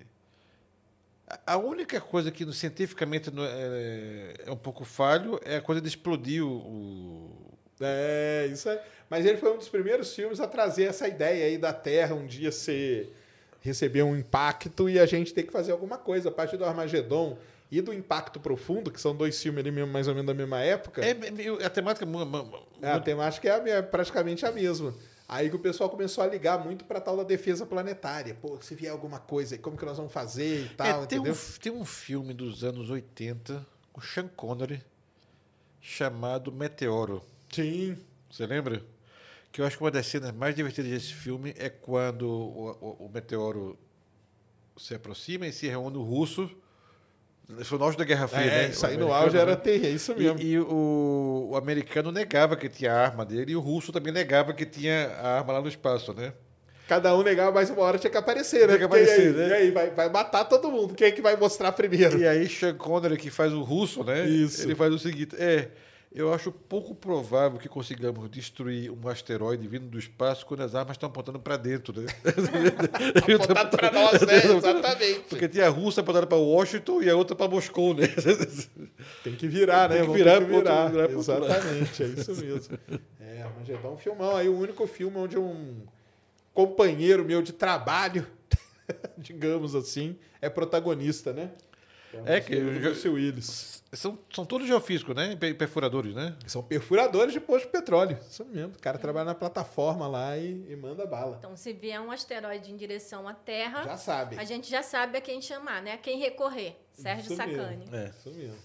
a- A única coisa que no- cientificamente não é, é um pouco falho é a coisa de explodir o. o-
É, isso aí. Mas ele foi um dos primeiros filmes a trazer essa ideia aí da Terra um dia ser receber um impacto e a gente ter que fazer alguma coisa. A partir do Armagedon e do Impacto Profundo, que são dois filmes ali mesmo, mais ou menos da mesma época,
É,
é,
é- a temática. é mu- mu- mu-
a temática é, a, é praticamente a mesma. Aí que o pessoal começou a ligar muito pra tal da defesa planetária. Pô, se vier alguma coisa aí, como que nós vamos fazer e tal,
É, tem, um,
entendeu?
f- tem um filme dos anos 80 com Sean Connery chamado Meteoro.
Sim.
Você lembra? Que eu acho que uma das cenas mais divertidas desse filme é quando o, o- o meteoro se aproxima e se reúne o russo. Foi o auge da Guerra Fria,
É,
né?
isso aí
O
no
americano,
auge
né?
era terrível, é isso mesmo.
E, e o, o americano negava que tinha a arma dele e o russo também negava que tinha a arma lá no espaço, né?
Cada um negava mais uma hora tinha que aparecer, né?
Tinha que
Porque
aparecer,
e aí,
né?
E aí vai, vai matar todo mundo. Quem é que vai mostrar primeiro?
E aí, Sean Connery, que faz o russo, né?
Isso.
Ele faz o seguinte: é, eu acho pouco provável que consigamos destruir um asteroide vindo do espaço quando as armas estão apontando para dentro, né?
Apontado pra nós, né? Exatamente.
Porque tem a russa apontada para Washington e a outra para Moscou, né?
Então, Tem que virar, né?
Tem que
Vamos
virar
ter
pro outro- virar pro outro lado.
Exatamente, é isso mesmo. É, Armagedon é um filmão. Aí o único filme onde um companheiro meu de trabalho, digamos assim, é protagonista, né?
É que
o
eu já-
Bruce Willis.
São, são todos geofísicos, né? Pe- Perfuradores, né?
São perfuradores de posto de petróleo. Isso mesmo. O cara trabalha na plataforma lá e, e manda bala.
Então, se vier um asteroide em direção à Terra,
Já sabe.
a gente já sabe a quem chamar, né? A quem recorrer. Sérgio
Isso mesmo.
Sacani.
É.
Isso mesmo.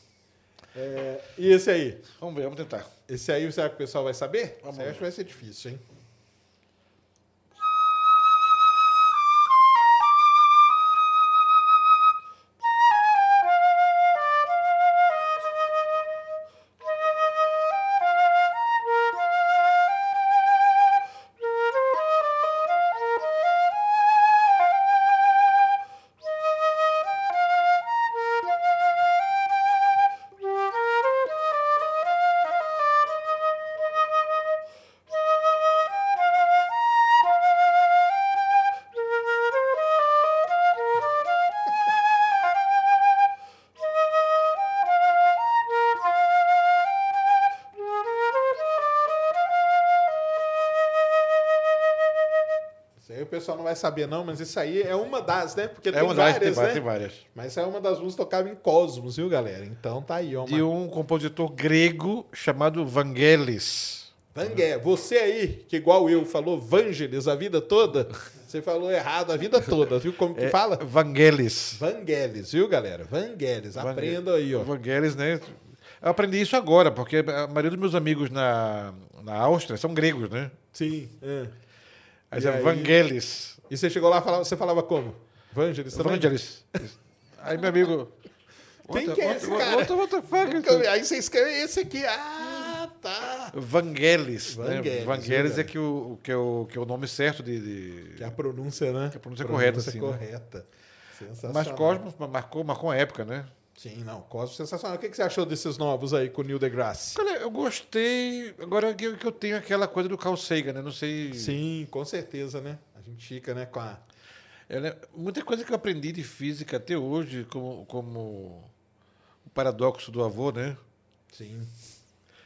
É, e esse aí?
Vamos ver, vamos tentar.
Esse aí será que o pessoal vai saber?
Vamos
Esse aí
lá.
acho que vai ser difícil, hein? Isso aí o pessoal não vai saber, não, mas isso aí é uma das, né? Porque
é
tem
uma das,
várias,
tem
né?
várias, tem várias.
Mas essa é uma das músicas que tocava em Cosmos, viu, galera? Então tá aí, ó.
De
uma-
um compositor grego chamado Vangelis.
Vangué, você aí, que igual eu, falou Vangelis a vida toda, você falou errado a vida toda, viu? Como
É.
que fala?
Vangelis.
Vangelis, viu, galera? Vangelis, aprenda Tá aí, ó.
Vangelis, né? Eu aprendi isso agora, porque a maioria dos meus amigos na, na Áustria são gregos, né?
Sim. é.
Aí
E
é
aí?
Vangelis.
E você chegou lá e falava, você falava como? Vangelis também?
Vangelis. Aí meu amigo.
Quem que
What the-
é
what-
esse
what-
cara?
what- what the fuck?
Aí você escreve esse aqui. Ah, tá.
Vangelis. né?
Vangelis,
Vangelis
né?
é que o, que, é o, que é o nome certo de. de-
Que é a pronúncia, né? Que
a pronúncia correta, assim, né?
correta. Sensacional.
Mas Cosmos marcou, marcou uma época, né?
Sim, não. Cosmos sensacional. O que que você achou desses novos aí com o Neil deGrasse?
Cara, eu gostei. Agora que eu que eu tenho aquela coisa do Carl Sagan, né? Não sei.
Sim, com certeza, né? A gente fica, né, com a.
Eu lem- é muita coisa que eu aprendi de física até hoje, como, como o paradoxo do avô, né?
Sim.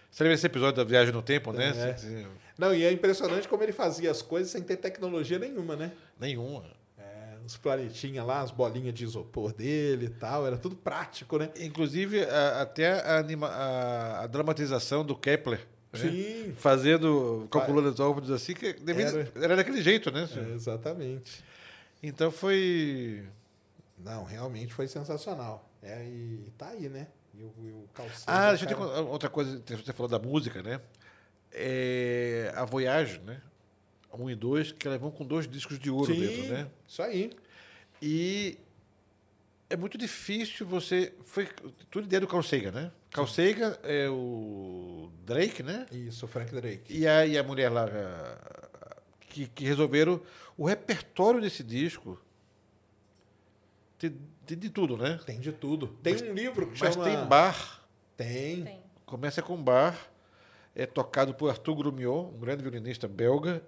Você lembra esse episódio da Viagem no Tempo, né?
É.
Sim, sim.
Não, e é impressionante como ele fazia as coisas sem ter tecnologia nenhuma, né?
Nenhuma.
É, Os planetinhas lá, as bolinhas de isopor dele e tal, era tudo prático, né?
Inclusive, a- até a, anima- a- a dramatização do Kepler. né?
Sim.
Fazendo, calculando as órbitos assim, que devido- era.
Era.
daquele jeito, né?
É, exatamente.
Então foi.
Não, realmente foi sensacional. É, e tá aí, né? E o, e o calção.
Ah,
do
deixa eu te
cara-
contar outra coisa. Você falou da música, né? É, a Voyage, né? Um e dois, que elas vão com dois discos de ouro
Sim,
dentro, né?
Isso aí.
E é muito difícil você. Foi tudo ideia do Carl Sagan, né? Carl Sagan é o Drake, né?
Isso, Frank Drake.
E a, e a mulher lá a- que, que resolveram o repertório desse disco. Tem, tem de tudo, né?
Tem de tudo. Tem um livro que
Mas
chama...
tem bar.
Tem.
Tem.
Começa com Bar, é tocado por Arthur Grumiot, um grande violinista belga,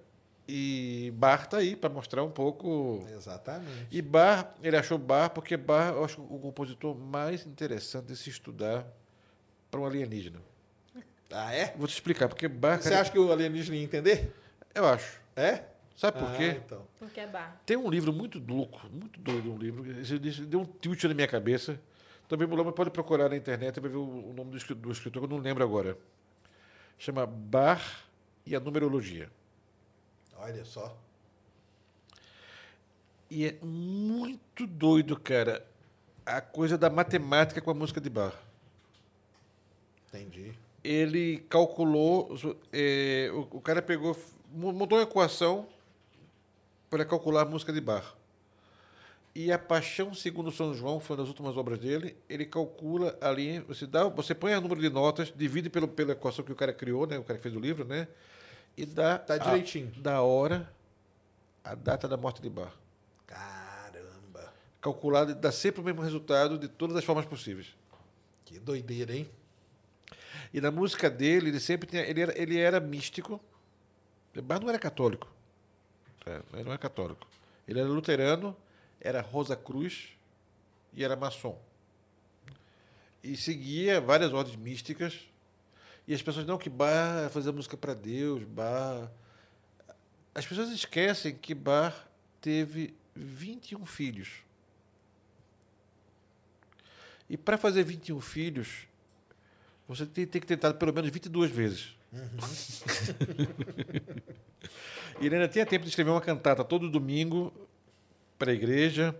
e Bar tá aí para mostrar um
É.
pouco.
Exatamente.
E Bar, ele achou Bar porque Bar, eu acho o compositor mais interessante de se estudar para um alienígena.
Ah, é?
Vou te explicar porque Bar,
Você acha que o alienígena ia entender?
eu acho.
É?
Sabe por
Ah,
quê?
então.
Porque é bar.
Tem um livro muito louco, muito doido um livro. Esse livro deu um tilt na minha cabeça. Também o Lama pode procurar na internet vai ver o o nome do escri- do escritor, que eu não lembro agora. Chama Bar e a Numerologia.
Olha só.
E é muito doido, cara, a coisa da matemática com a música de bar.
Entendi.
Ele calculou, os- eh, o, o cara pegou, mo- montou uma equação para calcular a música de bar. E a Paixão segundo São João foi uma das últimas obras dele. Ele calcula ali, você dá, você põe o número de notas, divide pelo pela equação que o cara criou, né, o cara que fez o livro, né, e dá
Tá
a-
direitinho.
da hora, a data da morte de bar.
Caramba.
calculado e dá sempre o mesmo resultado de todas as formas possíveis.
Que doideira, hein?
E na música dele, ele sempre tinha, ele era, ele era místico, mas não era católico. É, ele não era católico. Ele era luterano, era Rosa Cruz e era maçom. E seguia várias ordens místicas. E as pessoas, não, que Bar fazia música para Deus, Bar. As pessoas esquecem que Bar teve 21 filhos. E para fazer 21 filhos, você tem, tem que tentar pelo menos 22 vezes. e ele ainda tinha tempo de escrever uma cantata todo domingo para a igreja.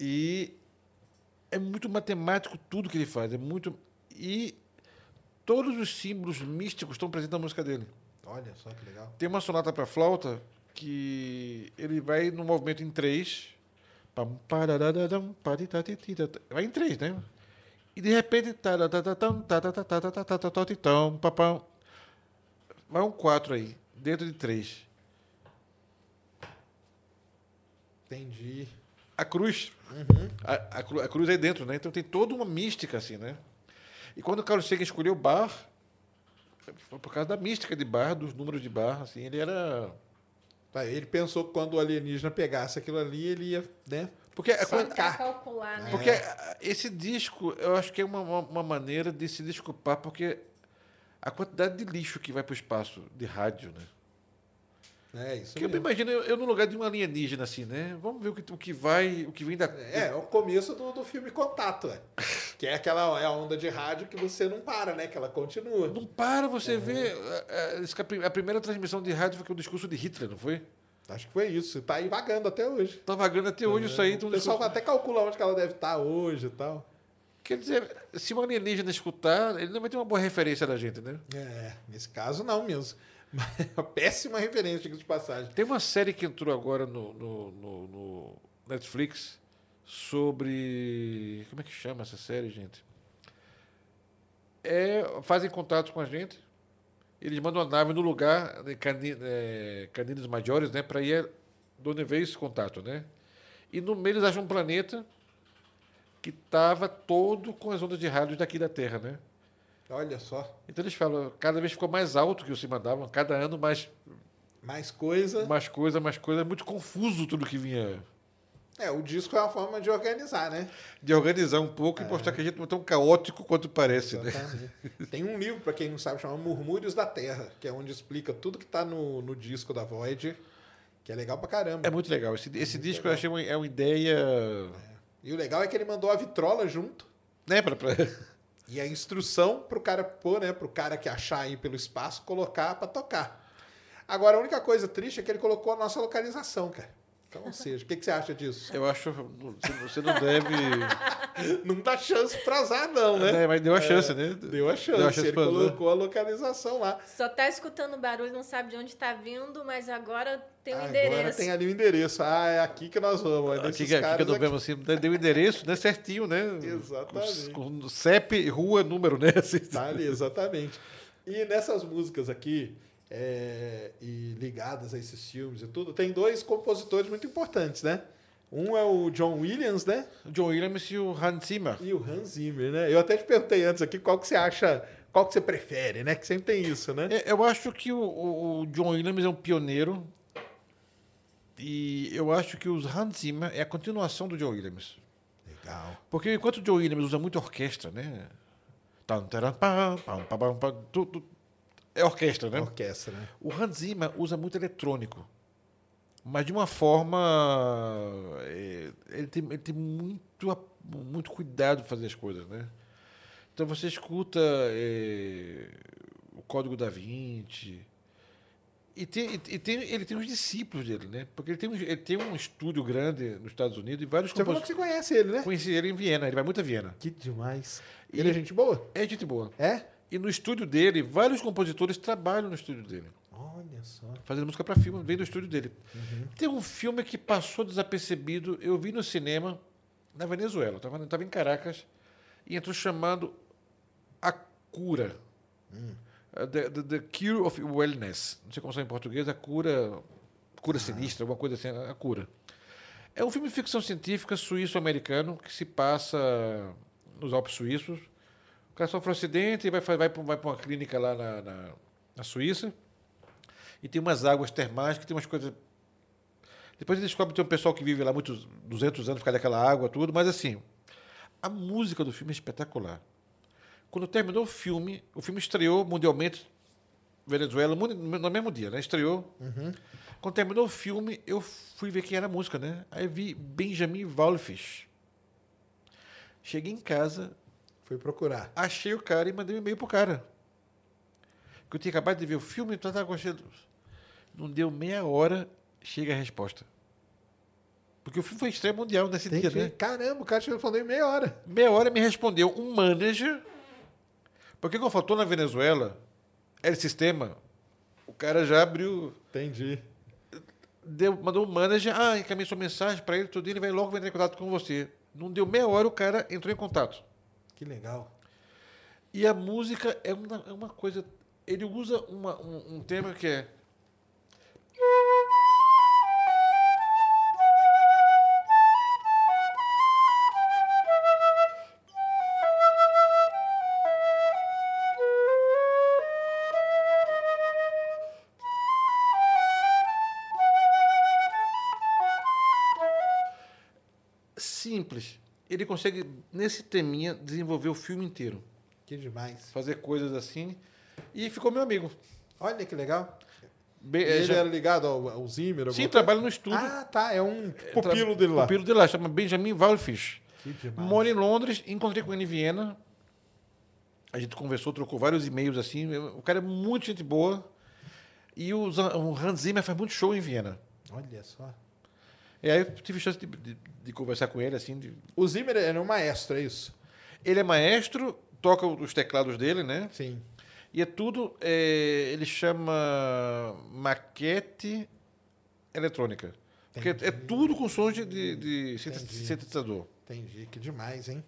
E é muito matemático tudo que ele faz. É muito. E todos os símbolos místicos estão presentes na música dele.
Olha só que legal.
Tem uma sonata para flauta que ele vai no movimento em três. Pam, pararararam, paritatitirata- Vai em três, né? E de repente. taratatatão, tatatatatatatatatatatatitão, papam. Vai um quatro aí, dentro de três.
Entendi.
A cruz. A, a cru- a cruz aí dentro, né? Então tem toda uma mística, assim, né? E quando o Carlos Sagan escolheu o bar, foi por causa da mística de bar, dos números de bar, assim, ele era.
Tá, Ele pensou que quando o alienígena pegasse aquilo ali, ele ia, né?
Porque a, coisa-
Pra calcular, né?
É.
Porque ah, esse disco, eu acho que é uma, uma, uma maneira de se desculpar, porque a quantidade de lixo que vai para o espaço de rádio, né?
É isso
Porque eu me
mesmo.
imagino eu, eu no lugar de um alienígena, assim, né? Vamos ver o que, o que vai, o que vem da.
É, é o começo do, do filme Contato, é. Que é aquela é a onda de rádio que você não para, né? Que ela continua.
Não para
É.
você ver. ah, ah, diz que a pri- A primeira transmissão de rádio foi com o discurso de Hitler, não foi?
Acho que foi isso. Tá aí vagando até hoje.
Tá vagando até hoje isso aí. de um
Uhum. O pessoal tá
discurso-
até calcula onde que ela deve estar hoje e tal.
Quer dizer, se um alienígena escutar, ele não vai ter uma boa referência da gente, né?
É, nesse caso não mesmo. Mas é uma péssima referência, diga de passagem.
Tem uma série que entrou agora no, no- no- no Netflix sobre. Como é que chama essa série, gente? É, fazem contato com a gente. Eles mandam a nave no lugar, né, cani, é, caninos maiores, né? Para ir de onde veio esse contato, né? E no meio eles acham um planeta que estava todo com as ondas de rádio daqui da Terra, né?
Olha só,
Então eles falam, cada vez ficou mais alto que o se mandavam, cada ano mais
mais coisa.
mais coisa, mais coisa. É muito confuso tudo que vinha.
É, o disco é uma forma de organizar, né?
De organizar um pouco e mostrar que a gente não é tão caótico quanto parece, né?
Tem um livro, para quem não sabe, chama Murmúrios da Terra, que é onde explica tudo que tá no, no disco da Void, que é legal pra caramba.
É muito legal. Esse, esse disco eu achei uma, é uma ideia.
E o legal é que ele mandou a vitrola junto
Né? Pra, pra-
e a instrução pro cara pôr, né? Pro cara que achar aí pelo espaço, colocar pra tocar. Agora, a única coisa triste é que ele colocou a nossa localização, cara. Então, ou seja, o que, que você acha disso?
Eu acho. você- Você não deve.
Não dá chance pra azar, não, né?
É, mas deu a chance, né?
Deu a chance.
Deu a chance
ele
pra azar.
colocou a localização lá.
Só tá escutando barulho, não sabe de onde tá vindo, mas agora tem o
Agora
endereço.
tem ali o endereço. Ah, é aqui que nós vamos. É
Aqui,
desses
que- aqui que
caras
eu não
aqui.
vemos assim, né? deu o endereço, né? Certinho, né?
Exatamente.
Com, com CEP, rua, número, né? Assim,
Tá ali, exatamente. E nessas músicas aqui, é, e ligadas a esses filmes e tudo, tem dois compositores muito importantes, né? Um é o John Williams, né?
O John Williams e o Hans Zimmer.
E o Hans Zimmer, né? Eu até te perguntei antes aqui qual que você acha, qual que você prefere, né? Que sempre tem isso, né?
É, Eu acho que o, o- o John Williams é um pioneiro. E eu acho que os Hans Zimmer é a continuação do John Williams.
Legal.
Porque enquanto o John Williams usa muito orquestra, né? Tan, taran, pam, pam, pam, pam, pam, tu, tu. É orquestra, né?
Orquestra, né?
O Hans Zimmer usa muito eletrônico. Mas de uma forma. eh, Ele tem, ele tem muito, a- muito cuidado para fazer as coisas, né? Então você escuta eh, o Código da Vinci. E, tem, e- e tem- ele tem os discípulos dele, né? Porque ele tem, um- ele tem um estúdio grande nos Estados Unidos e vários
Você falou que
compositores.
você conhece ele, né?
Conheci ele em Viena, ele vai muito a Viena.
Que demais.
E-
Ele é gente boa?
É gente boa.
É?
E no estúdio dele, vários compositores trabalham no estúdio dele
Olha só.
fazendo música para filme, veio do estúdio dele. Tem um filme que passou desapercebido, eu vi no cinema, na Venezuela, estava tava em Caracas, e entrou chamado A Cura. Eh, The, the- the Cure of Wellness. Não sei como sai em português, a cura. Cura sinistra, alguma coisa assim, a cura. É um filme de ficção científica suíço-americano que se passa nos Alpes suíços. O cara sofre um acidente e vai, fa- vai, pra- um, vai para uma clínica lá na- na, na Suíça. E tem umas águas termais que tem umas coisas. Depois ele descobre que tem um pessoal que vive lá muitos 200 anos por causa daquela água, tudo, mas assim, a música do filme é espetacular. Quando terminou o filme, o filme estreou mundialmente, Venezuela, mundo- no mesmo dia, né? Estreou. Quando terminou o filme, eu fui ver quem era a música, né? Aí vi Benjamin Wallfish. Cheguei em casa,
Foi procurar.
achei o cara e mandei um e-mail pro cara. Que eu tinha acabado de ver o filme, então tava gostando. Não deu meia hora, chega a resposta. Porque o filme foi estreia mundial nesse
Tem
dia,
que...
né?
Caramba, o cara te respondeu em meia hora.
Meia hora me respondeu um manager. Porque quando faltou na Venezuela, era sistema. O cara já abriu.
Entendi.
deu- mandou um manager, ah, encaminhei sua mensagem para ele, tudo, ele vai logo entrar em contato com você. Não deu meia hora, o cara entrou em contato.
Que legal.
E a música é uma, é uma coisa. Ele usa uma- um, um tema que é. Simples. Ele consegue, nesse teminha, desenvolver o filme inteiro
Que demais.
fazer coisas assim. E ficou meu amigo.
Olha que legal.
Be-
E
é,
ele
já-
era ligado ao, ao Zimmer?
Sim,
alguma
trabalha no
coisa?
estúdio.
Ah, tá. É um
Tra-
pupilo dele lá.
Pupilo dele lá, chama Benjamin Wallfish.
Que demais.
Mora em Londres, encontrei com ele em Viena. A gente conversou, trocou vários e-mails assim. O cara é muito gente boa. E o, Zan- o Hans Zimmer faz muito show em Viena.
Olha só.
E aí eu tive chance de, de- de conversar com ele assim. de-
O Zimmer era um maestro, é isso?
Ele é maestro, toca os teclados dele, né?
Sim.
E é tudo, é, ele chama maquete eletrônica. Porque é tudo com sons de, de- de
Entendi.
sintetizador.
Entendi. Que demais, hein?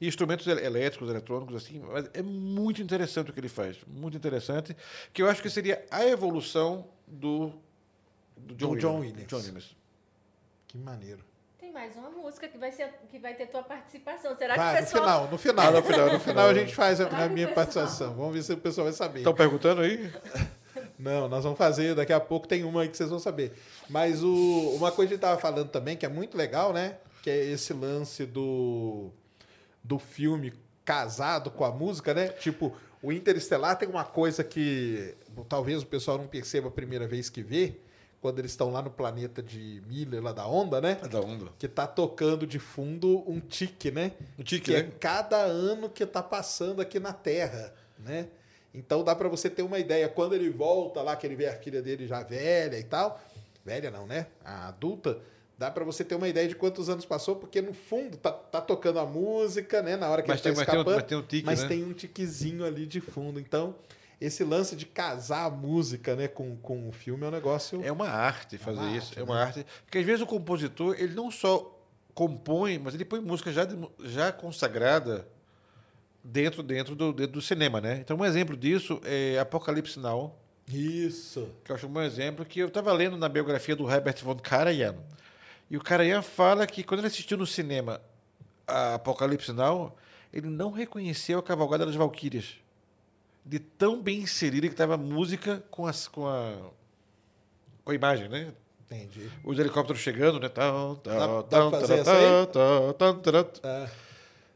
E instrumentos el- elétricos, eletrônicos, assim. Mas é muito interessante o que ele faz. Muito interessante. Que eu acho que seria a evolução do, do John,
John
Williams.
Williams.
John Williams.
Que maneiro.
Tem mais uma música que vai, ser, que vai ter tua participação. Será que
Vai,
o
no
pessoal...
final, no final, no final, no final a gente faz a,
Será
a
que o
minha
pessoal-
participação. Vamos ver se o pessoal vai saber.
Estão perguntando aí?
Não, nós vamos fazer, daqui a pouco tem uma aí que vocês vão saber. Mas o- uma coisa que ele tava falando também, que é muito legal, né? Que é esse lance do, do filme casado com a música, né? Tipo, o Interestelar tem uma coisa que talvez o pessoal não perceba a primeira vez que vê, quando eles estão lá no planeta de Miller, lá da Onda, né?
É da onda.
Que tá tocando de fundo um tique, né?
Um tique,
que é
né?
cada ano que tá passando aqui na Terra, né? Então dá pra você ter uma ideia. Quando ele volta lá, que ele vê a filha dele já velha e tal. Velha não, né? A adulta. Dá pra você ter uma ideia de quantos anos passou, porque no fundo tá, tá tocando a música, né? Na hora que
Mas
ele
tem-
tá
mas tem um-
escapando.
mas tem um tique,
mas
né?
tem um tiquezinho ali de fundo. Então, esse lance de casar a música, né, com, com o filme é um negócio.
É uma arte fazer
uma
isso.
arte, né?
é uma arte. Porque às vezes o compositor, ele não só compõe, mas ele põe música já, de mu- já consagrada dentro, dentro, do, dentro do cinema, né? Então, um exemplo disso é Apocalipse Now,
Isso.
que eu acho um bom exemplo, que eu estava lendo na biografia do Herbert von Karajan. E o Karajan fala que quando ele assistiu no cinema a Apocalipse Now, ele não reconheceu a Cavalgada das Valquírias. De tão bem inserida que estava a música com, as, com, a, com a imagem, né?
Entendi.
Os helicópteros chegando, né? Tão, tão,
Dá- dá
tão,
pra fazer essa
tão,
aí?
tão, tão, tão, tão.
Ah.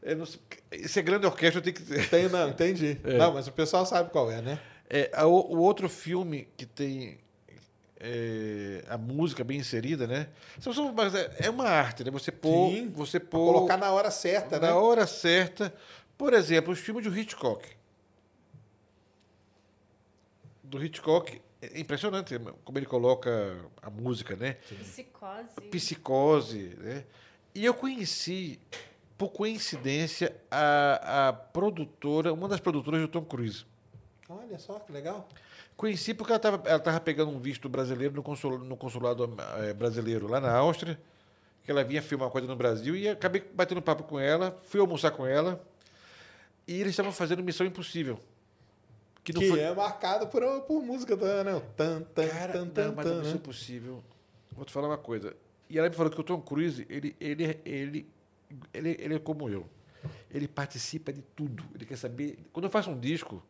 Eu não sei- Isso é grande orquestra, tem que.
Tem, não, entendi. Não, mas o pessoal sabe qual é, né?
É, a o o outro filme que tem é, a música bem inserida, né? São- são- mas é- É uma arte, né? Você pôr.
Sim,
você pôr
Colocar na hora certa,
na
né?
hora certa. Por exemplo, os filmes do Hitchcock. Do Hitchcock. É impressionante como ele coloca a música, né?
Psicose.
psicose, né? E eu conheci, por coincidência, a, a produtora, uma das produtoras do Tom Cruise.
Olha só que legal.
Conheci porque ela estava ela tava pegando um visto brasileiro no consulado, no consulado eh, brasileiro lá na Áustria, que ela vinha filmar uma coisa no Brasil e acabei batendo papo com ela, fui almoçar com ela e eles estavam fazendo Missão Impossível.
Que,
não foi-
é marcado por, por música, tá, né? O Tan, tan,
Cara,
tan,
não,
tan,
mas a
tan,
Missão
né?
Impossível. Vou te falar uma coisa. E ela me falou que o Tom Cruise, ele, ele, ele, ele, ele é como eu. Ele participa de tudo. Ele quer saber. Quando eu faço um disco,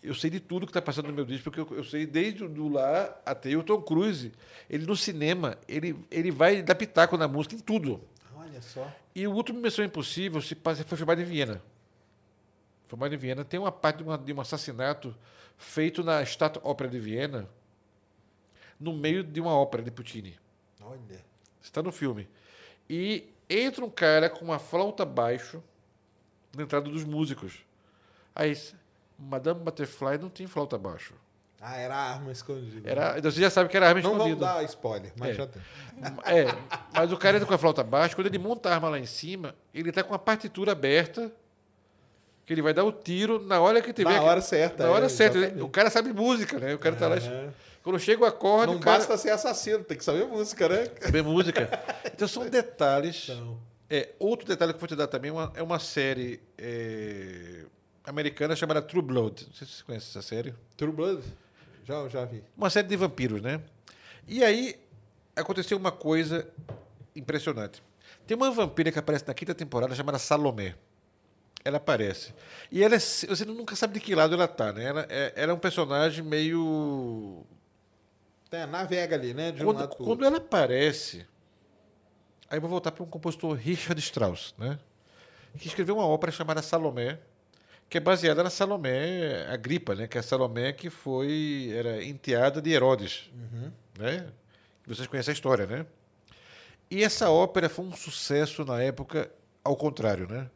eu sei de tudo que está passando no meu disco, porque eu, eu sei desde o do lá até o Tom Cruise. Ele no cinema, ele, ele vai dar pitaco na música, em tudo.
Olha só.
E o último Missão Impossível se passa, foi filmado em Viena. Filmado em Viena. Tem uma parte de, uma- de um assassinato feito na Stadtópera de Viena, no meio de uma ópera de Puccini.
Olha.
Está no filme. E entra um cara com uma flauta baixo na entrada dos músicos. Aí, Madame Butterfly não tem flauta baixo.
Ah, era a arma escondida.
Era, então você já sabe que era arma
Não
escondida.
vamos dar spoiler, mas
É.
já tem.
É, mas o cara entra com a flauta baixa, quando ele monta a arma lá em cima, ele tá com a partitura aberta, que ele vai dar o tiro na hora que tiver.
Na hora certa,
Na hora
é,
certa.
exatamente.
Ele- O cara sabe música, né? O cara tá lá.
É.
Quando chega o acorde,
Não
o cara
basta ser assassino, tem que saber música, né?
sabe música. Então são detalhes.
Então.
É, outro detalhe que eu vou te dar também é uma, é uma série é, americana chamada True Blood. Não sei se você conhece essa série.
True Blood? Já, já vi.
uma série de vampiros, né? E aí aconteceu uma coisa impressionante. Tem uma vampira que aparece na quinta temporada chamada Salomé. Ela aparece. E ela é, se- você nunca sabe de que lado ela tá, né? Ela é, ela é um personagem meio.
É, navega ali, né? De um
Quando,
lado pro
quando
outro.
ela aparece. Aí eu vou voltar para um compositor Richard Strauss, né? Que escreveu uma ópera chamada Salomé, que é baseada na Salomé Agripa, né? Que é a Salomé que foi era enteada de Herodes,
Uhum.
né? Vocês conhecem a história, né? E essa ópera foi um sucesso na época, ao contrário, né?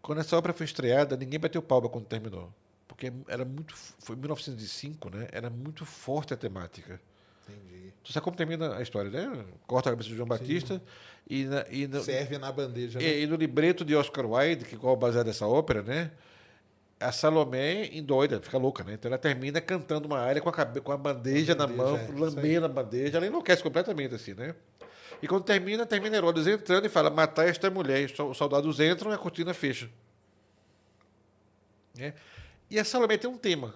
Quando essa ópera foi estreada, ninguém bateu palma quando terminou, porque era muito f- foi 1905, né? Era muito forte a temática. Entendi. Tu sabe como termina a história, né? Corta a cabeça de João Batista e, na, e no-
Serve na bandeja, né?
e, e no libreto de Oscar Wilde, que é qual é o baseado dessa ópera, né? A Salomé endoida, fica louca, né? Então ela termina cantando uma área com a, cabe- com a bandeja, na
bandeja,
mão,
é,
lambendo a bandeja, ela enlouquece completamente, assim, né? E quando termina, termina Herodes entrando e fala: matar esta mulher. E os sol- os soldados entram e a cortina fecha. Né? E a Salomé tem um tema.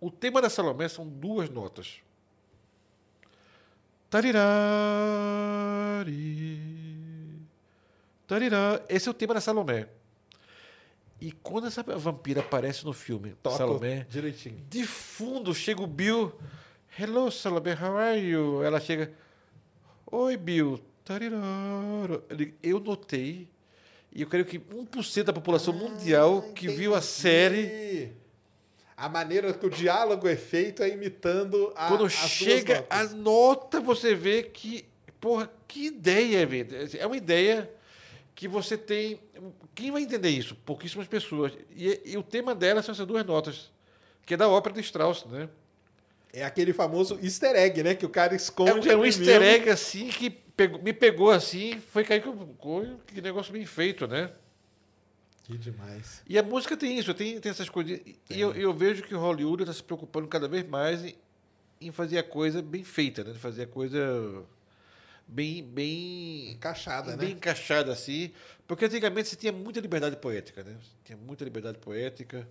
O tema da Salomé são duas notas. Tarirari. Tarirá. Esse é o tema da Salomé. E quando essa vampira aparece no filme,
Toca
Salomé,
direitinho.
de fundo chega o Bill. Hello, Salomé, how are you? Ela chega. Oi, Bill. Tariraro. Ele- Eu notei, e eu creio que 1% da população mundial que viu a série,
Entendi. A maneira que o diálogo é feito é imitando a.
quando
as suas
chega a
notas.
nota, você vê que. Porra, que ideia, velho. É uma ideia que você tem. Quem vai entender isso? Pouquíssimas pessoas. E, e o tema dela são essas duas notas, que é da ópera de Strauss, né?
É aquele famoso easter egg, né? Que o cara
É
esconde.
um, é um
ele
easter
mesmo.
egg assim que pegou- me pegou assim, foi cair com com- que negócio bem feito, né?
Que demais.
E a música tem isso, tem, tem essas coisas. E eu, eu vejo que Hollywood está se preocupando cada vez mais em, em fazer a coisa bem feita, né? De fazer a coisa bem bem
Encaixada,
bem
né?
encaixada assim, porque antigamente você tinha muita liberdade poética, né? Tinha muita liberdade poética.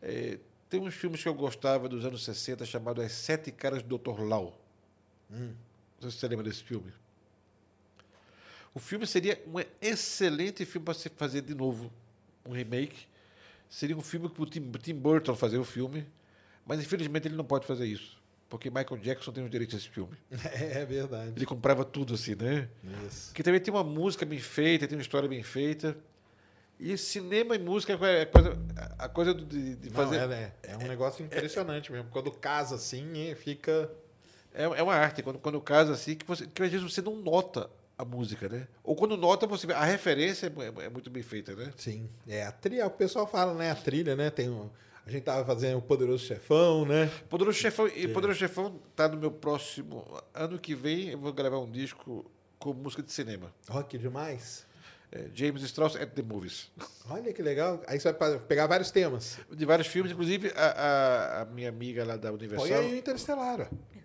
É, tem uns filmes que eu gostava dos anos 60 chamado As Sete Caras do Dr. Lau.
Hum.
Não sei se você lembra desse filme. O filme seria um excelente filme para se fazer de novo um remake. Seria um filme que o Tim, Tim Burton fazer o filme, mas infelizmente ele não pode fazer isso, porque Michael Jackson tem os direitos desse filme.
É verdade.
Ele comprava tudo assim, né?
Isso.
Que também tem uma música bem feita, tem uma história bem feita. E cinema e música é a coisa, a coisa do- de, de
Não,
fazer.
ela é, é um negócio impressionante mesmo. Quando casa assim, eh, fica.
É, é uma arte, quando, quando casa assim, que, você, que às vezes você não nota a música, né? Ou quando nota, você vê. A referência é, mu- é muito bem feita, né?
Sim. É a trilha. O pessoal fala, né? A trilha, né? Tem um... A gente tava fazendo o Poderoso Chefão, né?
Poderoso Chefão, e Poderoso Chefão tá no meu próximo. Ano que vem eu vou gravar um disco com música de cinema.
Ó, que demais.
É, James Strauss at the Movies.
Olha que legal. Aí você vai pa- pegar vários temas.
De vários filmes, inclusive a, a- a minha amiga lá da
Põe
Universal.
aí o Interestelar. ó.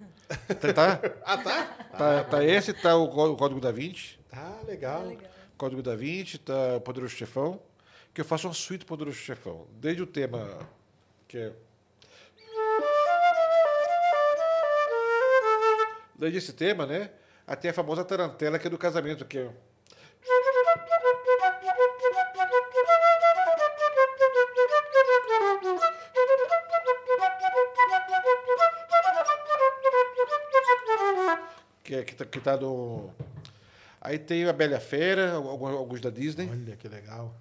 Tá, tá,
Ah, tá?
tá, tá esse, tá o Có- o Código da Vinci.
Tá legal.
Código da Vinci, tá Poderoso Chefão, que eu faço uma suíte Poderoso Chefão. Desde o tema que é. Desde esse tema, né? Até a famosa tarantela que é do casamento, que é. Que, é- que, tá, que tá do. Aí tem a Bela e a Fera, alguns, alguns da Disney.
Olha que legal.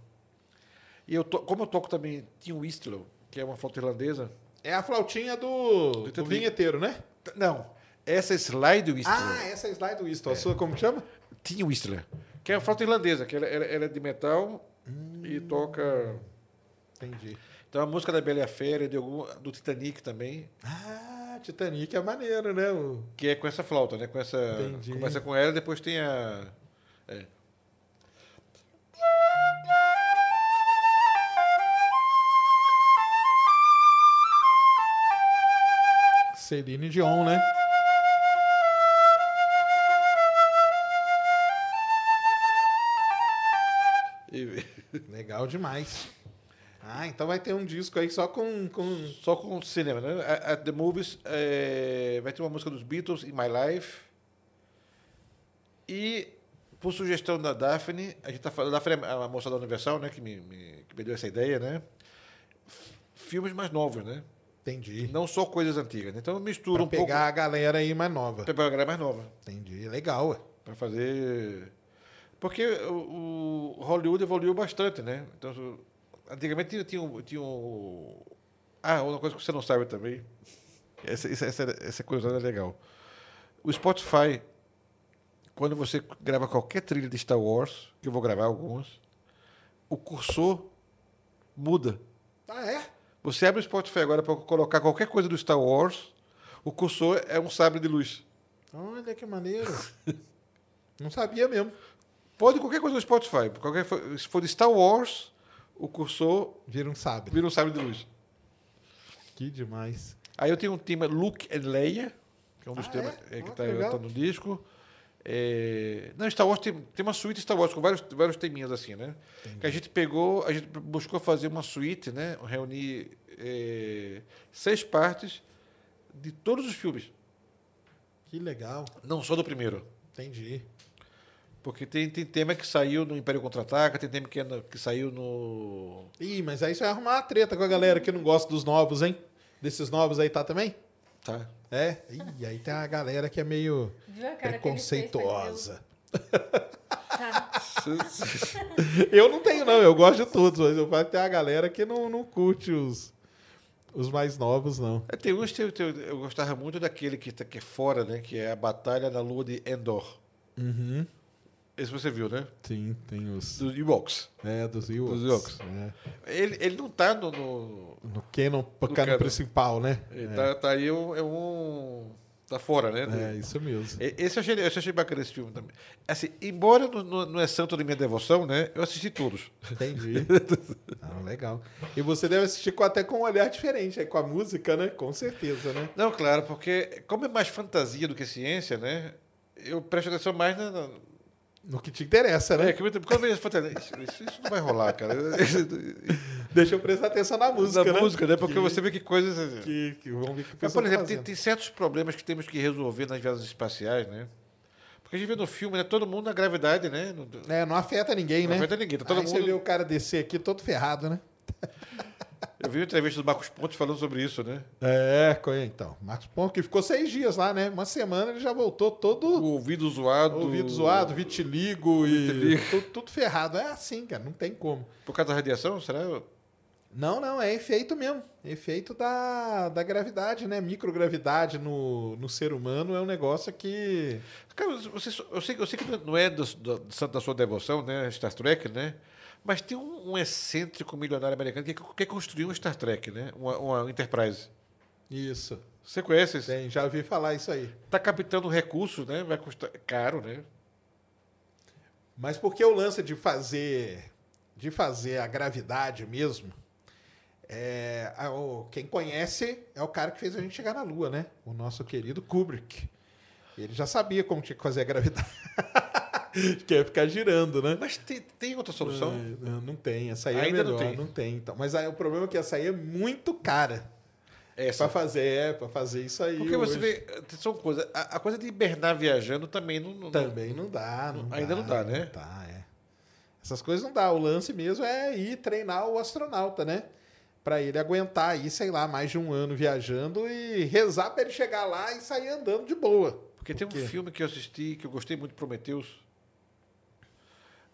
E eu to- como eu toco também Tim Whistler, que é uma flauta irlandesa.
É a flautinha do, do vinheteiro, né?
T- Não, essa é Slide Whistler.
Ah, essa é a slide do Winston. A sua como que chama?
Tim Whistler. Que é uma flauta irlandesa, que ela, ela- ela é de metal e toca.
Entendi.
Então a música da Bela e a Fera, de algum, do Titanic também,
Ah, Titanic é maneiro, né? O-
que é com essa flauta, né? Com essa.
Entendi.
Começa com ela, depois tem a. é.
Celine Dion, né?
E-
Legal demais. Ah, então vai ter um disco aí só com. com...
só com cinema, né? A- At the Movies eh, vai ter uma música dos Beatles, In My Life. E, por sugestão da Daphne, a gente tá falando, a Daphne é a moça da Universal, né? Que me, me- que me deu essa ideia, né? F- Filmes mais novos, né?
Entendi.
Não só coisas antigas. né? Então eu misturo
Pra
um
pegar
pouco.
a galera aí mais nova.
Pra pegar a galera mais nova.
Entendi. Legal, ué.
Pra fazer. Porque o, o Hollywood evoluiu bastante, né? Então, o- antigamente tinha, tinha, um- tinha um. Ah, uma coisa que você não sabe também. Essa, essa, essa, essa coisa é legal. O Spotify, quando você grava qualquer trilha de Star Wars, que eu vou gravar alguns, o cursor muda.
Ah, é?
Você abre o Spotify agora para colocar qualquer coisa do Star Wars, o cursor é um sabre de luz.
Olha que maneiro. Não sabia mesmo.
Pode qualquer coisa no Spotify. Qualquer, fo- se for de Star Wars, o cursor
Vira um sabre.
vira um sabre de luz.
Que demais.
Aí eu tenho um tema Luke and Leia, que é um dos
Ah,
temas
é?
é, que
Ah,
está
que legal.
no disco. É, não, Star Wars tem, tem uma suíte Star Wars com vários, vários teminhas assim, né? Que a gente pegou, a gente buscou fazer uma suíte, né? Reunir é, seis partes de todos os filmes,
Que legal.
não só do primeiro.
Entendi.
Porque tem, tem tema que saiu no Império Contra-Ataca, tem tema que, é no- que saiu no.
Ih, mas aí você vai arrumar uma treta com a galera que não gosta dos novos, hein? Desses novos aí tá também?
Tá.
É? Ih, aí tem uma galera que é meio
Viu a cara que ele fez pra dizer o-
preconceituosa.
Tá.
Eu não tenho, não. Eu gosto de todos, mas eu falo que tem uma galera que não, não curte os, os mais novos, não.
É, tem uns que eu, que eu- eu gostava muito daquele que, tá- que é fora, né? Que é a Batalha na Lua de Endor. Uhum. Esse você viu, né?
Sim, tem os.
Do Ewoks.
É, dos Ewoks.
Dos Ewoks.
É.
Ele, ele não tá no. no-
No canon, canon
canon.
principal, né?
ele tá, tá aí um, é um. Tá fora, né? Do-
É, isso mesmo.
E- Esse eu achei, eu achei bacana esse filme também. Assim, embora não, não, não é santo de minha devoção, né? Eu assisti todos.
Entendi. Ah, legal. E você deve assistir com- até com um olhar diferente, aí com a música, né? Com certeza, né?
Não, claro, porque como é mais fantasia do que ciência, né? Eu presto atenção mais na. na
No que te interessa, né?
é, que eu- quando eu vejo fantasia, isso, isso- isso não vai rolar, cara.
Deixa eu prestar atenção na música,
Na
né?
música, né? Porque
Que-
você vê que coisas. assim,
Que, que vamos ver o que o
Mas,
pessoal
por
tá
exemplo, tem,
fazendo.
tem certos problemas que temos que resolver nas viagens espaciais, né? Porque a gente vê no filme, né? Todo mundo na gravidade, né? No-
É, não afeta ninguém,
Não
né?
afeta ninguém, tá todo
Aí você
mundo-
vê o cara descer aqui todo ferrado, né?
Eu vi uma entrevista do Marcos Pontes falando sobre isso, né?
É, co- então. Marcos Pontes, que ficou seis dias lá, né? Uma semana ele já voltou
O
todo
ouvido zoado.
Uh! ouvido zoado, vitiligo e
Vitiligo.
Tudo, tudo ferrado. É assim, cara, não tem como.
Por causa da radiação, será?
Não, não, é efeito mesmo. Efeito da, da gravidade, né? Microgravidade no, no ser humano é um negócio que.
Cara, você, só- eu, sei, eu sei que não é do, do, santo da sua devoção, né? Star Trek, né? Mas tem um, um excêntrico milionário americano que quer construir um Star Trek, né? Uma, uma Enterprise.
Isso.
Você conhece esse?
Tem, já ouvi falar isso aí.
Tá captando recursos, né? Vai custar caro, né?
Mas porque o lance de fazer de fazer a gravidade mesmo, é, a- o- quem conhece é o cara que fez a gente chegar na Lua, né? O nosso querido Kubrick. Ele já sabia como tinha que fazer a gravidade. que ia ficar girando, né?
Mas tem, tem outra solução?
É, não, não tem, essa aí
Ainda
é melhor,
não
não tem.
tem.
então. Mas aí, o problema é que essa aí é muito cara
Essa.
Pra fazer, é, para fazer isso aí.
Porque
hoje.
você vê, são coisas. A, a coisa de hibernar viajando também não. não-
Também não dá, não
Ainda não dá, né?
dá, é. Essas coisas não dá. O lance mesmo é ir treinar o astronauta, né? Pra ele aguentar aí, sei lá, mais de um ano viajando e rezar pra ele chegar lá e sair andando de boa.
Porque tem um
Por quê?
filme que eu assisti, que eu gostei muito, Prometeus.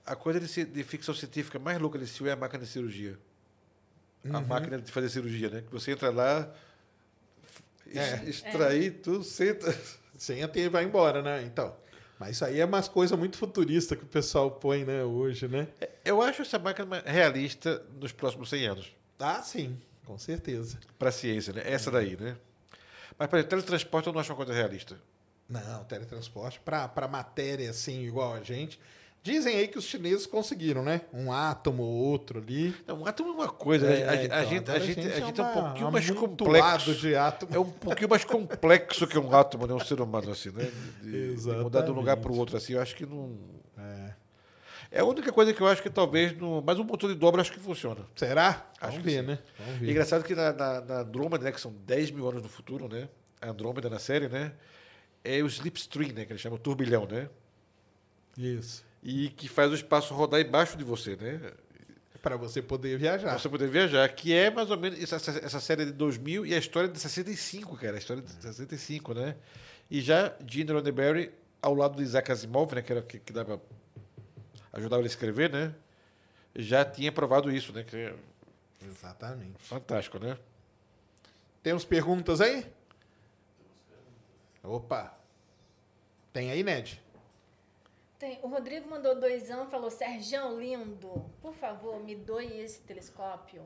A coisa de, ci- de ficção científica mais louca desse filme é a máquina de cirurgia.
Uhum.
A máquina de fazer cirurgia, né? Que você entra lá, es-
É.
extrair tudo, senta.
Senta e vai embora, né? Então. Mas isso aí é umas coisas muito futuristas que o pessoal põe, né, hoje, né?
Eu acho essa máquina realista nos próximos 100 anos,
Ah, sim, com certeza.
para a ciência, né?
Uhum.
Essa daí, né? Mas, por exemplo, teletransporte eu não acho uma coisa realista.
Não, teletransporte pra pra matéria assim, igual a gente. Dizem aí que os chineses conseguiram, né? Um átomo ou outro ali.
Não, um átomo é uma coisa,
É,
né? a, a
então,
gente, a,
agora
gente, a gente é um
uma-
pouquinho
um
mais
amontoado
complexo.
de átomo.
É um pouquinho mais complexo que um átomo, né? Um ser humano, assim, né? De, de mudar de um lugar para o outro, assim, eu acho que não. É. a única coisa que eu acho que talvez. Não... Mas o motor de dobra eu acho que funciona.
Será?
Acho
Vamos
que
ver,
sim.
né? Vamos
E
ver.
engraçado que na, na, na Andrômeda, né, que são 10 mil anos no futuro, né? A Andrômeda na série, né? É o slipstream, né? Que eles chamam o turbilhão, né?
Isso.
E que faz o espaço rodar embaixo de você, né?
Pra você poder viajar.
Pra você poder viajar, que é mais ou menos essa, essa- essa série de 2000 e a história de 65, cara, a história de 65, né? E já Gene Roddenberry ao lado de Isaac Asimov, né, que era que, que dava ajudava ele a escrever, né? Já tinha provado isso, né? Que é
Exatamente.
fantástico, né?
Temos perguntas aí? Opa. Tem aí, Ned?
Tem- o Rodrigo mandou doisão e falou: Sergião, lindo, por favor, me doe esse telescópio.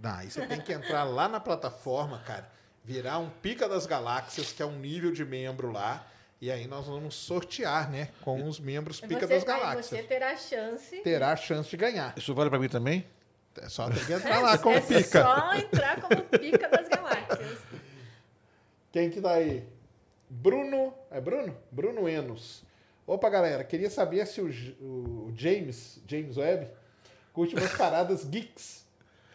Não, aí você tem que entrar lá na plataforma, cara. Virar um Pica das Galáxias, que é um nível de membro lá. E aí nós vamos sortear, né? Com os membros Pica
você,
das
aí Você
Galáxias.
terá a chance.
Terá a chance de ganhar.
Isso vale para mim também?
É só tem que entrar lá com
é
o Pica.
só entrar como pica das galáxias.
Quem que tá aí? Bruno. É Bruno? Bruno Enos. Opa, galera, queria saber se o, J- o James, James Webb, curte umas paradas geeks.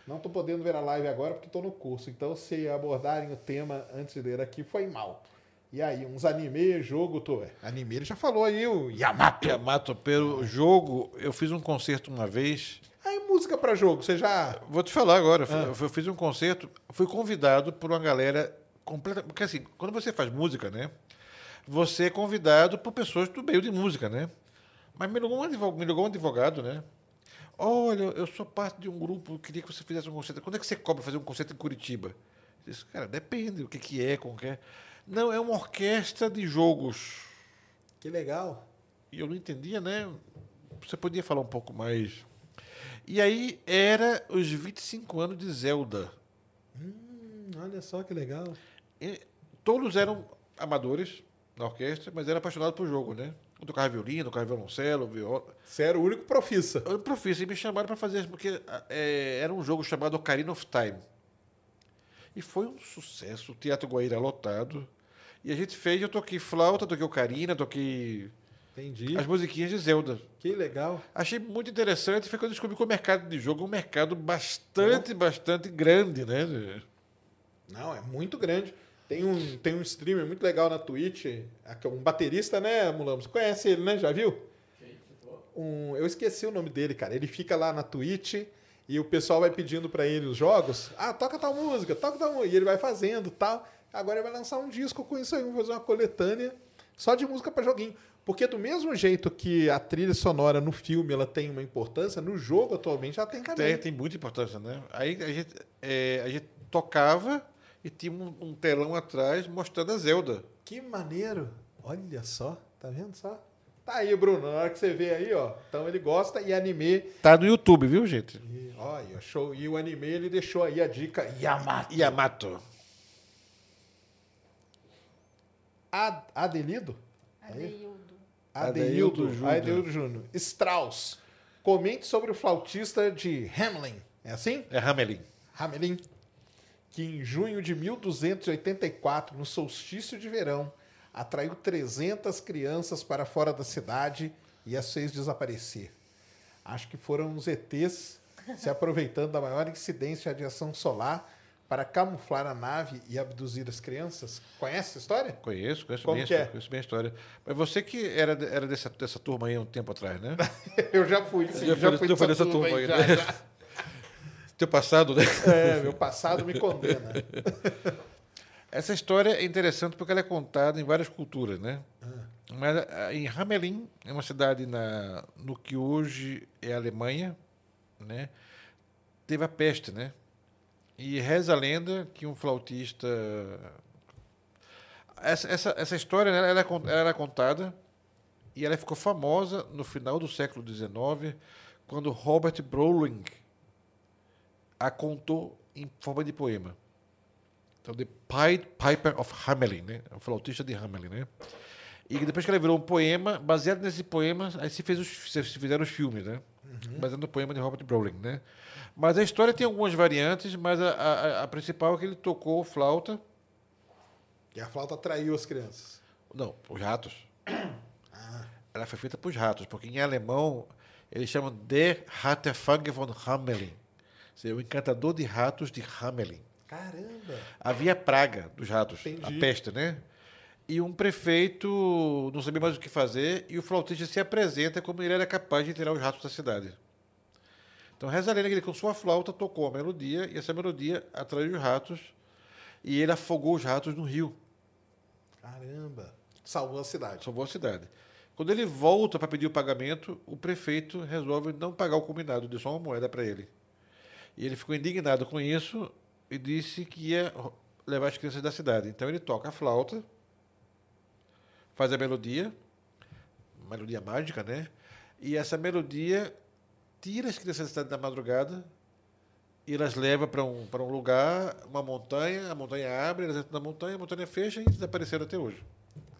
Não tô podendo ver a live agora porque tô no curso, então se abordarem o tema antes de ler aqui foi mal. E aí, uns anime, jogo, tô. é.
Anime, ele já falou aí, o Yamato. Yamato, pelo jogo, eu fiz um concerto uma vez.
Aí, música pra jogo, você já.
Vou te falar agora, eu fi- eu fi- eu fiz um concerto, fui convidado por uma galera completa. Porque assim, quando você faz música, né? Você é convidado por pessoas do meio de música, né? Mas me ligou um advogado, me ligou um advogado né? Olha, eu sou parte de um grupo, eu queria que você fizesse um concerto. Quando é que você cobra fazer um concerto em Curitiba? Eu disse, cara, depende, o que, que é, como que é. Não, é uma orquestra de jogos.
Que legal.
E eu não entendia, né? Você podia falar um pouco mais. E aí era os 25 anos de Zelda.
Hum, olha só que legal.
E todos eram amadores na orquestra, mas eram apaixonados por jogo, né? Eu tocava violino, tocava violoncelo, viola.
Você era o único profissa.
Eu profissa, e me chamaram para fazer, porque ah, é, era um jogo chamado Ocarina of Time. E foi um sucesso, o Teatro Guaíra lotado. E a gente fez, eu toquei flauta, toquei ocarina, toquei
Entendi.
as musiquinhas de Zelda.
Que legal.
Achei muito interessante, foi quando eu descobri que o mercado de jogo é um mercado bastante, bastante grande, né?
Não, é muito grande. Tem um, tem um streamer muito legal na Twitch, um baterista, né, Mulamos? Conhece ele, né? Já viu? Um, eu esqueci o nome dele, cara. Ele fica lá na Twitch e o pessoal vai pedindo pra ele os jogos. Ah, toca tal música, toca tal música. E ele vai fazendo tal. Agora ele vai lançar um disco com isso aí, vamos fazer uma coletânea só de música pra joguinho. Porque do mesmo jeito que a trilha sonora no filme ela tem uma importância, no jogo atualmente já tem também.
Tem, tem muita importância, né? Aí a gente, é, a gente tocava e tinha um, um telão atrás mostrando a Zelda.
Que maneiro! Olha só, tá vendo só? Tá aí, Bruno, na hora que você vê aí, ó. Então ele gosta e anime.
Tá no YouTube, viu, gente?
E, olha, show. E o anime ele deixou aí a dica Yamato.
Yamato.
Ad, Adelido? É?
Adeildo.
Adeildo
Adeildo
Júnior.
Adeildo Júnior. Strauss. Comente sobre o flautista de Hamelin. É assim?
É Hamelin.
Hamelin, que em junho de 1284, no solstício de verão, atraiu 300 crianças para fora da cidade e as fez desaparecer. Acho que foram os ETs se aproveitando da maior incidência de radiação solar para camuflar a nave e abduzir as crianças. Conhece essa história?
Conheço, conheço
Como
bem,
que é?
conheço bem a história. Mas você que era, de- era dessa, dessa turma aí há um tempo atrás, né?
Eu já fui. sim,
já fui- já fui
dessa
dessa turma
aí,
aí,
já,
né?
já.
Teu passado, né?
É, meu passado me condena.
Essa história é interessante porque ela é contada em várias culturas, né? Mas ah, em Hamelin, é uma cidade na, no que hoje é a Alemanha, né? Teve a peste, né? E reza a lenda que um flautista... Essa, essa, essa história né, ela, é con- ela era contada e ela ficou famosa no final do século XIX, quando Robert Browning a contou em forma de poema. Então, The Pied Piper of Hamelin, né? O flautista de Hamelin, né? E depois que ela virou um poema, baseado nesse poema, aí se, fez os, se se fizeram os filmes, né? Baseado no poema de Robert Browning, né? Mas a história tem algumas variantes, mas a, a- a principal é que ele tocou flauta...
E a flauta atraiu as crianças.
Não, os ratos. Ela foi feita para os ratos, porque em alemão eles chamam Der Rattenfänger von Hamelin. Ou seja, é o encantador de ratos de Hamelin.
Caramba!
Havia a praga dos ratos,
Entendi.
a peste, né? E um prefeito não sabia mais o que fazer e o flautista se apresenta como ele era capaz de tirar os ratos da cidade. Então reza a lenda que ele com sua flauta tocou a melodia e essa melodia atraiu os ratos e ele afogou os ratos no rio,
Caramba! Salvou a cidade.
salvou a cidade. Quando ele volta para pedir o pagamento, o prefeito resolve não pagar o combinado, deu só uma moeda para ele. E ele ficou indignado com isso e disse que ia ro- levar as crianças da cidade. Então ele toca a flauta, faz a melodia, melodia mágica, né? E essa melodia tira as crianças da cidade da madrugada e elas leva para um, pra um lugar, uma montanha, a montanha abre, elas entram na montanha, a montanha fecha e desapareceram até hoje.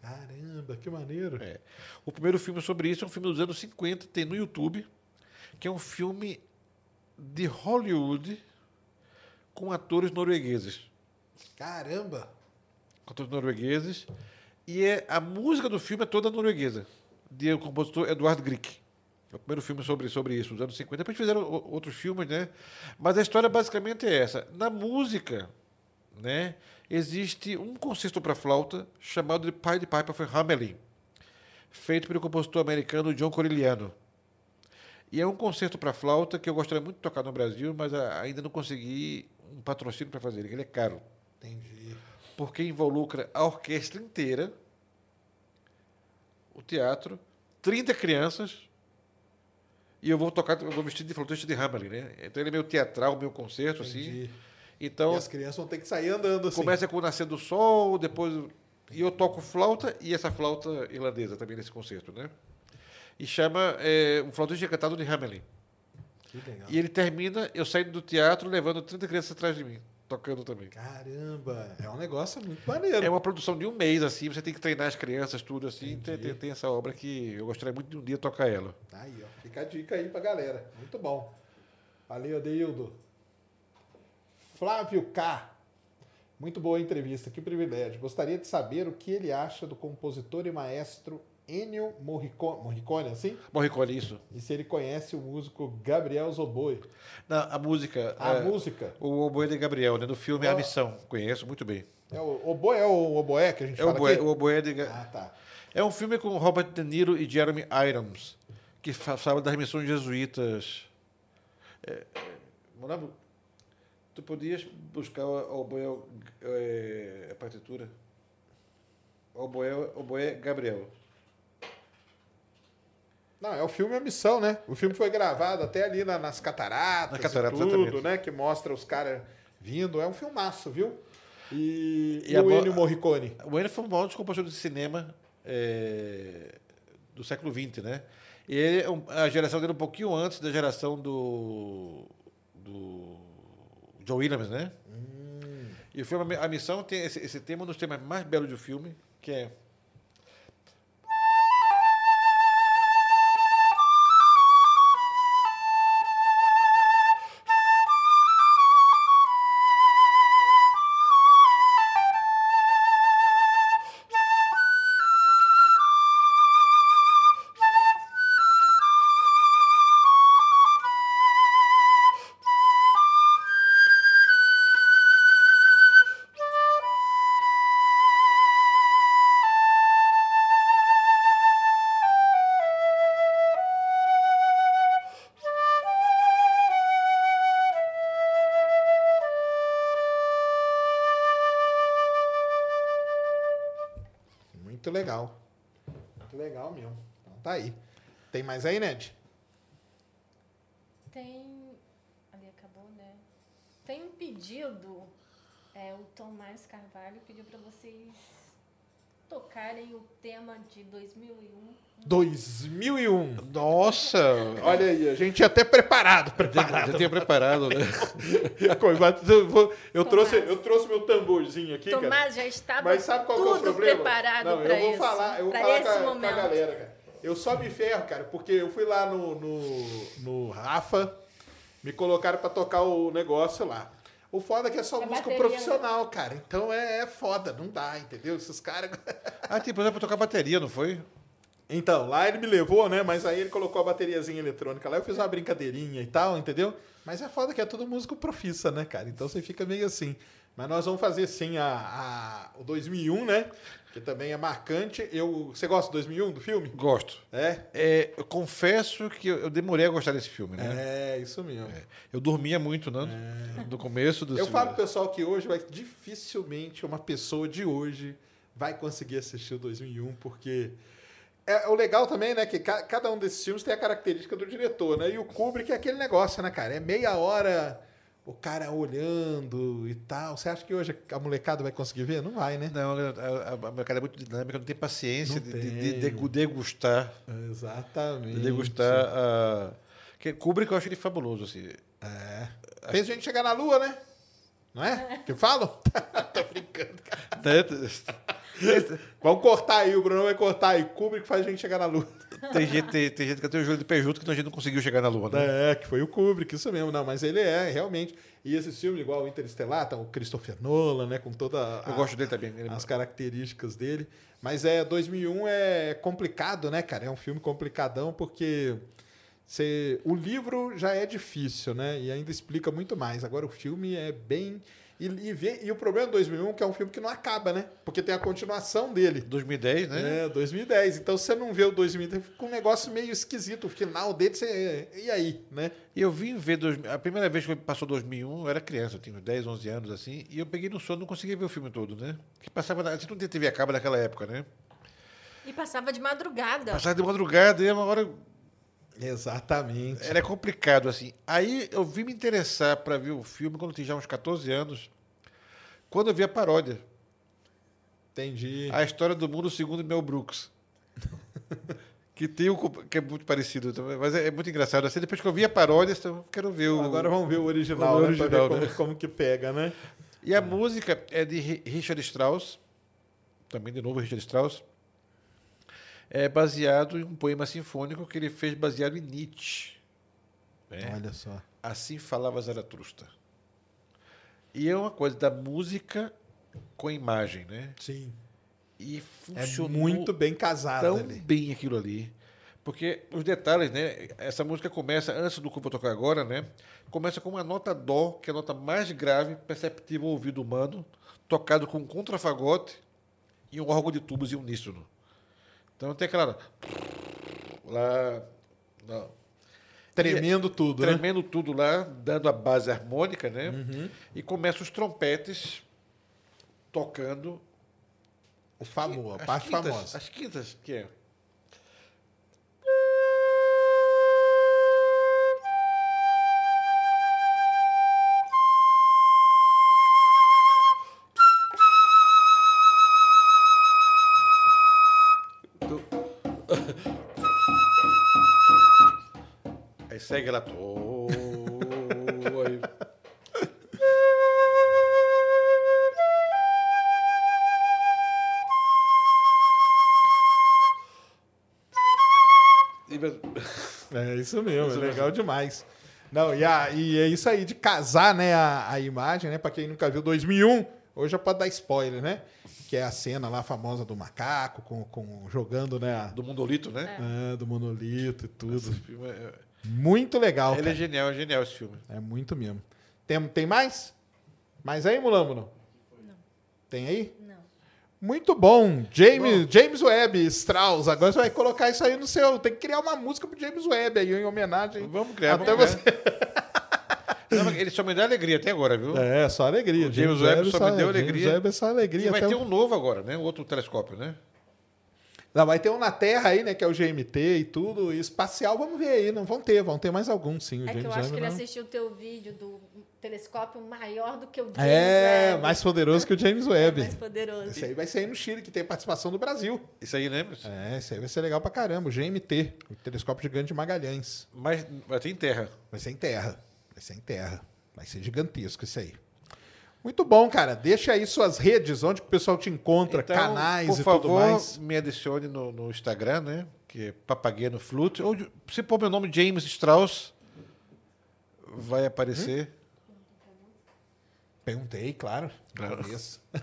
Caramba, que maneiro!
É. O primeiro filme sobre isso é um filme dos anos 50, tem no YouTube, que é um filme de Hollywood com atores noruegueses.
Caramba!
Com atores noruegueses. E é, a música do filme é toda norueguesa, de o compositor Eduard Grieg. É o primeiro filme sobre, sobre isso, dos anos 50. Depois fizeram o- outros filmes, né? Mas a história basicamente é essa. Na música, né? Existe um concerto para flauta chamado de Pied Piper for Hamelin, feito pelo compositor americano John Corigliano. E é um concerto para flauta que eu gostaria muito de tocar no Brasil, mas a- ainda não consegui um patrocínio para fazer, ele ele é caro.
Entendi.
Porque involucra a orquestra inteira, o teatro, 30 crianças, e eu vou tocar, eu vou vestir de flautista de Hamelin, né? Então ele é meio teatral, meio concerto,
Entendi.
assim. Então
E as crianças vão ter que sair andando assim.
começa com o Nascer do Sol, depois. E eu toco flauta e essa flauta irlandesa também nesse concerto, né? E chama é, um flautista cantado de Hamelin.
Que legal.
E ele termina, eu saindo do teatro levando 30 crianças atrás de mim, tocando também.
Caramba, é um negócio muito maneiro.
É uma produção de um mês, assim, você tem que treinar as crianças, tudo assim. Tem, tem- tem essa obra que eu gostaria muito de um dia tocar ela.
Tá Aí, ó. Fica a dica aí pra galera. Muito bom. Valeu, Adeildo. Flávio K. Muito boa a entrevista, que privilégio. Gostaria de saber o que ele acha do compositor e maestro Ennio Morricone, Morricone assim?
Morricone, isso.
E se ele conhece o músico Gabriel Zoboi.
Não, a música.
A
é,
música
O Oboe de Gabriel, né? No filme
Ó.
A Missão. Conheço muito bem.
é o oboé, é o oboé que a gente
É o
fala
Oboe,
aqui?
o Oboe de Gabriel.
Ah, tá.
É um filme com Robert De Niro e Jeremy Irons, que fa- fala das missões jesuítas. É, é, Monabo, tu podias buscar o Oboé, é, a partitura? Oboé, Oboé Gabriel.
Não, é o filme A Missão, né? O filme foi gravado até ali na- nas cataratas,
Na catarata,
e tudo,
exatamente.
né? Que mostra os caras vindo. É um filmaço, viu? E,
E
e
a
o
bo-
Ennio Morricone.
O Wayne foi um maior compositor de cinema é, do século XX, né? E ele, é um- a geração dele é um pouquinho antes da geração do, do John Williams, né?
Hum.
E o filme A Missão tem esse, esse tema, um dos temas mais belos do filme, que é...
Muito legal. Muito legal mesmo. Então tá aí. Tem mais aí, Ned?
Tem. Ali acabou, né? Tem um pedido. É, o Tomás Carvalho pediu para vocês tocarem o tema de 2001.
2001.
Nossa!
Olha aí, a gente é até preparado.
já, já tinha preparado, né?
Eu, vou- eu
Tomás.
trouxe, eu trouxe meu tamborzinho aqui, cara.
Tomás já estava
Mas sabe qual que é o
tudo
problema?
preparado
Não,
para
eu vou
isso.
falar, eu vou
pra
falar
esse
com a, com a
momento.
galera, cara. Eu só me ferro, cara, porque eu fui lá no, no, no Rafa, me colocaram pra tocar o negócio lá. O foda é que é só
É
música
bateria,
profissional, cara. Então é, é foda, não dá, entendeu? Esses caras.
Ah, tinha pra tocar bateria, não foi?
Então, lá ele me levou, né? Mas aí ele colocou a bateriazinha eletrônica lá, eu fiz uma brincadeirinha e tal, entendeu? Mas é foda que é todo músico profissa, né, cara? Então você fica meio assim. Mas nós vamos fazer sim a, a- o 2001, né? Que também é marcante. Eu, você gosta do 2001, do filme?
Gosto.
É?
É, eu confesso que eu eu demorei a gostar desse filme, né?
É, isso mesmo.
Eu dormia muito, né? No começo do
Eu
filme.
falo pro pessoal que hoje vai dificilmente uma pessoa de hoje vai conseguir assistir o 2001, porque é o legal também, né, que ca- cada um desses filmes tem a característica do diretor, né? E o Kubrick é aquele negócio, né, cara? É meia hora o cara olhando e tal. Você acha que hoje a molecada vai conseguir ver? Não vai, né?
Não, a, a, a minha cara é muito dinâmica, não tem paciência
Não
de, de- de
tem.
degu- degustar.
Exatamente.
De degustar a. Que Kubrick eu acho ele fabuloso, assim.
Fez É. gente chegar na lua, né? Não é? Que falam?
Né?
Vamos cortar aí, o Bruno vai cortar aí. Kubrick faz gente chegar na lua.
tem, gente, tem, tem gente que tem o joelho de pejuto que a gente não conseguiu chegar na lua, né?
É, que foi o Kubrick, isso mesmo. Não, mas ele é, realmente. E esses filmes, igual o Interestelar, tá o Christopher Nolan, né? Com toda a-
Eu gosto dele também. Ele, é
as características dele. Mas é, 2001 é complicado, né, cara? É um filme complicadão, porque você, o livro já é difícil, né? E ainda explica muito mais. Agora, o filme é bem E, e, vê- e o problema de 2001 é que é um filme que não acaba, né? Porque tem a continuação dele.
2010, né?
É, 2010. Então você não vê o 2010, fica um negócio meio esquisito. O final dele, você. E aí, né?
E eu vim ver. dois- a primeira vez que passou 2001, eu era criança, eu tinha uns 10, 11 anos assim, e eu peguei no sono, não conseguia ver o filme todo, né? Que passava. na- A gente não tinha TV a cabo naquela época, né?
E passava de madrugada.
Passava de madrugada e uma hora
Exatamente.
era complicado assim. Aí eu vim me interessar para ver o filme quando eu tinha já uns 14 anos, quando eu vi a paródia.
Entendi.
A História do Mundo segundo Mel Brooks. que tem um, comp- que é muito parecido, também, mas é, é muito engraçado. Assim, depois que eu vi a paródia, então, eu quero ver o.
Agora vamos ver o original,
O
né?
original,
pra ver
né?
como, como que pega, né?
E a música é de Ri- Richard Strauss, também de novo Richard Strauss. É baseado em um poema sinfônico que ele fez baseado em Nietzsche. né?
Olha só.
Assim falava Zaratustra. E é uma coisa da música com a imagem, né?
Sim.
E
É
funcionou
muito bem casado
tão
ali.
bem aquilo ali. Porque os detalhes, né? Essa música começa, antes do que eu vou tocar agora, né? Começa com uma nota dó, que é a nota mais grave, perceptível ao ouvido humano, tocado com um contrafagote e um órgão de tubos em uníssono. Então tem aquela. Lá. é lá
Tremendo tudo, né?
tremendo tudo lá, dando a base harmônica, né?
Uhum.
E começa os trompetes tocando
O famoso, a
as
parte
quintas,
famosa.
As quintas, que é. É Aí segue ela. Tô, aí e vai-
É isso mesmo,
Isso
é
mesmo.
legal demais. Não, e, a- e é isso aí de casar, né, a, a imagem, né? Pra quem nunca viu 2001, hoje já pode dar spoiler, né? Que é a cena lá famosa do macaco com, com- jogando, né, a-
Do Mondolito, né?
Ah, do monolito e tudo.
Esse filme é-
Muito legal,
Ele é
cara.
genial, é genial esse filme.
É muito mesmo. Tem, tem mais? Mais aí, Mulambo? Não? Tem aí?
Não.
Muito bom. James, James Webb, Strauss. Agora você vai colocar isso aí no seu. Tem que criar uma música pro James Webb aí, em homenagem.
Vamos criar.
Até
vamos criar. Não, mas ele só me dá alegria até agora, viu?
É, só alegria.
O James Webb só me deu alegria.
James Webb é só alegria.
E vai
até
ter
o-
um novo agora, né? Um outro telescópio, né?
Não, vai ter um na Terra aí, né? Que é o GMT e tudo. E espacial, vamos ver aí. Não vão ter, vão ter mais alguns, sim. O
É
James
que eu acho
Webb
que ele
não-
assistiu o teu vídeo do telescópio maior do que o James
É,
Webb. É,
mais poderoso que o James Webb.
mais poderoso.
Esse aí vai sair no Chile, que tem participação do Brasil.
Isso aí, lembra?
É, isso aí vai ser legal pra caramba. O GMT, o Telescópio Gigante de Magalhães.
Mas vai ter em terra.
Vai ser em terra. Vai ser em terra. Vai ser gigantesco isso aí. Muito bom, cara. Deixa aí suas redes, onde que o pessoal te encontra,
Então,
canais
por
e
favor,
tudo mais.
me adicione no, no Instagram, né? Que é Papagueno Flute. Ou de- se pôr meu nome, James Strauss, vai aparecer.
Perguntei, claro.
Claro.
Isso. Hum?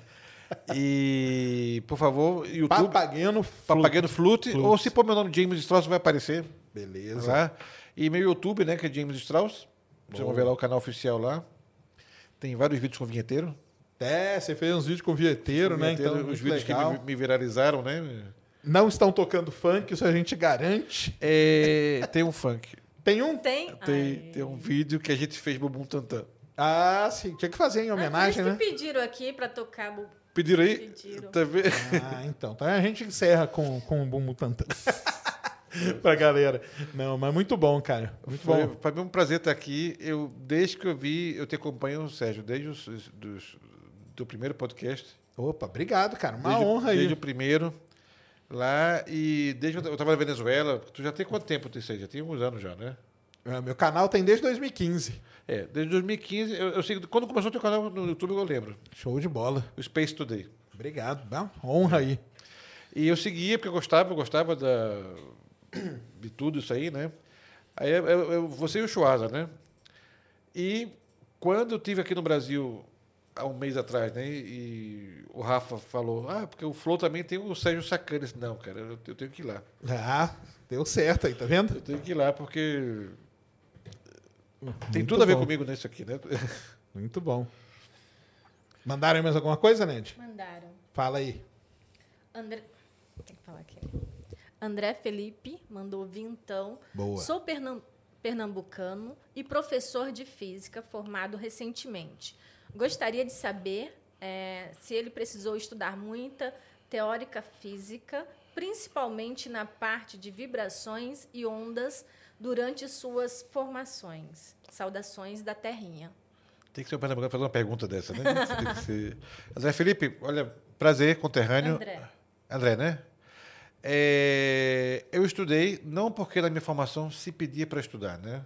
E, por favor, YouTube,
Papagano Flute.
Papagueno Flute. Ou se pôr meu nome, James Strauss, vai aparecer.
Beleza.
lá. E meu YouTube, né, que é James Strauss. Vocês vão ver lá o canal oficial lá. Tem vários vídeos com vinheteiro.
É, você fez uns vídeos com o Vieteiro, né?
Vinheteiro,
Então,
os
muito
vídeos
legal.
que me, me viralizaram, né?
Não estão tocando funk, isso a gente garante.
É, tem um funk.
Tem um?
Tem?
Tem,
Ai.
tem um vídeo que a gente fez Bumbum Tantan.
Ah, sim. Tinha que fazer em
Ah, por
homenagem,
isso
né?
que pediram aqui pra tocar. bu-
Pediram aí?
Pediram.
Tá vendo?
Ah, então. Tá, a gente encerra com, com o Bumbum Tantan. pra galera. Não, mas muito bom, cara. Muito
Foi,
bom.
pra mim é um prazer estar aqui. Eu, desde que eu vi, eu te acompanho, Sérgio, desde os, os- dos, do primeiro podcast.
Opa, obrigado, cara. Uma
desde,
honra
Desde
aí.
o primeiro. Lá e desde que eu estava na Venezuela, tu já tem quanto tempo tu isso aí? Já tem uns anos já, né?
É, Meu canal tem desde 2015.
É, desde 2015, eu, eu sei que quando começou o teu canal no YouTube, eu lembro.
Show de bola.
O Space Today.
Obrigado. Dá uma honra aí.
E eu seguia, porque eu gostava, eu gostava da, de tudo isso aí, né? Aí eu, eu- eu- você e o Schwarza, né? E quando eu estive aqui no Brasil há um mês atrás, né? E o Rafa falou, ah, porque o Flow também tem o Sérgio Sacani. Eu disse, Não, cara, eu, eu tenho que ir lá.
Ah, deu certo aí, tá vendo?
Eu tenho que ir lá, porque tem
Muito
tudo a ver
bom.
comigo nisso aqui, né?
Muito bom. Mandaram aí mais alguma coisa, Ned?
Mandaram.
Fala aí.
André. Tem que falar aqui. André Felipe mandou vintão.
Boa.
Sou pernam- pernambucano e professor de física formado recentemente. Gostaria de saber eh, se ele precisou estudar muita teórica física, principalmente na parte de vibrações e ondas durante suas formações. Saudações da Terrinha.
Tem que ser o Pernambucano fazer uma pergunta dessa, né? Tem que ser. André Felipe, olha, prazer, conterrâneo.
André.
André, né? É, eu estudei, não porque na minha formação se pedia para estudar, né?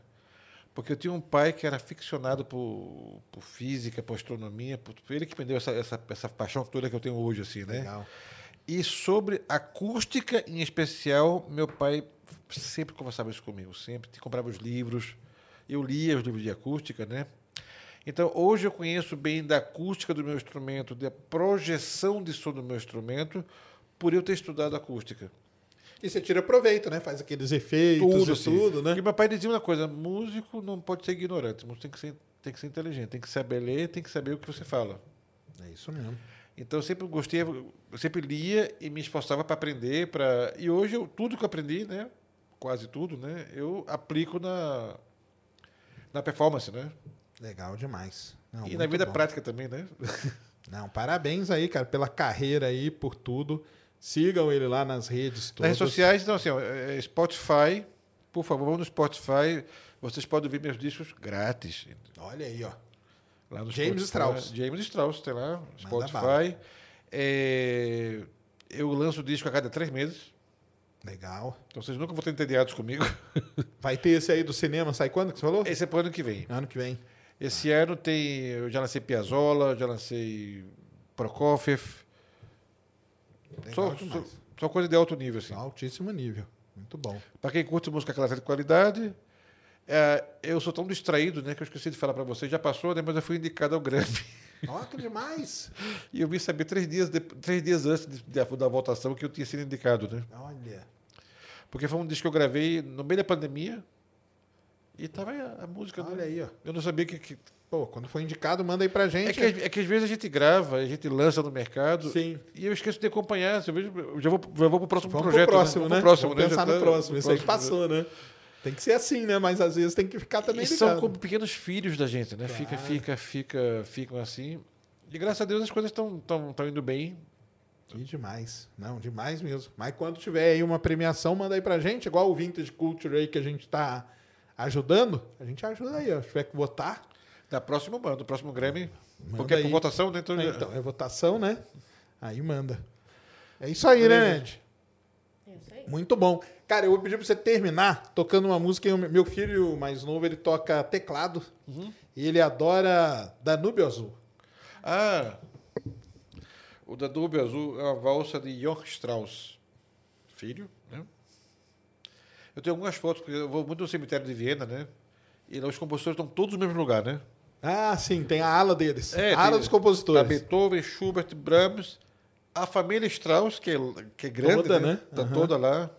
Porque eu tinha um pai que era aficionado por, por física, por astronomia, por, ele que me deu essa, essa, essa paixão toda que eu tenho hoje, assim, né?
Legal.
E sobre acústica, em especial, meu pai sempre conversava isso comigo, sempre. Comprava os livros, eu lia os livros de acústica, né? Então, hoje eu conheço bem da acústica do meu instrumento, da projeção de som do meu instrumento, por eu ter estudado acústica.
E você tira proveito, né? Faz aqueles efeitos e
assim.
tudo, né?
E meu pai dizia uma coisa, músico não pode ser ignorante, músico tem que ser, tem que ser inteligente, tem que saber ler, tem que saber o que você fala.
É isso mesmo.
Então eu sempre gostei, eu sempre lia e me esforçava para aprender, para e hoje eu, tudo que eu aprendi, né, quase tudo, né, eu aplico na na performance, né?
Legal demais. Não,
e na
muito
vida
bom.
prática também, né?
Não, parabéns aí, cara, pela carreira aí, por tudo. Sigam ele lá nas redes
Nas
todas.
redes sociais, então assim, ó, é, é Spotify, por favor, vão no Spotify, vocês podem ouvir meus discos grátis.
Olha aí, ó.
Lá no
James
Spotify.
Strauss.
James Strauss, tem lá, Spotify.
bala.
É, eu lanço o disco a cada três meses,
Legal.
então vocês nunca vão ter entediados comigo.
Vai ter esse aí do cinema, sai quando que você falou?
Esse é pro ano que vem.
Ano que vem.
Esse ano tem. Eu já lancei Piazzolla, já lancei Prokofiev. Só,
Legal
só,
demais.
só coisa de alto nível, assim.
Tá Altíssimo nível. Muito bom.
Para quem curte música clássica de qualidade, é, eu sou tão distraído, né, que eu esqueci de falar para vocês. Já passou, né, mas eu fui indicado ao Grammy.
Ó, que demais.
E eu vim saber três dias, de- três dias antes de- da, da votação que eu tinha sido indicado, né?
Olha.
Porque foi um disco que eu gravei no meio da pandemia e tava aí a, a música.
Olha
né?
aí, ó.
Eu não sabia que, que-
Pô, quando for indicado, manda aí pra gente.
É que, às- é que às vezes a gente grava, a gente lança no mercado
Sim.
e eu esqueço de acompanhar. Eu vejo, eu já, vou, já vou pro próximo
Vamos
um projeto.
pro próximo,
Vamos
né?
pro próximo,
Vamos
né?
pensar
Já
no
tá-
próximo. Isso aí
próximo,
passou, né? Tem que ser assim, né? Mas às vezes tem que ficar também
E
ligado.
são como pequenos filhos da gente, né? Fica, fica, fica, ficam assim. E graças a Deus as coisas estão tão, tão indo bem.
E demais. Não, demais mesmo. Mas quando tiver aí uma premiação, manda aí pra gente, igual o Vintage Culture aí que a gente tá ajudando, a gente ajuda aí, ó. Se tiver que votar,
Da próxima banda, do próximo Grammy.
Manda
porque é por
aí.
votação, né? Então,
né?
já-
então, é votação, né? Aí manda. É isso aí, né, Ned?
É Isso aí.
Muito bom. Cara, eu vou pedir pra você terminar tocando uma música. e o Meu filho mais novo, ele toca teclado.
Uhum.
E ele adora Danúbio Azul.
Ah! O Danúbio Azul é uma valsa de Johann Strauss. Filho, né? Eu tenho algumas fotos, porque eu vou muito no cemitério de Viena, né? E lá os compositores estão todos no mesmo lugar, né?
Ah, sim, tem a ala deles.
É,
a ala
tem-
dos
Tá
compositores.
Beethoven, Schubert, Brahms, a família Strauss, que é, que é grande,
Toda,
né?
né?
Tá
Aham.
toda lá.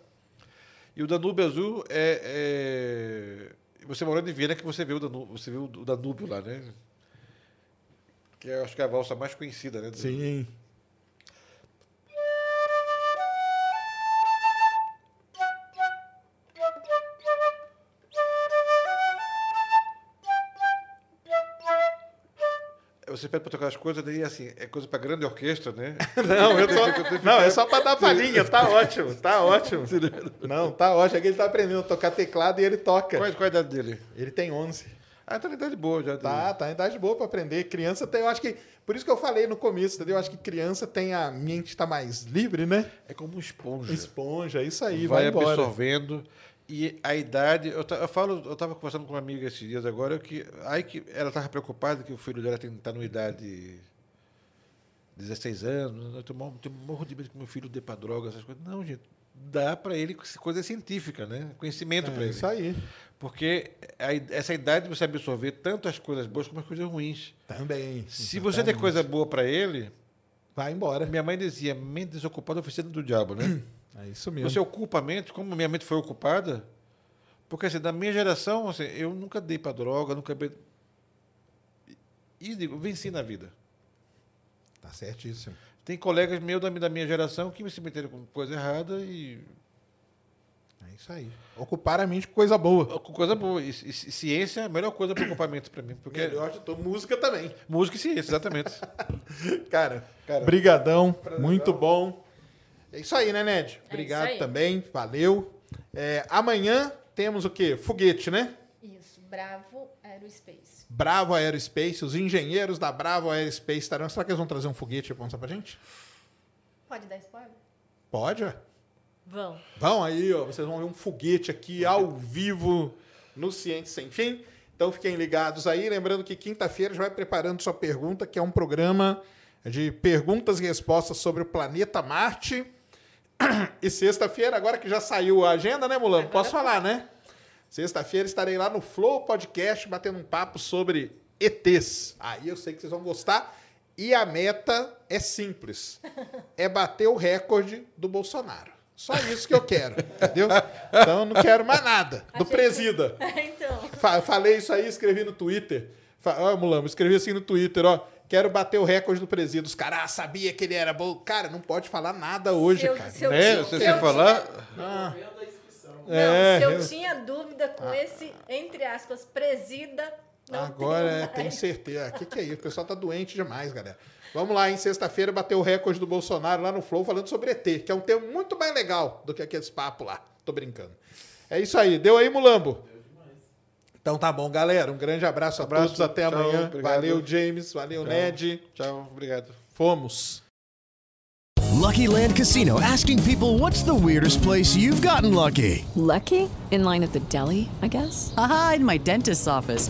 E o Danúbio Azul é, é- Você morando em Viena que você vê o Danúbio, você vê o Danúbio lá, né? Que eu acho que é a valsa mais conhecida, né? do-
Sim.
Você pede para tocar as coisas, daí assim, é coisa para grande orquestra, né?
Não, eu só, não, é só pra dar palhinha, tá ótimo, tá ótimo. Não, tá ótimo, é que ele tá aprendendo a tocar teclado e ele toca.
qual, é- qual é a idade dele?
Ele tem 11.
Ah, tá na idade boa já.
Tá, tá em idade boa pra aprender. Criança tem, eu acho que, por isso que eu falei no começo, entendeu? Eu acho que criança tem a mente tá mais livre, né?
É como um esponja.
Esponja, isso aí, vai,
vai
embora.
absorvendo. E a idade, eu, ta- eu falo, eu estava conversando com uma amiga esses dias agora que aí que ela estava preocupada que o filho dela tem tá numa idade 16 anos, eu tô mor- tenho morro de medo que meu filho dê para droga, essas coisas. Não, gente, dá para ele coisa científica, né? Conhecimento para
É
ele.
isso aí.
Porque a i- essa idade de você absorver tanto as coisas boas como as coisas ruins.
Também.
Se você der coisa boa para ele,
Vai embora.
minha mãe dizia, mente desocupada é oficina do diabo, né?
É isso mesmo.
Você ocupa a mente, como minha mente foi ocupada, porque assim, da minha geração, assim, eu nunca dei para droga, nunca. be- E digo, venci na vida.
Tá certíssimo.
Tem colegas meus da, mi- da minha geração que se meteram com coisa errada e.
É isso aí. Ocupar a mente com coisa boa.
com coisa boa. E, ci- e ci- ciência é a melhor coisa para ocupamento para mim. Porque
Melhor de tudo, música também.
música e ciência, exatamente.
Cara,
Cara,
brigadão, muito bom. É isso aí, né, Ned?
isso
Obrigado
aí.
também, valeu. É, amanhã temos o quê? Foguete, né?
Isso, Bravo Aerospace.
Bravo Aerospace, os engenheiros da Bravo Aerospace estarão. Será que eles vão trazer um foguete pra mostrar pra gente?
Pode dar spoiler?
Pode, ó.
Vão.
Vão aí, ó. Vocês vão ver um foguete aqui ao vivo no Ciência Sem Fim. Então fiquem ligados aí. Lembrando que quinta-feira já vai preparando sua pergunta, que é um programa de perguntas e respostas sobre o planeta Marte. E sexta-feira, agora que já saiu a agenda, né, Mulano? Posso falar, né? Sexta-feira estarei lá no Flow Podcast batendo um papo sobre ETs. Aí eu sei que vocês vão gostar. E a meta é simples: é bater o recorde do Bolsonaro. Só isso que eu quero, entendeu? Então eu não quero mais nada. Do presida.
então.
Fa- falei isso aí, escrevi no Twitter. Fa ó, Mulambo, escrevi assim no Twitter, ó. Quero bater o recorde do presídio. Os caras, ah, sabia que ele era bom. Cara, não pode falar nada hoje,
eu-
cara.
se eu
né?
tinha-
Se
se
você
eu
falar.
tinha-
É,
não,
eu-
se eu tinha dúvida com esse, entre aspas, presida, não
Agora, é,
tenho
tem
mais.
certeza. O que, que é isso? O pessoal tá doente demais, galera. Vamos lá, em sexta-feira, bater o recorde do Bolsonaro lá no Flow falando sobre ET, que é um tema muito mais legal do que aqueles papos lá. Tô brincando. É isso aí. Deu aí, Mulambo? Então tá bom, galera. Um grande abraço, a
Abraço,
todos. Até
tchau,
amanhã.
obrigado.
Valeu, James. Valeu,
Tchau.
Ned.
Tchau, obrigado.
Fomos.
Lucky Land Casino asking people what's the weirdest place you've gotten lucky?
Lucky? In line at the deli, I guess?
Aha, in my dentist's office.